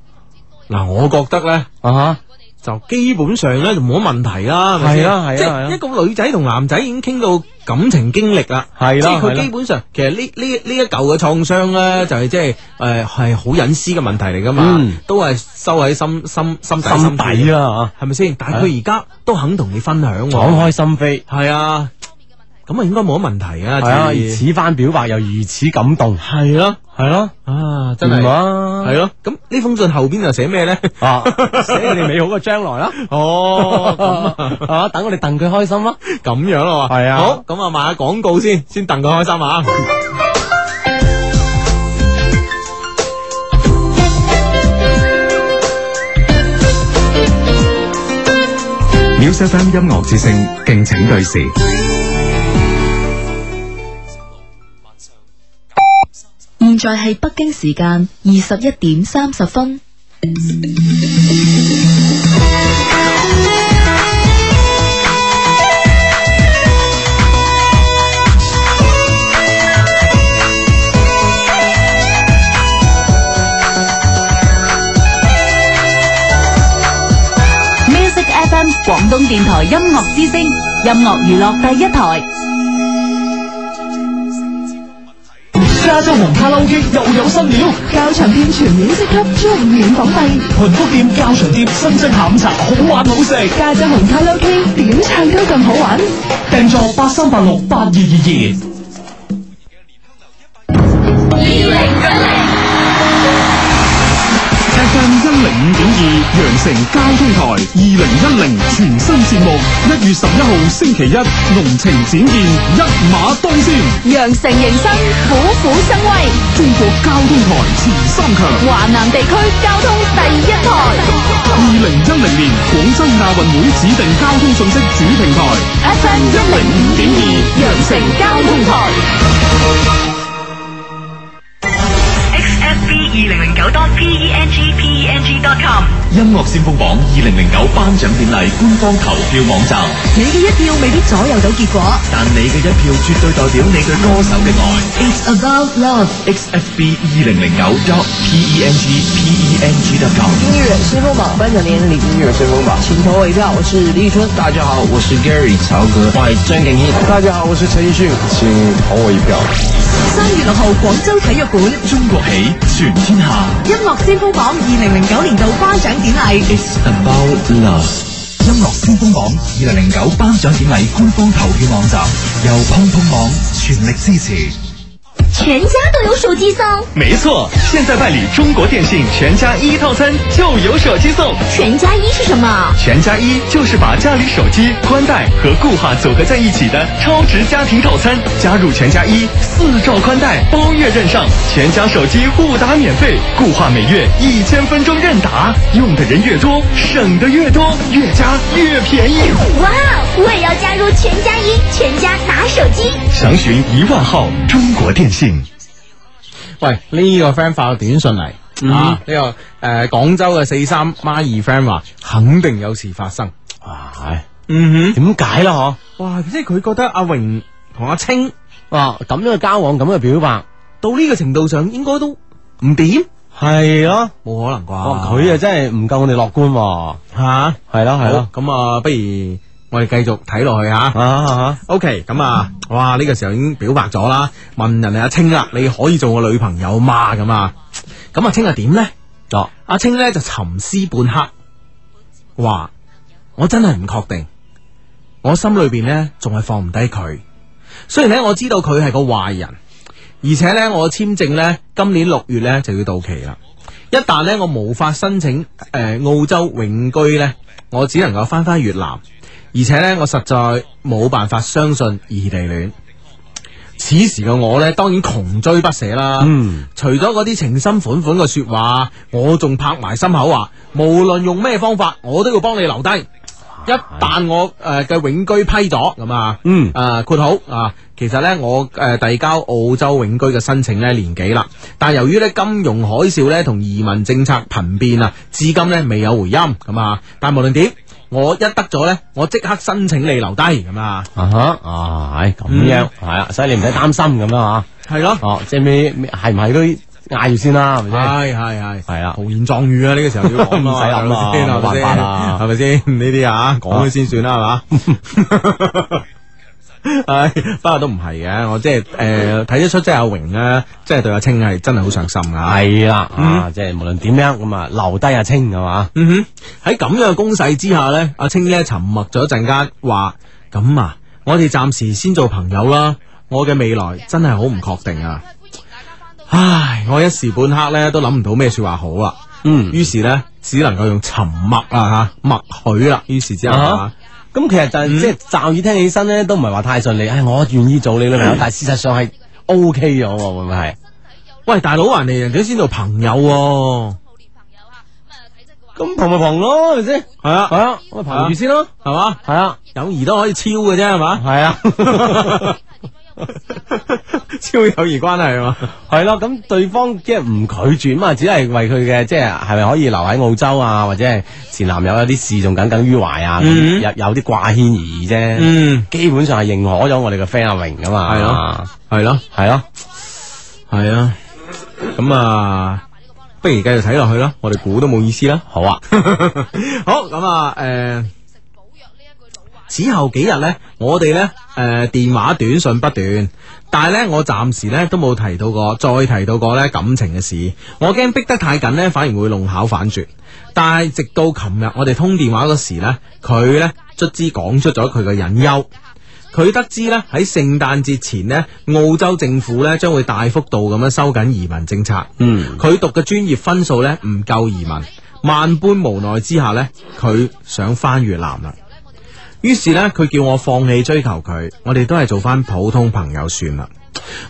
A: 嗱，我覺得呢。
C: 啊哈，
A: 就基本上咧就冇乜問題啦，咪
C: 係
A: 先
C: 啊係啊
A: 即
C: 係啊
A: 係一個女仔同男仔已經傾到感情經歷啦，
C: 係啦啊
A: 即係
C: 係
A: 佢
C: 啦
A: 基本上其實呢呢呢一嚿嘅創傷咧，就係即係誒係好隱私嘅問題嚟噶嘛
C: 嗯，
A: 都係收喺心心心底
C: 心底
A: 啊，
C: 啦
A: 係咪先？但係佢而家都肯同你分享
C: 哦嚇，敞
A: 喎，
C: 開心扉，
A: 係啊，咁啊應該冇乜問題啊。
C: 係啊
A: 至
C: 如此番表白又如此感動，
A: 係咯，
C: 係咯，
A: 啊真係
C: 唔啊
A: 係咯。咁呢封信後邊又寫 咩咧？
C: 啊，寫你美好嘅將來啦。
A: 哦，咁
C: 啊，等我哋戥佢開心啊啦。
A: 咁樣咯喎，
C: 係啊
A: 好，咁啊賣下廣告先，先戥佢開心啊。
D: Music FM 音樂之聲，敬請對視。
S: 现在系北京时间二十一点三十分。
G: Music FM 广东电台音乐之声，音乐娱乐第一台。
K: 加州紅卡拉 OK 又有新料，
L: 教場店全面升級，中午免房費。
K: 盤福店教場店新式下午茶好玩好食，
L: 加州紅卡拉 OK 點唱都咁好玩。
K: 訂座八三八六八二二二。
T: FM 一零五点二，羊城交通台二零一零全新节目，一月十一号星期一，浓情展现，一马当先。
N: 羊城迎新，虎虎生威。
T: 中国交通台前三强，
N: 华南地区交通第一台
T: 二零一零年广州亚运会指定交通信息主平台。
N: ，FM 一零五点二，羊城交通台。
U: XFB 二零零九 dot PENG PENG E dot com。
F: 音樂先鋒榜二零零九頒獎典禮官方投票網站，
G: 你嘅一票未必左右到结果。
F: 但你嘅一票絕對代表你對歌手嘅愛。
G: It's about love。
F: XFB 二零零九 dot E PENG PENG dot com。
L: 音乐先锋榜颁奖典礼，
I: 音乐先锋榜，请投我一票。我是李宇春，大家好，我是 Gary 曹格，我系张敬軒，大家好，我是陈奕迅，请投我一票。
S: 三月六号广州体育馆，
F: 中國起，全天下。
S: 音乐先锋榜二零零九年度颁奖典礼。
F: About love。音樂先鋒榜二零零九頒獎典禮官方投票網站由砰砰網全力支持。
J: 全家都有手机送，
F: 没错，现在办理中国电信全家一套餐就有手机送。
J: 全家一是什么？
F: 全家一就是把家里手机、宽带和固话组合在一起的超值家庭套餐。加入全家一，四兆宽带包月任上，全家手机互打免费，固话每月一千分钟任打，用的人越多，省的越多，越加越便宜。
J: 哇，哦我也要加入全家一，全家拿手机。
F: 详询一万号中国电信。
A: 喂，呢、個 friend 發個短信嚟、
C: 嗯
A: 啊！呢、個诶廣州嘅四三孖二 friend 話，肯定有事發生。
C: 哇，
A: 嗯
C: 哼，點解啦？嗬？
A: 哇！即係佢覺得阿榮同阿青
C: 哇咁樣嘅交往，咁嘅表白，
A: 到呢個程度上，應該都唔掂，
C: 係咯。
A: 冇可能啩？
C: 哇，佢啊真係唔夠我哋樂觀喎。
A: 吓
C: 係咯係咯。
A: 咁啊，不如我哋繼續睇落去
C: 啊
A: 啊。
C: 啊啊！
A: OK，咁啊，哇！呢、個時候已經表白咗啦，問人哋阿青啦，你可以做我女朋友嘛？咁啊，咁阿青係點呢？
C: 哦，
A: 阿青呢就沉思半刻，話：我真係唔確定，我心裏邊呢仲係放唔低佢。雖然呢，我知道佢係個壞人，而且呢，我簽證呢今年六月呢就要到期啦。一旦呢，我無法申請诶、呃澳洲永居呢，我只能夠翻返越南，而且呢，我實在冇辦法相信異地戀。此時嘅我呢，當然窮追不捨啦。
C: 嗯，
A: 除咗嗰啲情深款款嘅说話，我仲拍埋心口話，無論用咩方法，我都要幫你留低。一旦我诶嘅、永居批咗咁啊，
C: 嗯
A: 啊括號啊，其實呢，我诶遞交澳洲永居嘅申請呢年幾啦，但由於呢金融海嘯呢同移民政策頻變啊，至今呢未有回音咁啊，但無論點，我一得咗呢，我即刻申請你留低咁啊，
C: 啊哈啊，係咁樣，係啊，所以你唔使擔心咁樣啊。
A: 係咯，
C: 哦，即係咩咩係唔係都嗌住先啦，係咪先？
A: 係係係。
C: 係啦，
A: 豪言壯語啊！呢、個時候要講
C: 唔使諗啦
A: 係咪先
C: 冇辦法啦
A: 係咪先？呢啲啊，講咗先算啦，係
C: 啊
A: 嘛？ 唉，不過都唔係嘅，我即係诶睇得出，即係阿榮咧，即係對阿青係真係好上心啊！
C: 係啦，啊，
A: 嗯
C: 即係無論點樣咁啊，留低阿青係嘛。
A: 嗯哼，喺咁樣嘅攻勢之下呢，阿青呢沉默咗一陣間，話：咁啊，我哋暫時先做朋友啦。我嘅未來真係好唔確定啊！唉，我一時半刻咧都諗唔到咩說話好啦。嗯，於是咧只能夠用沉默啦吓，默許啦。於是之後
C: 啊
A: 啊，
C: 咁其實就係即係驟耳聽起身咧，都唔係話太順利。唉，我願意做你女朋
A: 嗯
C: 友，但係事實上係 O K 咗喎，會唔會係？
A: 喂，大佬還嚟人哋先做朋友喎。
C: 咁朋咪朋咯，係咪先？
A: 係啊，
C: 係啊，咁咪朋住先咯，
A: 係嘛？
C: 係啊，
A: 友誼都可以超嘅啫，係嘛？
C: 係啊。
A: 超友誼關係嘛，
C: 係咯，咁對方即係唔拒絕嘛，只係為佢嘅即係係咪可以留喺澳洲啊，或者係前男友有啲事仲耿耿於懷啊，
A: 嗯
C: 有有啲掛牽而已啫。
A: 嗯，
C: 基本上係認可咗我哋嘅 friend 阿榮噶嘛。
A: 係咯，係咯，
C: 係咯，
A: 係啊。咁啊，不如繼續睇落去啦，我哋估都冇意思啦。
C: 好啊，
A: 好咁啊，诶、此後幾日呢，我哋呢诶、呃、电话短信不斷，但係呢，我暫時呢都冇提到過，再提到過呢感情嘅事，我驚逼得太緊呢，反而會弄巧反拙。但係直到琴日我哋通電話嗰時呢，佢呢卒之講出咗佢嘅隱憂。佢得知呢，喺聖誕節前呢，澳洲政府呢將會大幅度咁樣收緊移民政策。
C: 嗯，
A: 佢讀嘅專業分數呢唔夠移民，萬般無奈之下呢，佢想翻越南啦。於是呢，佢叫我放棄追求佢，我哋都係做翻普通朋友算啦。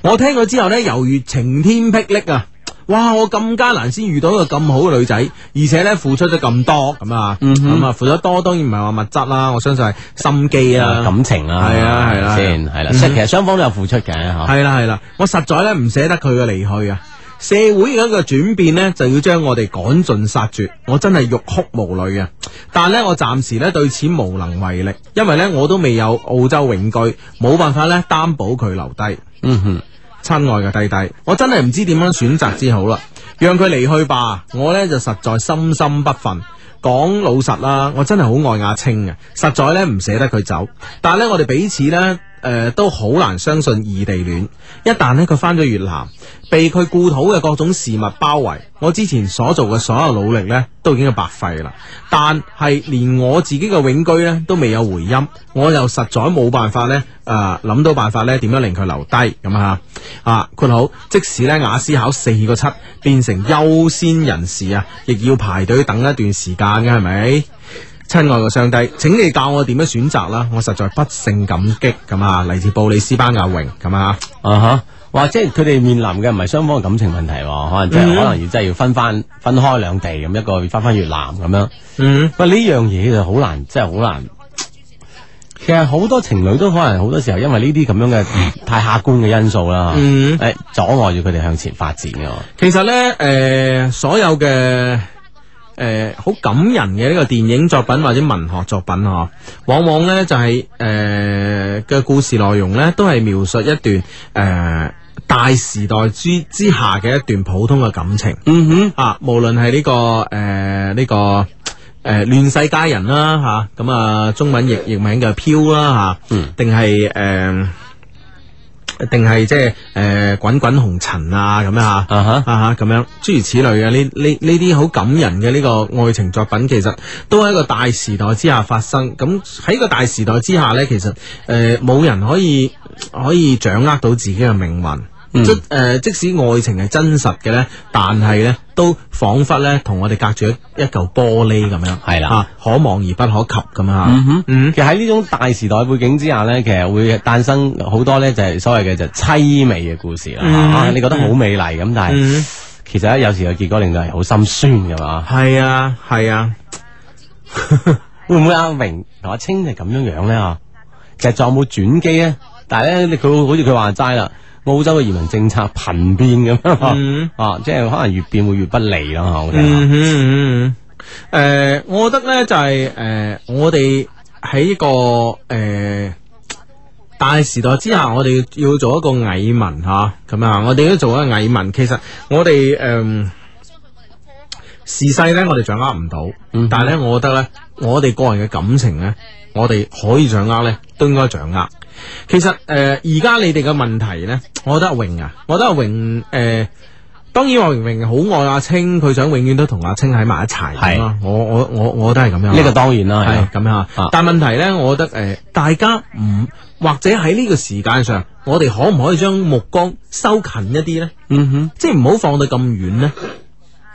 A: 我聽咗之後呢，猶如晴天霹靂啊！哇！我咁艱難先遇到一個咁好嘅女仔，而且呢付出咗咁多咁啊，
C: 嗯
A: 咁、啊付出多當然唔係話物質啦，我相信係心機啊、
C: 感情啊，
A: 係啊係啦
C: 先係啦，
A: 嗯
C: 即係其實雙方都有付出嘅嚇。
A: 系啦系啦，我實在咧唔捨得佢嘅離去啊！社會嘅一個轉變呢，就要將我哋趕盡殺絕，我真係欲哭無淚啊！但呢，我暫時呢對此無能為力，因為呢，我都未有澳洲永居，冇辦法呢擔保佢留低。
C: 嗯哼。
A: 親愛嘅弟弟，我真係唔知點樣選擇之好啦，讓佢離去吧，我呢就實在心心不忿。講老實啦，我真係好愛阿青嘅，實在呢唔捨得佢走，但係呢，我哋彼此呢，誒、都好難相信異地戀。一旦呢，佢翻咗越南，被佢故土嘅各種事物包圍，我之前所做嘅所有努力呢，都已經係白費啦。但係連我自己嘅永居呢，都未有回音，我又實在冇辦法呢，誒諗到辦法呢，點樣令佢留低咁啊？啊，括號，即使呢雅思考四個七變成優先人士啊，亦要排隊等一段時間嘅係咪？親愛嘅上帝，請你教我點樣選擇啦！我實在不勝感激咁啊！嚟自布里斯班牙榮咁啊！
C: 啊哈！哇！即係佢哋面臨嘅唔係雙方嘅感情問題喎，可能即係、
A: 嗯
C: 可能要真係要分翻分開兩地咁，一個翻翻越南咁樣。
A: 嗯，
C: 喂，呢樣嘢就好難，真係好難。其實好多情侶都可能好多時候因為呢啲咁樣嘅嗯太客觀嘅因素啦，
A: 嗯
C: 誒阻礙住佢哋向前發展嘅喎。
A: 其實呢，诶、所有嘅诶好感人嘅呢個電影作品或者文學作品啊，往往呢就係诶嘅故事內容呢，都係描述一段诶、呃大時代之之下嘅一段普通嘅感情。
C: 嗯哼。
A: 啊，無論係呢個诶呢個。诶，亂世佳人啦吓，咁啊中文譯譯名嘅飄啦吓，
C: 嗯
A: 定呃係诶，定係即係诶滾滾紅塵啊咁樣吓，啊
C: 哈
A: 啊哈咁樣諸如此類嘅呢呢呢啲好感人嘅呢個愛情作品，其實都喺一個大時代之下發生。咁喺個大時代之下呢，其實诶冇、人可以可以掌握到自己嘅命運。
C: 嗯
A: 即誒、呃即使愛情係真實嘅呢，但係呢都彷彿呢同我哋隔住一一嚿玻璃咁樣，
C: 係啦
A: 啊，可望而不可及咁啊。
C: 嗯哼，
A: 嗯
C: 其實喺呢種大時代背景之下咧，其實會誕生好多咧就係所謂嘅就凄美嘅故事啦。
A: 嗯
C: 啊你覺得好美麗咁，但係其實咧有時嘅結果令到人好心酸㗎嘛。
A: 係啊，係啊，
C: 會唔會阿榮同阿青係咁樣樣咧？啊，其實仲有冇轉機咧？但係咧，佢好似佢話齋啦，澳洲嘅移民政策頻變咁樣啊
A: 嗯
C: 啊，即係可能越變會越不利啦。我覺得
A: 嗯哼嗯哼，誒、呃我覺得呢就係、呃我哋喺一個誒、呃大時代之下，我哋要要做一個蟻民嚇，咁啊，我哋都做一個蟻民。其實我哋誒、呃時勢呢，我哋掌握唔到，
C: 嗯
A: 但係呢，我覺得呢，我哋個人嘅感情呢，我哋可以掌握呢，都應該掌握。其實誒，呃而、家你哋嘅問題呢，我覺得阿榮啊，我覺得阿榮誒。呃當然我明明好愛阿青，佢想永遠都同阿青喺埋一齊咁啦。我我我我都係咁樣。
C: 呢個當然啦係啊
A: 係咁樣啊。但問題呢，我覺得诶，大家唔或者喺呢個時間上，我哋可唔可以將目光收近一啲呢？
C: 嗯哼，
A: 即係唔好放到咁遠呢。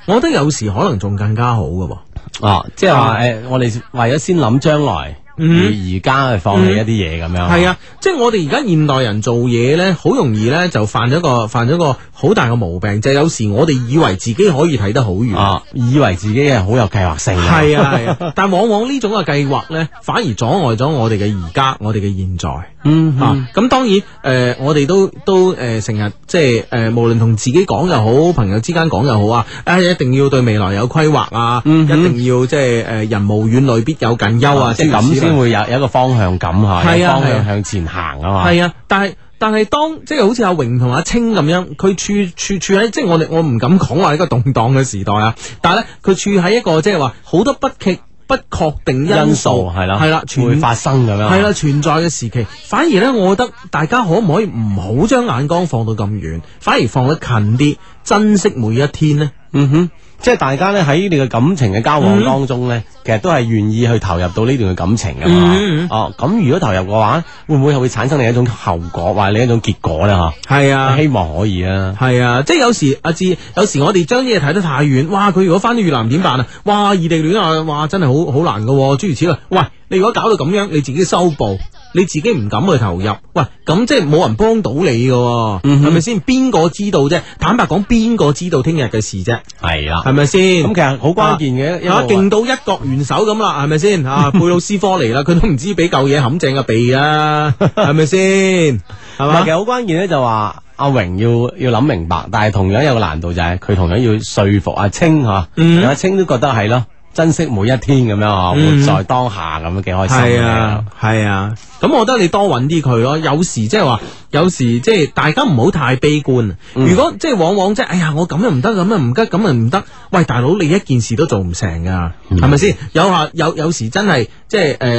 A: 我覺得有時可能仲更加好噶喎。
C: 哦，即係話诶，誒我哋為咗先諗將來，而
A: 嗯
C: 而家去放棄一啲嘢咁樣。
A: 系啊，即系我哋而家現代人做嘢呢，好容易呢就犯咗個犯咗個好大嘅毛病，就係有時我哋以為自己可以睇得好遠，
C: 啊，以為自己係好有計劃性嘅。
A: 嗯係啊係啊， 但往往呢種嘅計劃呢，反而阻礙咗我哋嘅而家，我哋嘅現在。
C: 嗯
A: 啊，咁當然，誒、我哋都都誒成日即係誒、無論同自己講又好，朋友之間講又好啊，啊，一定要對未來有規劃啊，一定要即係誒、人無遠慮必有近憂啊，
C: 嗯即
A: 諸
C: 係
A: 如
C: 咁
A: 此類
C: 先會有有一個方向感吓，
A: 係
C: 有
A: 啊
C: 方
A: 係啊
C: 向向前行啊嘛。
A: 系啊，但系但系当即系好似阿榮同阿清咁樣，佢處處處喺即系我哋我唔敢講話一個動盪嘅時代啊，但系咧佢處喺一個即係話好多不确不確定
C: 因
A: 因
C: 素
A: 素
C: 係啦，
A: 系啦，
C: 會
A: 存
C: 發生啊咁樣。
A: 係啦，存在嘅時期，反而咧，我覺得大家可唔可以唔好將眼光放到咁遠，反而放得近啲，珍惜每一天呢？
C: 嗯哼，即係大家咧喺你嘅感情嘅交往當中咧，其實都係願意去投入到呢段嘅感情㗎嘛。
A: 嗯
C: 哦，咁如果投入嘅話，會唔會會產生另一種後果，或者另一種結果咧？吓，
A: 係啊，
C: 希望可以啊。
A: 系啊，即係有時阿志，有時我哋將啲嘢睇得太遠，哇！佢如果翻到越南點辦啊？哇！異地戀啊，哇！真係好好難噶、喎。諸如此類。喂，你如果搞到咁樣，你自己修補，你自己唔敢去投入，喂，咁即係冇人幫到你噶、喎，
C: 嗯
A: 係咪先？邊個知道啫？坦白講，邊個知道聽日嘅事啫？
C: 係啦，
A: 係咪先？
C: 咁其實好關鍵嘅，因
A: 啊，
C: 為
A: 勁到一國元首咁啦，係咪先？ 啊，貝魯斯科嚟啦，佢都唔知俾嚿嘢冚正個鼻啊，係咪先？係
C: 唔係
A: 嘛
C: 其？實好關鍵咧，就話阿榮要要諗明白，但係同樣有個難度就係佢同樣要說服阿青吓，
A: 嗯
C: 阿青都覺得係咯，珍惜每一天咁樣啊，
A: 嗯
C: 活在當下咁樣幾開心
A: 係
C: 嘅。
A: 啊，係啊，咁我覺得你多揾啲佢咯。有時即係話，有時即係大家唔好太悲觀。如果即係往往即係，哎呀，我咁又唔得，咁又唔得，咁又唔得。喂，大佬，你一件事都做唔成噶，
C: 嗯
A: 係咪先？ 有下有有時真係即係誒誒，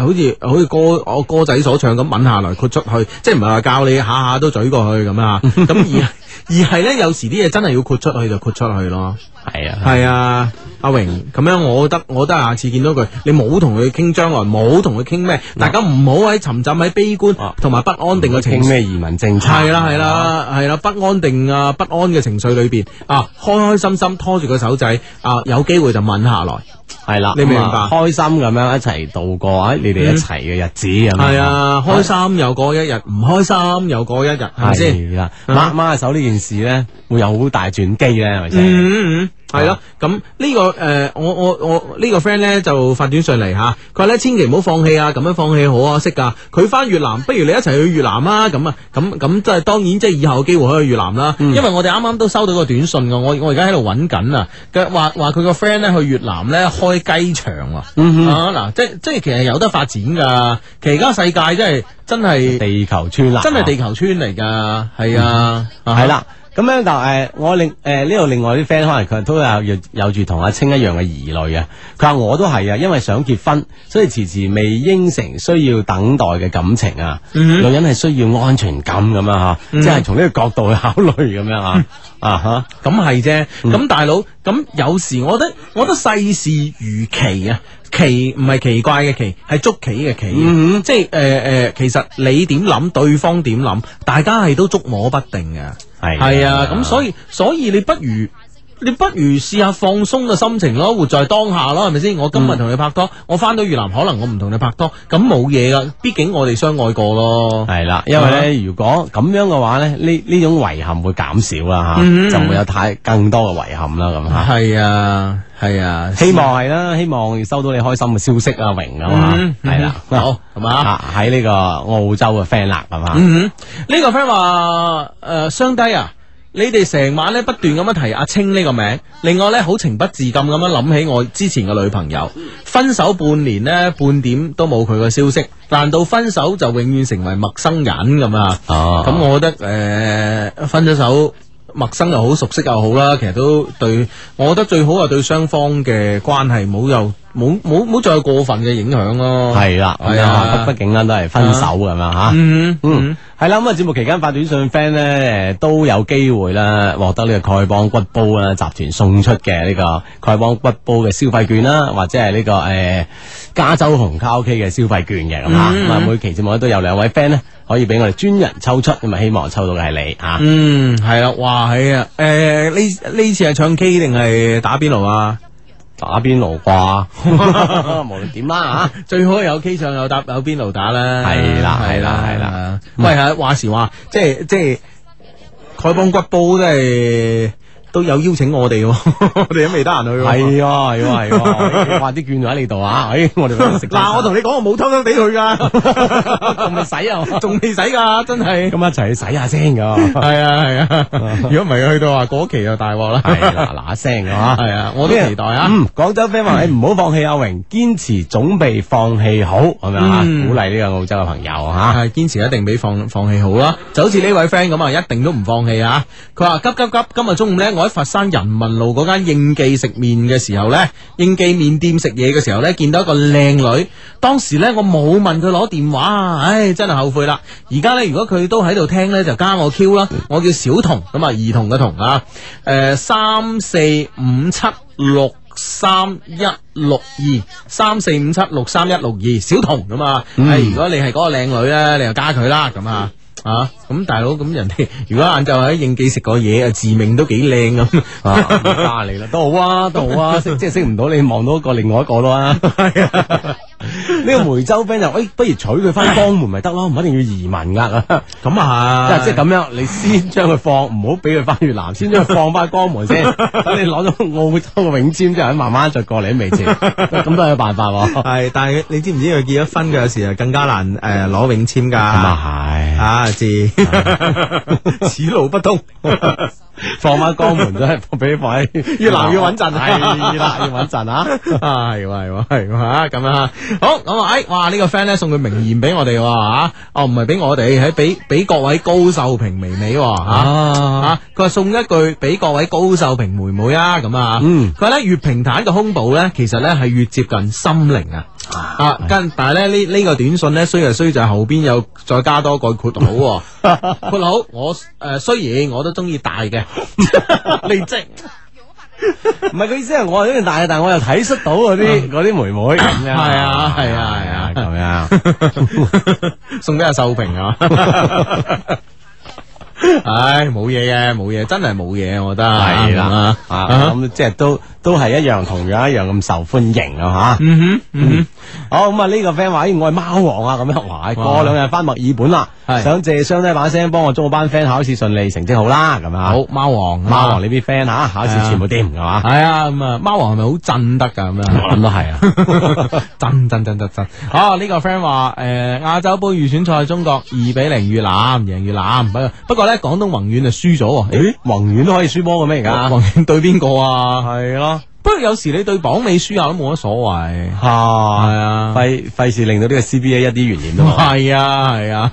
A: 好似好似歌我歌仔所唱咁，揾下來豁出去，即係唔係話教你下下都嘴過去咁啊？咁而而係咧，有時啲嘢真係要豁出去就豁出去咯。
C: 係啊，
A: 系啊，阿榮咁樣，我覺得我覺得下次見到佢，你冇同佢傾將來，冇同佢傾咩，大家唔好喺沉浸喺悲觀同埋不安定嘅 情
C: 傾
A: 緒。
C: 咩移民政策？
A: 係啦係啦啊係啦，不安定啊不安嘅情緒裏邊啊，開開心心拖住個手仔啊，有機會就吻下來。
C: 系啦，
A: 你明白
C: 咁啊開心咁樣一齊度過，哎你哋一齊嘅日子咁樣。
A: 係啊，開心又過一日，唔開心又過一日，係咪先？
C: 係啦，
A: 嗯
C: 媽媽手呢件事咧，會有好大轉機咧，係咪先？
A: 嗯嗯嗯，系咯，咁呢個诶，我我我呢個 friend 咧就發短信嚟吓，佢話咧千祈唔好放棄啊，咁樣放棄好可惜噶。佢翻越南，不如你一齊去越南啊，咁啊，咁咁即係當然即係以後有機會可以去越南啦。因為我哋啱啱都收到個短信噶，我我而家喺度揾緊啊，佢話話佢個 friend 咧去越南咧開雞場啊，
C: 嗯
A: 啊嗱，即即係其實有得發展噶，其實而家世界真係真係
C: 地球村啦，
A: 真係地球村嚟噶，係啊，
C: 系啦。咁咧就誒，我另誒呢度另外啲 friend 可能佢都有有有住同阿青一樣嘅疑慮啊。佢話我都係啊，因為想結婚，所以遲遲未應承，需要等待嘅感情啊。
A: 嗯
C: 女人係需要安全感咁啊嚇，
A: 嗯
C: 即係從呢個角度去考慮咁樣啊啊嚇。
A: 咁係啫，咁大佬，咁有時我覺得，我覺得世事如棋啊，棋唔係奇怪嘅棋，係捉棋嘅棋，
C: 嗯
A: 即係誒誒，其實你點諗，對方點諗，大家係都捉摸不定嘅，
C: 係
A: 係啊，咁所以所以你不如。你不如試下放鬆嘅心情咯，活在當下咯，係咪先？我今日
C: 嗯
A: 同你拍拖，我翻到越南可能我唔同你拍拖，咁冇嘢噶，畢竟我哋相愛過咯。
C: 系啦，因為
A: 啊
C: 咧，如果咁樣嘅話咧，呢呢種遺憾會減少啦吓，
A: 嗯
C: 就唔會有太更多嘅遺憾啦咁吓。
A: 係啊，係啊，
C: 希望係啦，希望收到你開心嘅消息啊，榮啊
A: 嗯
C: 嘛，係啦，
A: 嗯好係嘛
C: 啊喺呢個澳洲嘅 friend 啦，係嘛，
A: 嗯哼，呢、個 friend 話誒雙低啊，你哋成晚咧不斷咁樣提阿青呢個名，另外咧好情不自禁咁樣諗起我之前嘅女朋友，分手半年呢，半點都冇佢嘅消息，難道分手就永遠成為陌生人咁啊？
C: 哦
A: 咁我覺得誒、呃分咗手。陌生又好，熟悉又好啦，其實都對，我覺得最好係對雙方嘅關係冇有冇冇冇再有過分嘅影響咯。
C: 係啦，咁
A: 係
C: 樣啊，
A: 啊
C: 畢畢竟啦都係分手咁樣吓，
A: 嗯
C: 嗯，系啦，咁啊節目期間發短信 friend 咧，诶都有機會啦，獲得呢個丐幫骨煲啦集團送出嘅呢個丐幫骨煲嘅消費券啦，或者係呢、個个呃加州紅卡拉 OK 嘅消費券嘅咁吓，
A: 嗯
C: 咁啊、每期節目咧都有兩位 friend 咧可以俾我哋專人抽出，咁啊希望抽到嘅係你啊吓。
A: 嗯，系啦，哇，系啊，诶、呢呢次系唱 K 定系打边炉啊？
C: 打边炉 啩，无论点啦
A: 吓， 最好有 K 唱有打有边炉打啦。
C: 係啦
A: 係
C: 係啦係啦
A: 係喂，系话时话，即系即系丐帮骨煲都系都有邀请我哋喎， 我哋都未得闲去喎。
C: 係啊係啊係啊， 哇啲券就喺你度啊，哎我哋咪食
A: 嗱，我同你讲，我冇偷偷地去噶，
C: 仲未使啊，
A: 仲未使噶，真系。
C: 咁一齊去洗下先噶，
A: 系啊系啊，如果唔系去到话嗰期就大镬啦。
C: 係嗱嗱聲 嘅吓，
A: 係啊我都 期待啊
C: 嗯，廣州 friend 話：，誒唔好放棄阿榮，堅持總比放棄好，係咪啊？
A: 嗯
C: 鼓勵呢個澳洲嘅朋友啊 吓。
A: 系啊坚持一定比放放弃好啦，就好似呢位 friend 咁啊，一定都唔放弃啊！佢話急急急，今日中午呢，我喺佛山人民路嗰間應記食面嘅時候呢，應記面店食嘢嘅時候呢，見到一個靚女，當時呢，我冇問佢攞電話啊，唉，真係後悔啦！而家呢，如果佢都喺度聽呢，就加我 Q 啦，我叫小童，咁啊兒童嘅童啊，诶三四五七六。三一六二三四五七六三一六二小童咁啊，
C: 嗯
A: 係如果你係嗰個靚女咧，你就加佢啦咁啊。啊，咁大佬咁人哋 如果晏晝喺應記食個嘢啊，自命都幾靚咁，
C: 啊，加你啦，都好啊，都 好啊，識即係識唔到你，望到一個另外一個啦。呢個梅州 friend 就，哎誒，不如娶佢翻江門咪得咯，唔一定要移民噶。
A: 咁啊係
C: 即係即係咁樣，你先將佢放，唔好俾佢翻越南，先將佢放翻江門先。 等你攞到澳洲嘅永簽之後，慢慢再過嚟都 未遲，咁都係有辦法喎。
A: 系，但係你知唔知佢結咗婚嘅有時啊更加難诶攞永簽㗎？咁
C: 咁啊係。
A: 啊， 字此路不通，
C: 放翻江門真係俾放喺
A: 越南要穩陣
C: 係啦，要 穩陣啊！
A: 啊，系喎，系喎，系喎，啊咁啊，好咁啊，哎，哇，呢、個 friend 咧送句名言俾我哋喎，啊，哦，唔係俾我哋，係俾俾各位高秀平妹妹喎，啊，啊佢話送一句俾各位高秀平妹妹啊，咁啊，
C: 嗯
A: 佢話咧越平坦嘅胸部咧，其實咧係越接近心靈啊。啊，跟但係咧呢呢、個短信咧，衰就衰在後邊有再加多個括號 喎，括號我誒、呃、雖然我都中意大 嘅，你即
C: 唔係佢意思係我係呢邊大嘅，但係我又睇識到嗰啲嗰啲妹妹咁樣。
A: 係啊係啊係啊
C: 係啊，咁樣。
A: 送俾阿秀平 啊！唉，冇嘢嘅，冇嘢，真系冇嘢，我覺得
C: 係啦，啊
A: 啊
C: 咁即係都都係一樣，同樣一樣咁受歡迎啊吓。
A: 嗯哼，嗯
C: 好咁啊，呢個 friend 話：，咦我係貓王啊，咁樣哇！過兩日翻墨爾本啦，
A: 係
C: 想借雙低把聲幫我中班 friend 考試順利，成績好啦，咁啊。
A: 哼，好，啊貓王，
C: 貓王呢啲 friend 吓，考試全部掂係嘛？
A: 系啊，咁啊，貓王係咪好震得噶咁樣？
C: 咁都係啊。
A: 震震震震震！啊，呢個 friend 話诶，亞洲杯預選賽中國二比零越南贏越南，不過不過咧廣東宏遠就輸咗喎。
C: 诶，宏远都可以輸波嘅咩？而家
A: 宏遠對邊個啊？
C: 係咯。
A: 不過有時你對榜尾輸下都冇乜所謂。
C: 吓，系
A: 啊
C: 费费事令到呢個 CBA 一啲懸念 都冇。
A: 係啊，係 啊。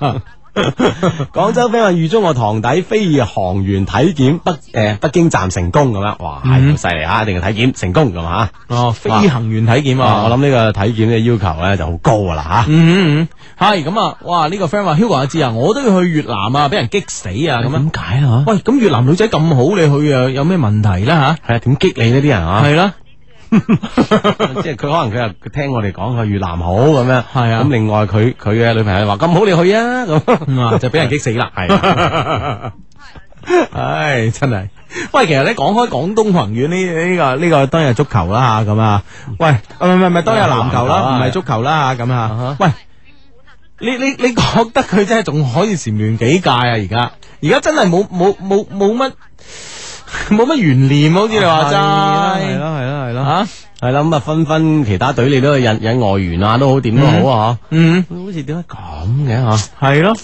C: 廣州 friend 話預祝我堂弟飛航員體檢北诶北京站成功咁樣，哇，
A: 嗯
C: 好犀利啊！一定要體檢成功咁啊！
A: 哦，飛行員體檢
C: 哇
A: 啊，
C: 我諗呢個體檢嘅要求咧就好高噶啦
A: 嗯嗯嗯，系咁啊！哇，呢、個 friend 話 Hugo 阿志啊，我都要去越南啊，俾人激死啊！咁樣，
C: 解啊？
A: 喂，咁越南女仔咁好，你去啊有咩問題啦
C: 係啊，點激你呢啲
A: 吓？
C: 人啊？
A: 係啦，
C: 即係佢可能佢又佢聽我哋講佢越南好咁樣，
A: 係啊
C: 咁另外佢佢嘅女朋友話咁好你去啊咁，
A: 嗯啊就俾人激死啦。
C: 係啊。
A: 唉，真係。喂，其實咧講開廣東宏遠呢呢個呢、個當然係足球啦吓咁啊，喂，唔係唔係唔係當然係籃球
C: 籃球
A: 啦，
C: 啊
A: 唔係足球啦吓咁啊，喂，你你你覺得佢真係仲可以蟬聯幾屆啊？而家而家真係冇冇冇冇乜 冇乜懸念，好似你話
C: 係
A: 齋
C: 咯係咯係咯
A: 啊，
C: 係啦咁啊，紛紛其他隊你都去引引外援啊，都好點都好啊，
A: 嗯，
C: 嗬好似點解咁嘅吓？
A: 係咯，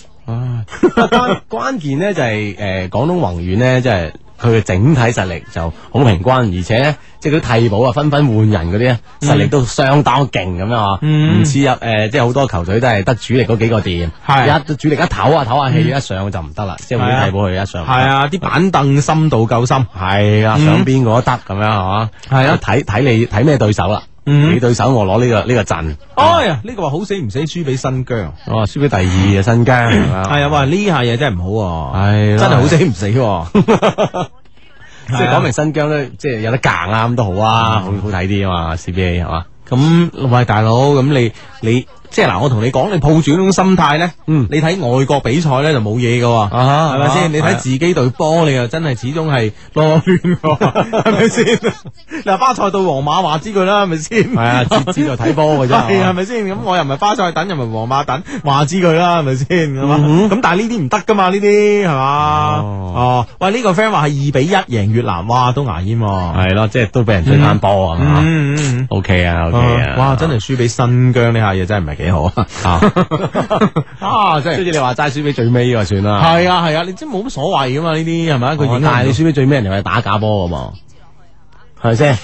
C: 關關鍵咧就係、诶誒、廣東宏遠咧，即係佢嘅整體實力就好平均，而且呢即係嗰啲替補啊，紛紛換人嗰啲咧，實力都相當勁咁樣啊！
A: 嗯
C: 唔似入誒，即係好多球隊都係得主力嗰幾個掂，
A: 係嗯
C: 一主力一唞下唞下氣，一上就唔得啦，即係換啲替補去一上唔得。
A: 係啊，啲板凳深度夠深，
C: 係啊，
A: 嗯
C: 上邊個都得咁樣係嘛？
A: 係啊嗯
C: 睇睇你睇咩對手啦。
A: 俾對手我攞呢個呢個陣。
J: 哎呀，呢個話好死唔死輸俾新疆，
A: 哇，哦輸俾第二嘅新疆係嘛？
J: 係啊，哇呢下嘢真係唔好喎，
A: 係
J: 真
A: 啦
J: 係好死唔死喎，
A: 即係啊講明新疆咧，即係有得夾啦，咁都好啊，好好睇啲啊嘛，CBA 係嘛？
J: 咁喂大佬，咁你你即係嗱，我同你講，你抱住呢種心態咧，你睇外國比賽咧就冇嘢噶，
A: 嗯啊
J: 係咪先？你睇自己隊波，你又真係始終係攞圈㗎 喎，係咪先？嗱，巴塞對皇馬話知佢啦，係咪先？係
A: 啊 知知道睇波㗎啫
J: 係啊係咪先？咁我又唔係巴塞等，又唔係皇馬等，話知佢啦，係咪先？係嘛
A: 嗯
J: 咁但係呢啲唔得噶嘛，呢啲係嘛？哦，喂，呢個 friend 話係二比一贏越南，哇，都牙煙喎。
A: 係咯，即係都俾人對翻波啊嘛。
J: 嗯嗯嗯
A: O K 啊，O K
C: 嗯
A: 啊，
J: 哇！真係輸俾新疆呢下嘢真係唔係幾好啊！ 啊，真
A: 即係
J: 係
A: 你話齋輸俾最尾啊，算啦。
J: 係啊係啊，你真係冇乜所謂噶嘛呢啲係咪？佢
A: 哦
J: 影
A: 但係你輸
J: 輸，
A: 俾最尾，人哋係打假波噶嘛，係咪先？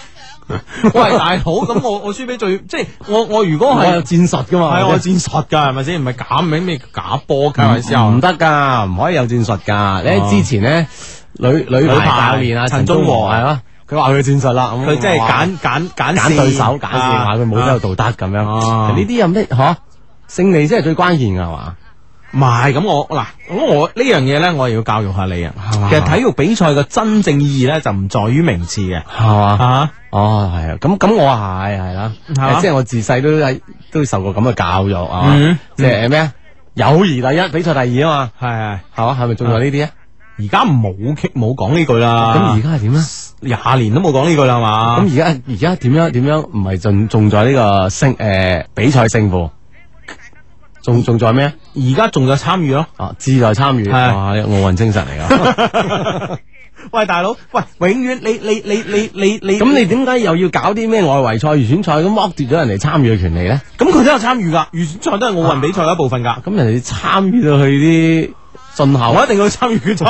J: 喂大佬，咁我我輸俾最即係我我如果
A: 我有
J: 係
A: 戰術噶嘛，
J: 係
A: 係啊
J: 我有
A: 咪先
J: 戰術㗎係咪先？唔係假名咩假波㗎係咪先？
A: 唔唔得噶，唔可以有戰術噶。你
J: 哦
A: 喺之前咧，女女排教練啊，
J: 陳
A: 陳忠
J: 忠和
A: 和係咯，佢話佢嘅戰術啦，咁
J: 佢真係
A: 我話
J: 揀揀揀
A: 揀對手，揀
J: 線
A: 線話佢冇得有道德咁樣。
J: 啊
A: 呢啲有咩吓？勝利先係最關鍵㗎係嘛？
J: 唔係咁我嗱，咁我呢樣嘢咧，我又要教育下你啊。其實體育比賽嘅真正意義咧，就唔在於名次嘅。
A: 係嘛？
J: 啊，
A: 哦，係啊，咁咁我係係啦，
J: 嘛
A: 誒即係我自細都係都受過咁嘅教育啊
J: 嗯，
A: 即係咩啊？友誼第一，比賽第二啊嘛，
J: 係係。
A: 係嘛？係咪仲有呢啲啊？
J: 而家冇傾冇講呢句啦。
A: 咁而家係點咧？
J: 廿年都冇講呢句啦係嘛？
A: 咁而家而家點樣點樣唔係重重在呢個勝诶、比賽勝負，重重在咩
J: 而家仲有參與咯。
A: 啊？志在參與，
J: 係
A: 哇！呢個奧運精神嚟噶。
J: 喂，大佬，喂，永遠你你你你你 你
A: 咁你點解又要搞啲咩外圍賽、預選賽咁剝奪咗人哋參與嘅權利咧？
J: 咁佢都有參與㗎，預選賽都係奧運比賽嘅一部分㗎。
A: 咁人哋參與到去啲進
J: 我
A: 口啊
J: 一，定要參與決 賽。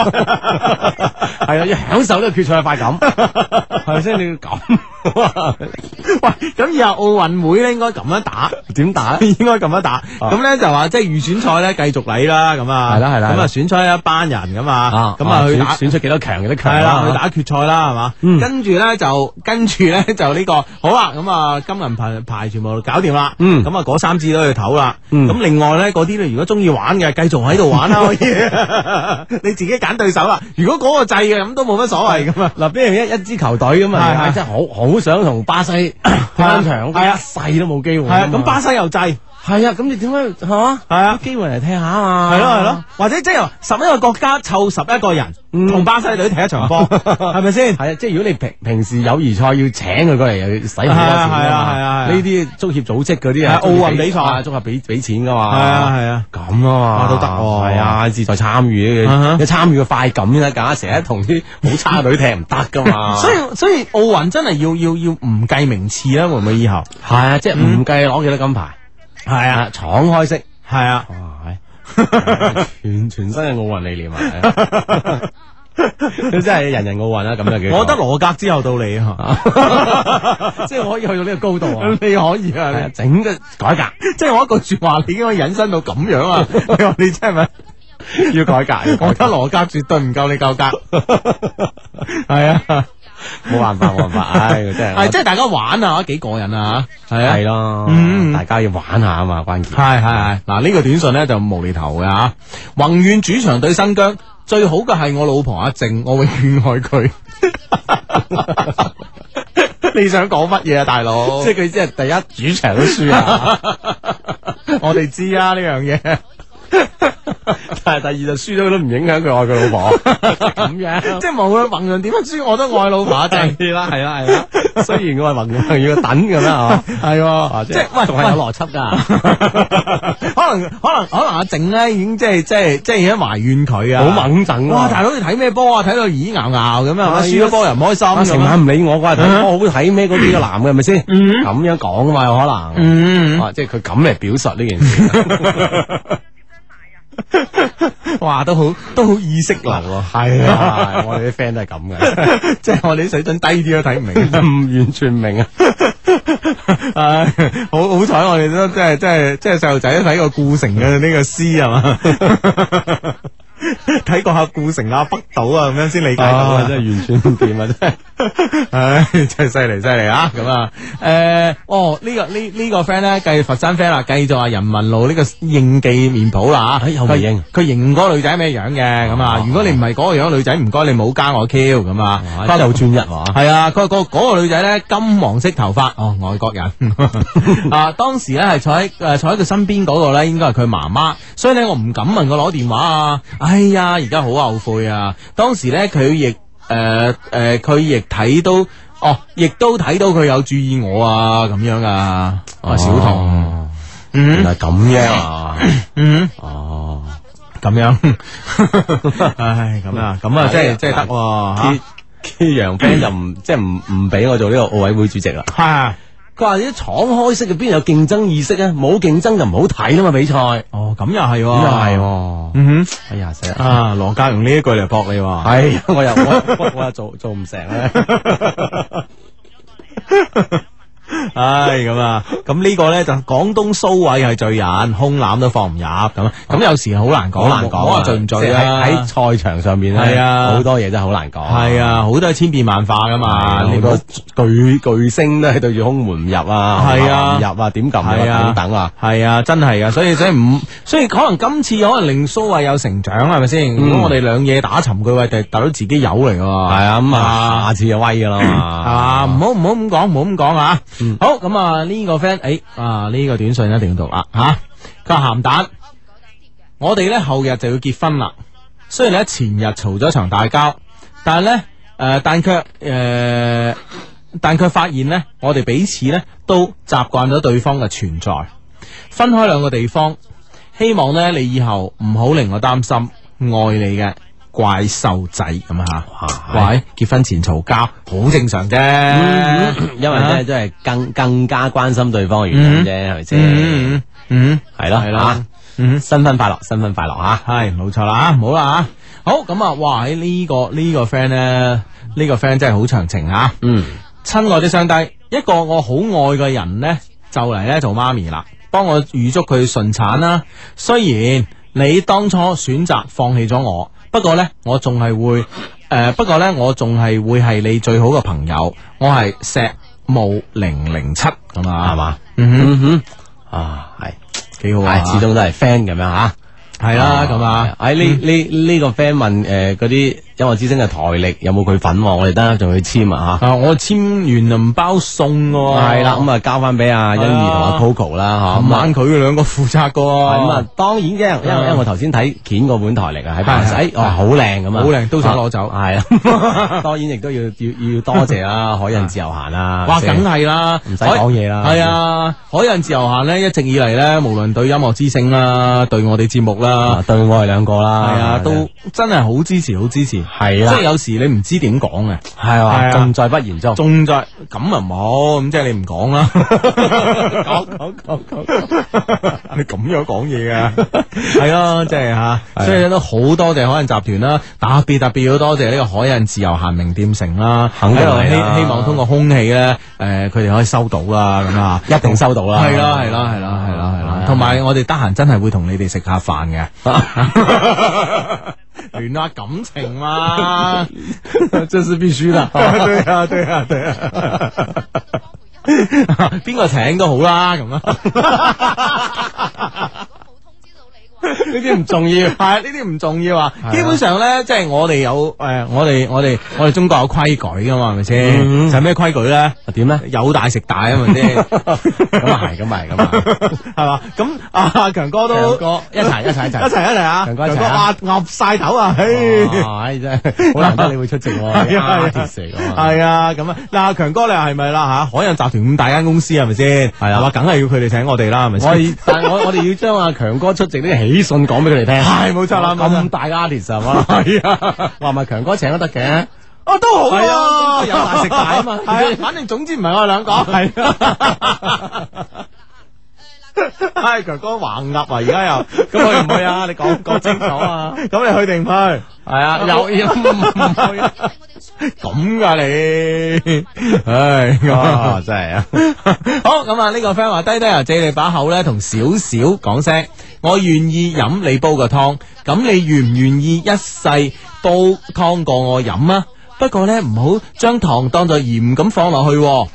A: 係啊，要享受呢個決賽嘅快感， 係咪先？你要咁
J: 喂，咁以後奧運會咧應該咁樣打。
A: 點打咧？
J: 應該咁樣打，咁咧就話即係預選賽咧繼續嚟啦，咁啊，
A: 啊係啦係啦
J: 咁
A: 係
J: 啊
A: 啦
J: 選出一班人咁啊，咁啊去
A: 選
J: 打
A: 選出幾多強幾多強
J: 係啦，去
A: 啊
J: 打決賽啦，係嘛？
A: 嗯
J: 跟住咧就跟住咧就呢個 好啦，咁啊金銀牌牌全部搞掂啦。
A: 嗯
J: 咁啊嗰三支都去唞啦。
A: 嗯
J: 咁另外咧嗰啲咧如果中意玩嘅，繼續喺度玩啦， 可以 你自己揀對手啦。如果嗰個制嘅咁都啊冇乜所謂噶嘛。
A: 嗱，比如一一支球隊咁
J: 係
A: 啊，
J: 係
A: 真係好好想同 巴西踢翻場，嗯
J: 係啊
A: 咁一世都冇機會。
J: 係啊，咁巴西又制，係
A: 系啊，咁你點解吓？係
J: 啊。
A: 機會嚟踢下啊？
J: 係咯係咯，，或者即係話十一個國家湊十一個人，
A: 嗯
J: 同巴西隊踢一 場波，係咪先？
A: 係啊，即係如果你平平時友誼賽要請佢過嚟，又要使好多錢㗎
J: 係啊
A: 嘛
J: 係啊係啊係啊
A: 呢啲足協組織嗰啲啊
J: 係，奧運比賽
A: 啊足協俾俾錢噶嘛，
J: 係啊係啊，
A: 咁啊嘛，
J: 啊都得喎
A: 係啊，志在參與
J: 啊哈，
A: 你參與嘅快感先得㗎，成日同啲好差嘅隊踢唔得㗎嘛，
J: 所以所以奧運真係要要要唔計名次啦，會唔會以後？
A: 係啊，即係唔計攞幾多金牌，
J: 嗯係
A: 啊，，敞開式，
J: 係啊。
A: 哇，係全全新嘅奧運理念 啊！佢真係人人奧運啊啦，咁就叫。啊
J: 我覺得羅格之後到你啊，
A: 即係我可以去到呢個高度啊！
J: 你可以啊，
A: 係啊
J: 你
A: 整個改革。
J: 即係我一句说話，你已經可以引申到咁 樣啊！你話你真係咪？
A: 要改革，要
J: 我
A: 改
J: 覺
A: 革
J: 得羅格絕對唔夠你 夠格，係啊，
A: 冇辦法，冇辦法，唉，真係
J: 係即係大家玩啊，幾過癮啊，係啊
A: 係。咯
J: 嗯，
A: 大家要玩下啊嘛，關鍵
J: 係係係，嗱呢個短信咧就無厘頭嘅吓，宏遠主場對新疆，最好嘅係我老婆阿靜，我永遠 愛佢。你想講乜嘢啊，大佬？
A: 即係佢即係第一主場都輸啊，
J: 我哋知啊呢樣嘢。
A: 但係第二就輸咗都唔影響佢愛佢老婆， 咁樣
J: 即係無論宏潤點樣輸，我都愛老婆阿 靜。
A: 係啦係啦係啦，雖然我係宏要等咁 啦，係嘛，係
J: 即係喂
A: 仲係有邏輯㗎，
J: 可能可能可能阿靜咧已經即係即係即係已經埋怨佢啊！
A: 好猛整
J: 哇！大佬你睇咩波啊？睇到咦咬咬咁
A: 係
J: 啊！
A: 啊
J: 輸咗波又唔開心
A: 啊
J: 咁
A: 成
J: 啊
A: 晚唔理我，嗰日睇波好睇咩？嗰啲個男嘅係咪先？
J: 嗯
A: 咁樣講啊嘛，有可能
J: 嗯，
A: 啊，即係佢咁嚟表述呢件事。
J: 哇！都好都好意識流啊！
A: 系 啊，我哋啲 friend 都系咁嘅，
J: 即係我哋啲水準低啲都睇唔明。
A: 唔完全明啊。
J: 唉，好好彩，我哋都即係即係即係細路仔都睇過顧城嘅呢個詩係嘛。
A: 睇过下顾城啊、北岛啊咁样先理解到
C: 啊
A: 啊，
C: 真係完全唔掂啊！真係，
A: 唉，真係犀利犀利啊！咁啊，诶、哦，呢、個呢呢、個 friend 咧，繼佛山 friend 啦，繼續話人民路呢個應記哎面譜啦吓，
C: 又未應
A: 佢佢認嗰個女仔咩樣嘅咁
C: 哦
A: 啊？如果你唔係嗰個樣女仔，唔該你冇加我 Q 咁啊！
C: 真係好專一喎。
A: 系啊，佢話嗰嗰個女仔咧金黃色頭髮，哦，外國人 啊，當時咧係坐喺诶坐喺佢身邊嗰個咧，應該係佢媽媽，所以咧我唔敢問佢攞電話啊，哎呀，而家好後悔啊！當時咧佢亦诶诶，佢亦睇到。哦，亦都睇到佢有注意我啊，咁樣啊，
C: 哦
A: 啊小童，嗯
C: 原來咁樣啊，
A: 嗯，
C: 哦，
A: 咁樣， 唉，咁 啊，咁啊，即係即係得喎嚇
C: K K 杨 friend 就 唔即係唔唔俾我做呢個奧委會主席啦。
A: 嚇
C: 佢話啲廠開式嘅邊有競爭意識啊？冇競爭就唔好睇啦嘛比賽。
A: 哦，咁又係喎，
C: 咁又係喎。
A: 嗯哼。
C: 哎呀，死啦！
A: 啊，罗家用呢一句嚟驳你喎，
C: 係啊，我又我我我又做做唔成咧。
A: 唉咁啊，咁呢個咧就廣東蘇位係罪人，空攬都放唔入咁，啊咁有時好難講，
C: 好難講
A: 冇話罪唔罪啊？
C: 即係喺喺賽場上面咧，
A: 係啊
C: 好多嘢真係好難講。
A: 係啊，好多係千變萬化噶嘛，
C: 啊，
A: 呢
C: 你
A: 個
C: 個巨巨星都係對住空門唔入啊，
A: 係啊
C: 唔入啊，點撳
A: 係啊
C: 啊，等等啊。
A: 係啊，真係啊，所以所以 唔，所以可能今次可能令蘇慧有成長係咪先？如果我哋兩嘢打沉佢，喂，就大佬自己有嚟㗎喎。
C: 嗯係啊，咁啊，下次就威噶啦
A: 啊，
C: 嘛。嗯
A: 唔好唔好咁講，唔好咁講啊！好咁啊，呢個 friend，诶啊，呢個短信一定要讀啦吓。佢話鹹蛋，我哋咧後日就要結婚啦。雖然咧前日嘈咗場大交，但係咧诶，誒但卻诶、誒但卻發現咧，我哋彼此咧都習慣咗對方嘅存在，分開兩個地方。希望咧你以後唔好令我擔心，愛你嘅怪獸仔咁啊吓。喂，結婚前嘈交好正常啫，
C: 因
A: 啊
C: 為咧，真係更更加關心對方嘅原因啫，係咪先？
A: 嗯嗯，
C: 係咯，啊
A: 係
C: 係
A: 咯
C: 啦，
A: 嗯
C: 新婚快樂，新婚快樂吓。
A: 系冇錯啦，唔好啦吓。啊好咁啊，哇！喺呢、個呢、個 friend 咧，呢、個 friend 真係好長情吓。
C: 嗯，
A: 親愛的上帝，一個我好愛嘅人呢，就嚟呢做媽咪啦，幫我預祝佢順產啦。雖然你當初選擇放棄咗我，不過呢，我仲係會誒、呃不過呢，我仲係會係你最好嘅朋友。我係石武零零七咁啊，
C: 係嘛？
A: 嗯
C: 嗯哼，啊，係，
A: 哼，幾好啊，
C: 係，始終都係 friend 咁樣啊吓。
A: 係啦，咁啊，
C: 喺哎呢呢呢個 friend 問誒嗰啲音樂之星嘅台歷有冇佢份喎？我哋得仲要簽啊嚇。
A: 啊，我簽完就唔包送喎、
C: 係啦，咁啊交翻俾阿
A: 係啊
C: 欣怡同阿 Coco 啦嚇。
A: 琴
C: 咁啊
A: 晚佢兩個負責個
C: 係咁啊
A: 喎，，
C: 當然嘅，因為因為我頭先睇件嗰本台歷啊，喺辦
A: 嗯係係
C: 誒哦好靚咁啊，
A: 好靚都想攞走
C: 係啊， 當然亦都要要要多謝啦，海印自由行啦，
A: 哇，
C: 即係
A: 梗係啦，
C: 唔使講嘢啦
A: 係啊，海印自由行咧，一直以嚟咧，無論對音樂之聲啦，對我哋節目
C: 啊
A: 啦，
C: 對我哋兩個
A: 係
C: 啦，
A: 啊，都真係好支持，好支持。
C: 係
A: 即
C: 啦，
A: 係有時你唔知點講嘅，
C: 係
A: 係啊
C: 啊，重在不言中。
A: 重在咁啊唔好，咁即係你唔講啦。
C: 講講講講。
A: 你咁樣講嘢啊？係咯，即係吓，
C: 啊
A: 所以都好多謝海印集團啦，特別特別要多謝呢個海印自由限名店城啦，
C: 肯定
A: 喺度
C: 係啊啦
A: 希希望通過空氣咧，誒佢哋可以收到啦，咁啊，
C: 一定收到啦
A: 係啦，係啦，係啦，係啦，係啦
C: 係，啊
A: 同埋我哋得閒真係會同你哋食下飯嘅。 聯絡感情嘛，
C: 這是必須的。
A: 對啊，對啊，對啊， 邊個請都好啦，咁啊。呢啲唔重要，系
C: 啊
A: 呢啲唔重要啊！基本上咧，即系我哋有诶、誒我哋我哋我哋中國有規矩噶嘛，係咪先？
C: 嗯
A: 就係咩規矩咧？
C: 點咧？
A: 有大 食大啊嘛，先咁
C: 咁啊係，咁啊係，咁啊係。
A: 係嘛？咁阿強哥都
C: 強哥一齊一齊
A: 一
C: 一齊
A: 齊一齊啊！
C: 強哥一齊啊
A: 哇，岌晒頭啊！嘿
C: 唉，哦哎真 係好難得你會出席喎，
A: 係啊
C: 啱鐵蛇咁啊！
A: 系啊，咁啊，嗱，強哥你話係咪啦吓？海印集團咁大間公司係咪先？係
C: 啊
A: 嘛，梗係要佢哋請我哋啦，係咪
C: 我
A: 先？
C: 哋但係我我哋要將阿強哥出席呢個喜訊講俾佢哋聽，
A: 係冇錯啦冇錯
C: 咁大 artist 係嘛？係啊，話咪強哥請都得嘅，
A: 哦，都好
C: 係啊有大食大啊嘛
A: 係啊，反正總之唔係我哋兩個，係啊。 唉，強哥橫噏啊！而家又咁去唔去啊？你講講清楚啊！咁你去定唔去？係啊
C: 有有唔
A: 去啊？咁噶你？唉，咁啊
C: 啊 真係啊！
A: 好咁啊！呢個 friend 話低低啊，借你把口咧，同少少講聲，我願意飲你煲嘅湯，咁你願唔願意一世煲湯過我飲啊？不過呢，唔好將糖當作鹽咁放落去 喎、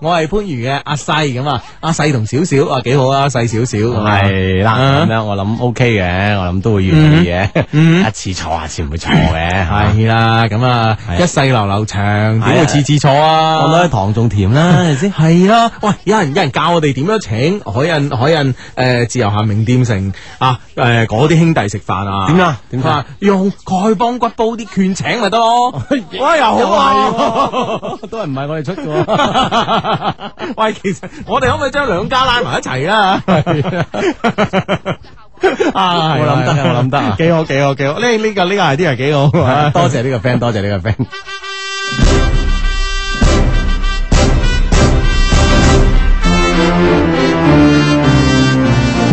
A: 我係番禺嘅阿細咁啊，阿細同小小啊幾好啊，細少少
C: 係
A: 嗯
C: 啦，咁樣我諗 OK 嘅，我諗都會願意嘅，一次坐下次唔會錯嘅，
A: 係啦，咁啊一世流流長，點會次次錯啊？
C: 我覺得糖仲甜啦，啊係先？
A: 係啦，喂，有人有人教我哋點樣請海印海印誒呃自由行名店城啊誒嗰啲兄弟食飯啊？
C: 點啊點
A: 啊？用丐幫骨煲啲券請咪得咯？哇，又好啊！
C: 都係唔係我哋出嘅？
A: 喂，其實我哋可唔可以將兩家拉埋一齊 啊？啊，
C: 我諗得啊我諗得啊
A: 幾好幾好幾好，呢呢個呢個 idea 幾好，
C: 多謝呢個 friend，多謝呢個 friend。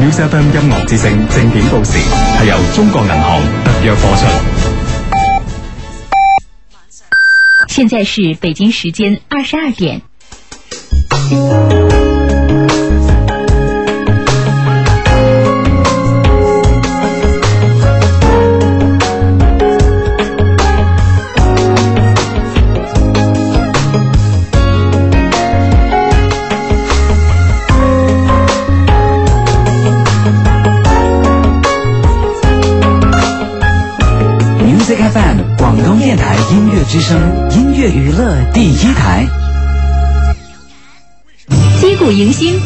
R: Music FM 音樂之聲正點報時係由中國銀行特約播出。
S: 现在是北京时间二十二点。
O: Music FM 广东电台音乐之声，音乐娱乐第一台。
S: 击鼓迎新，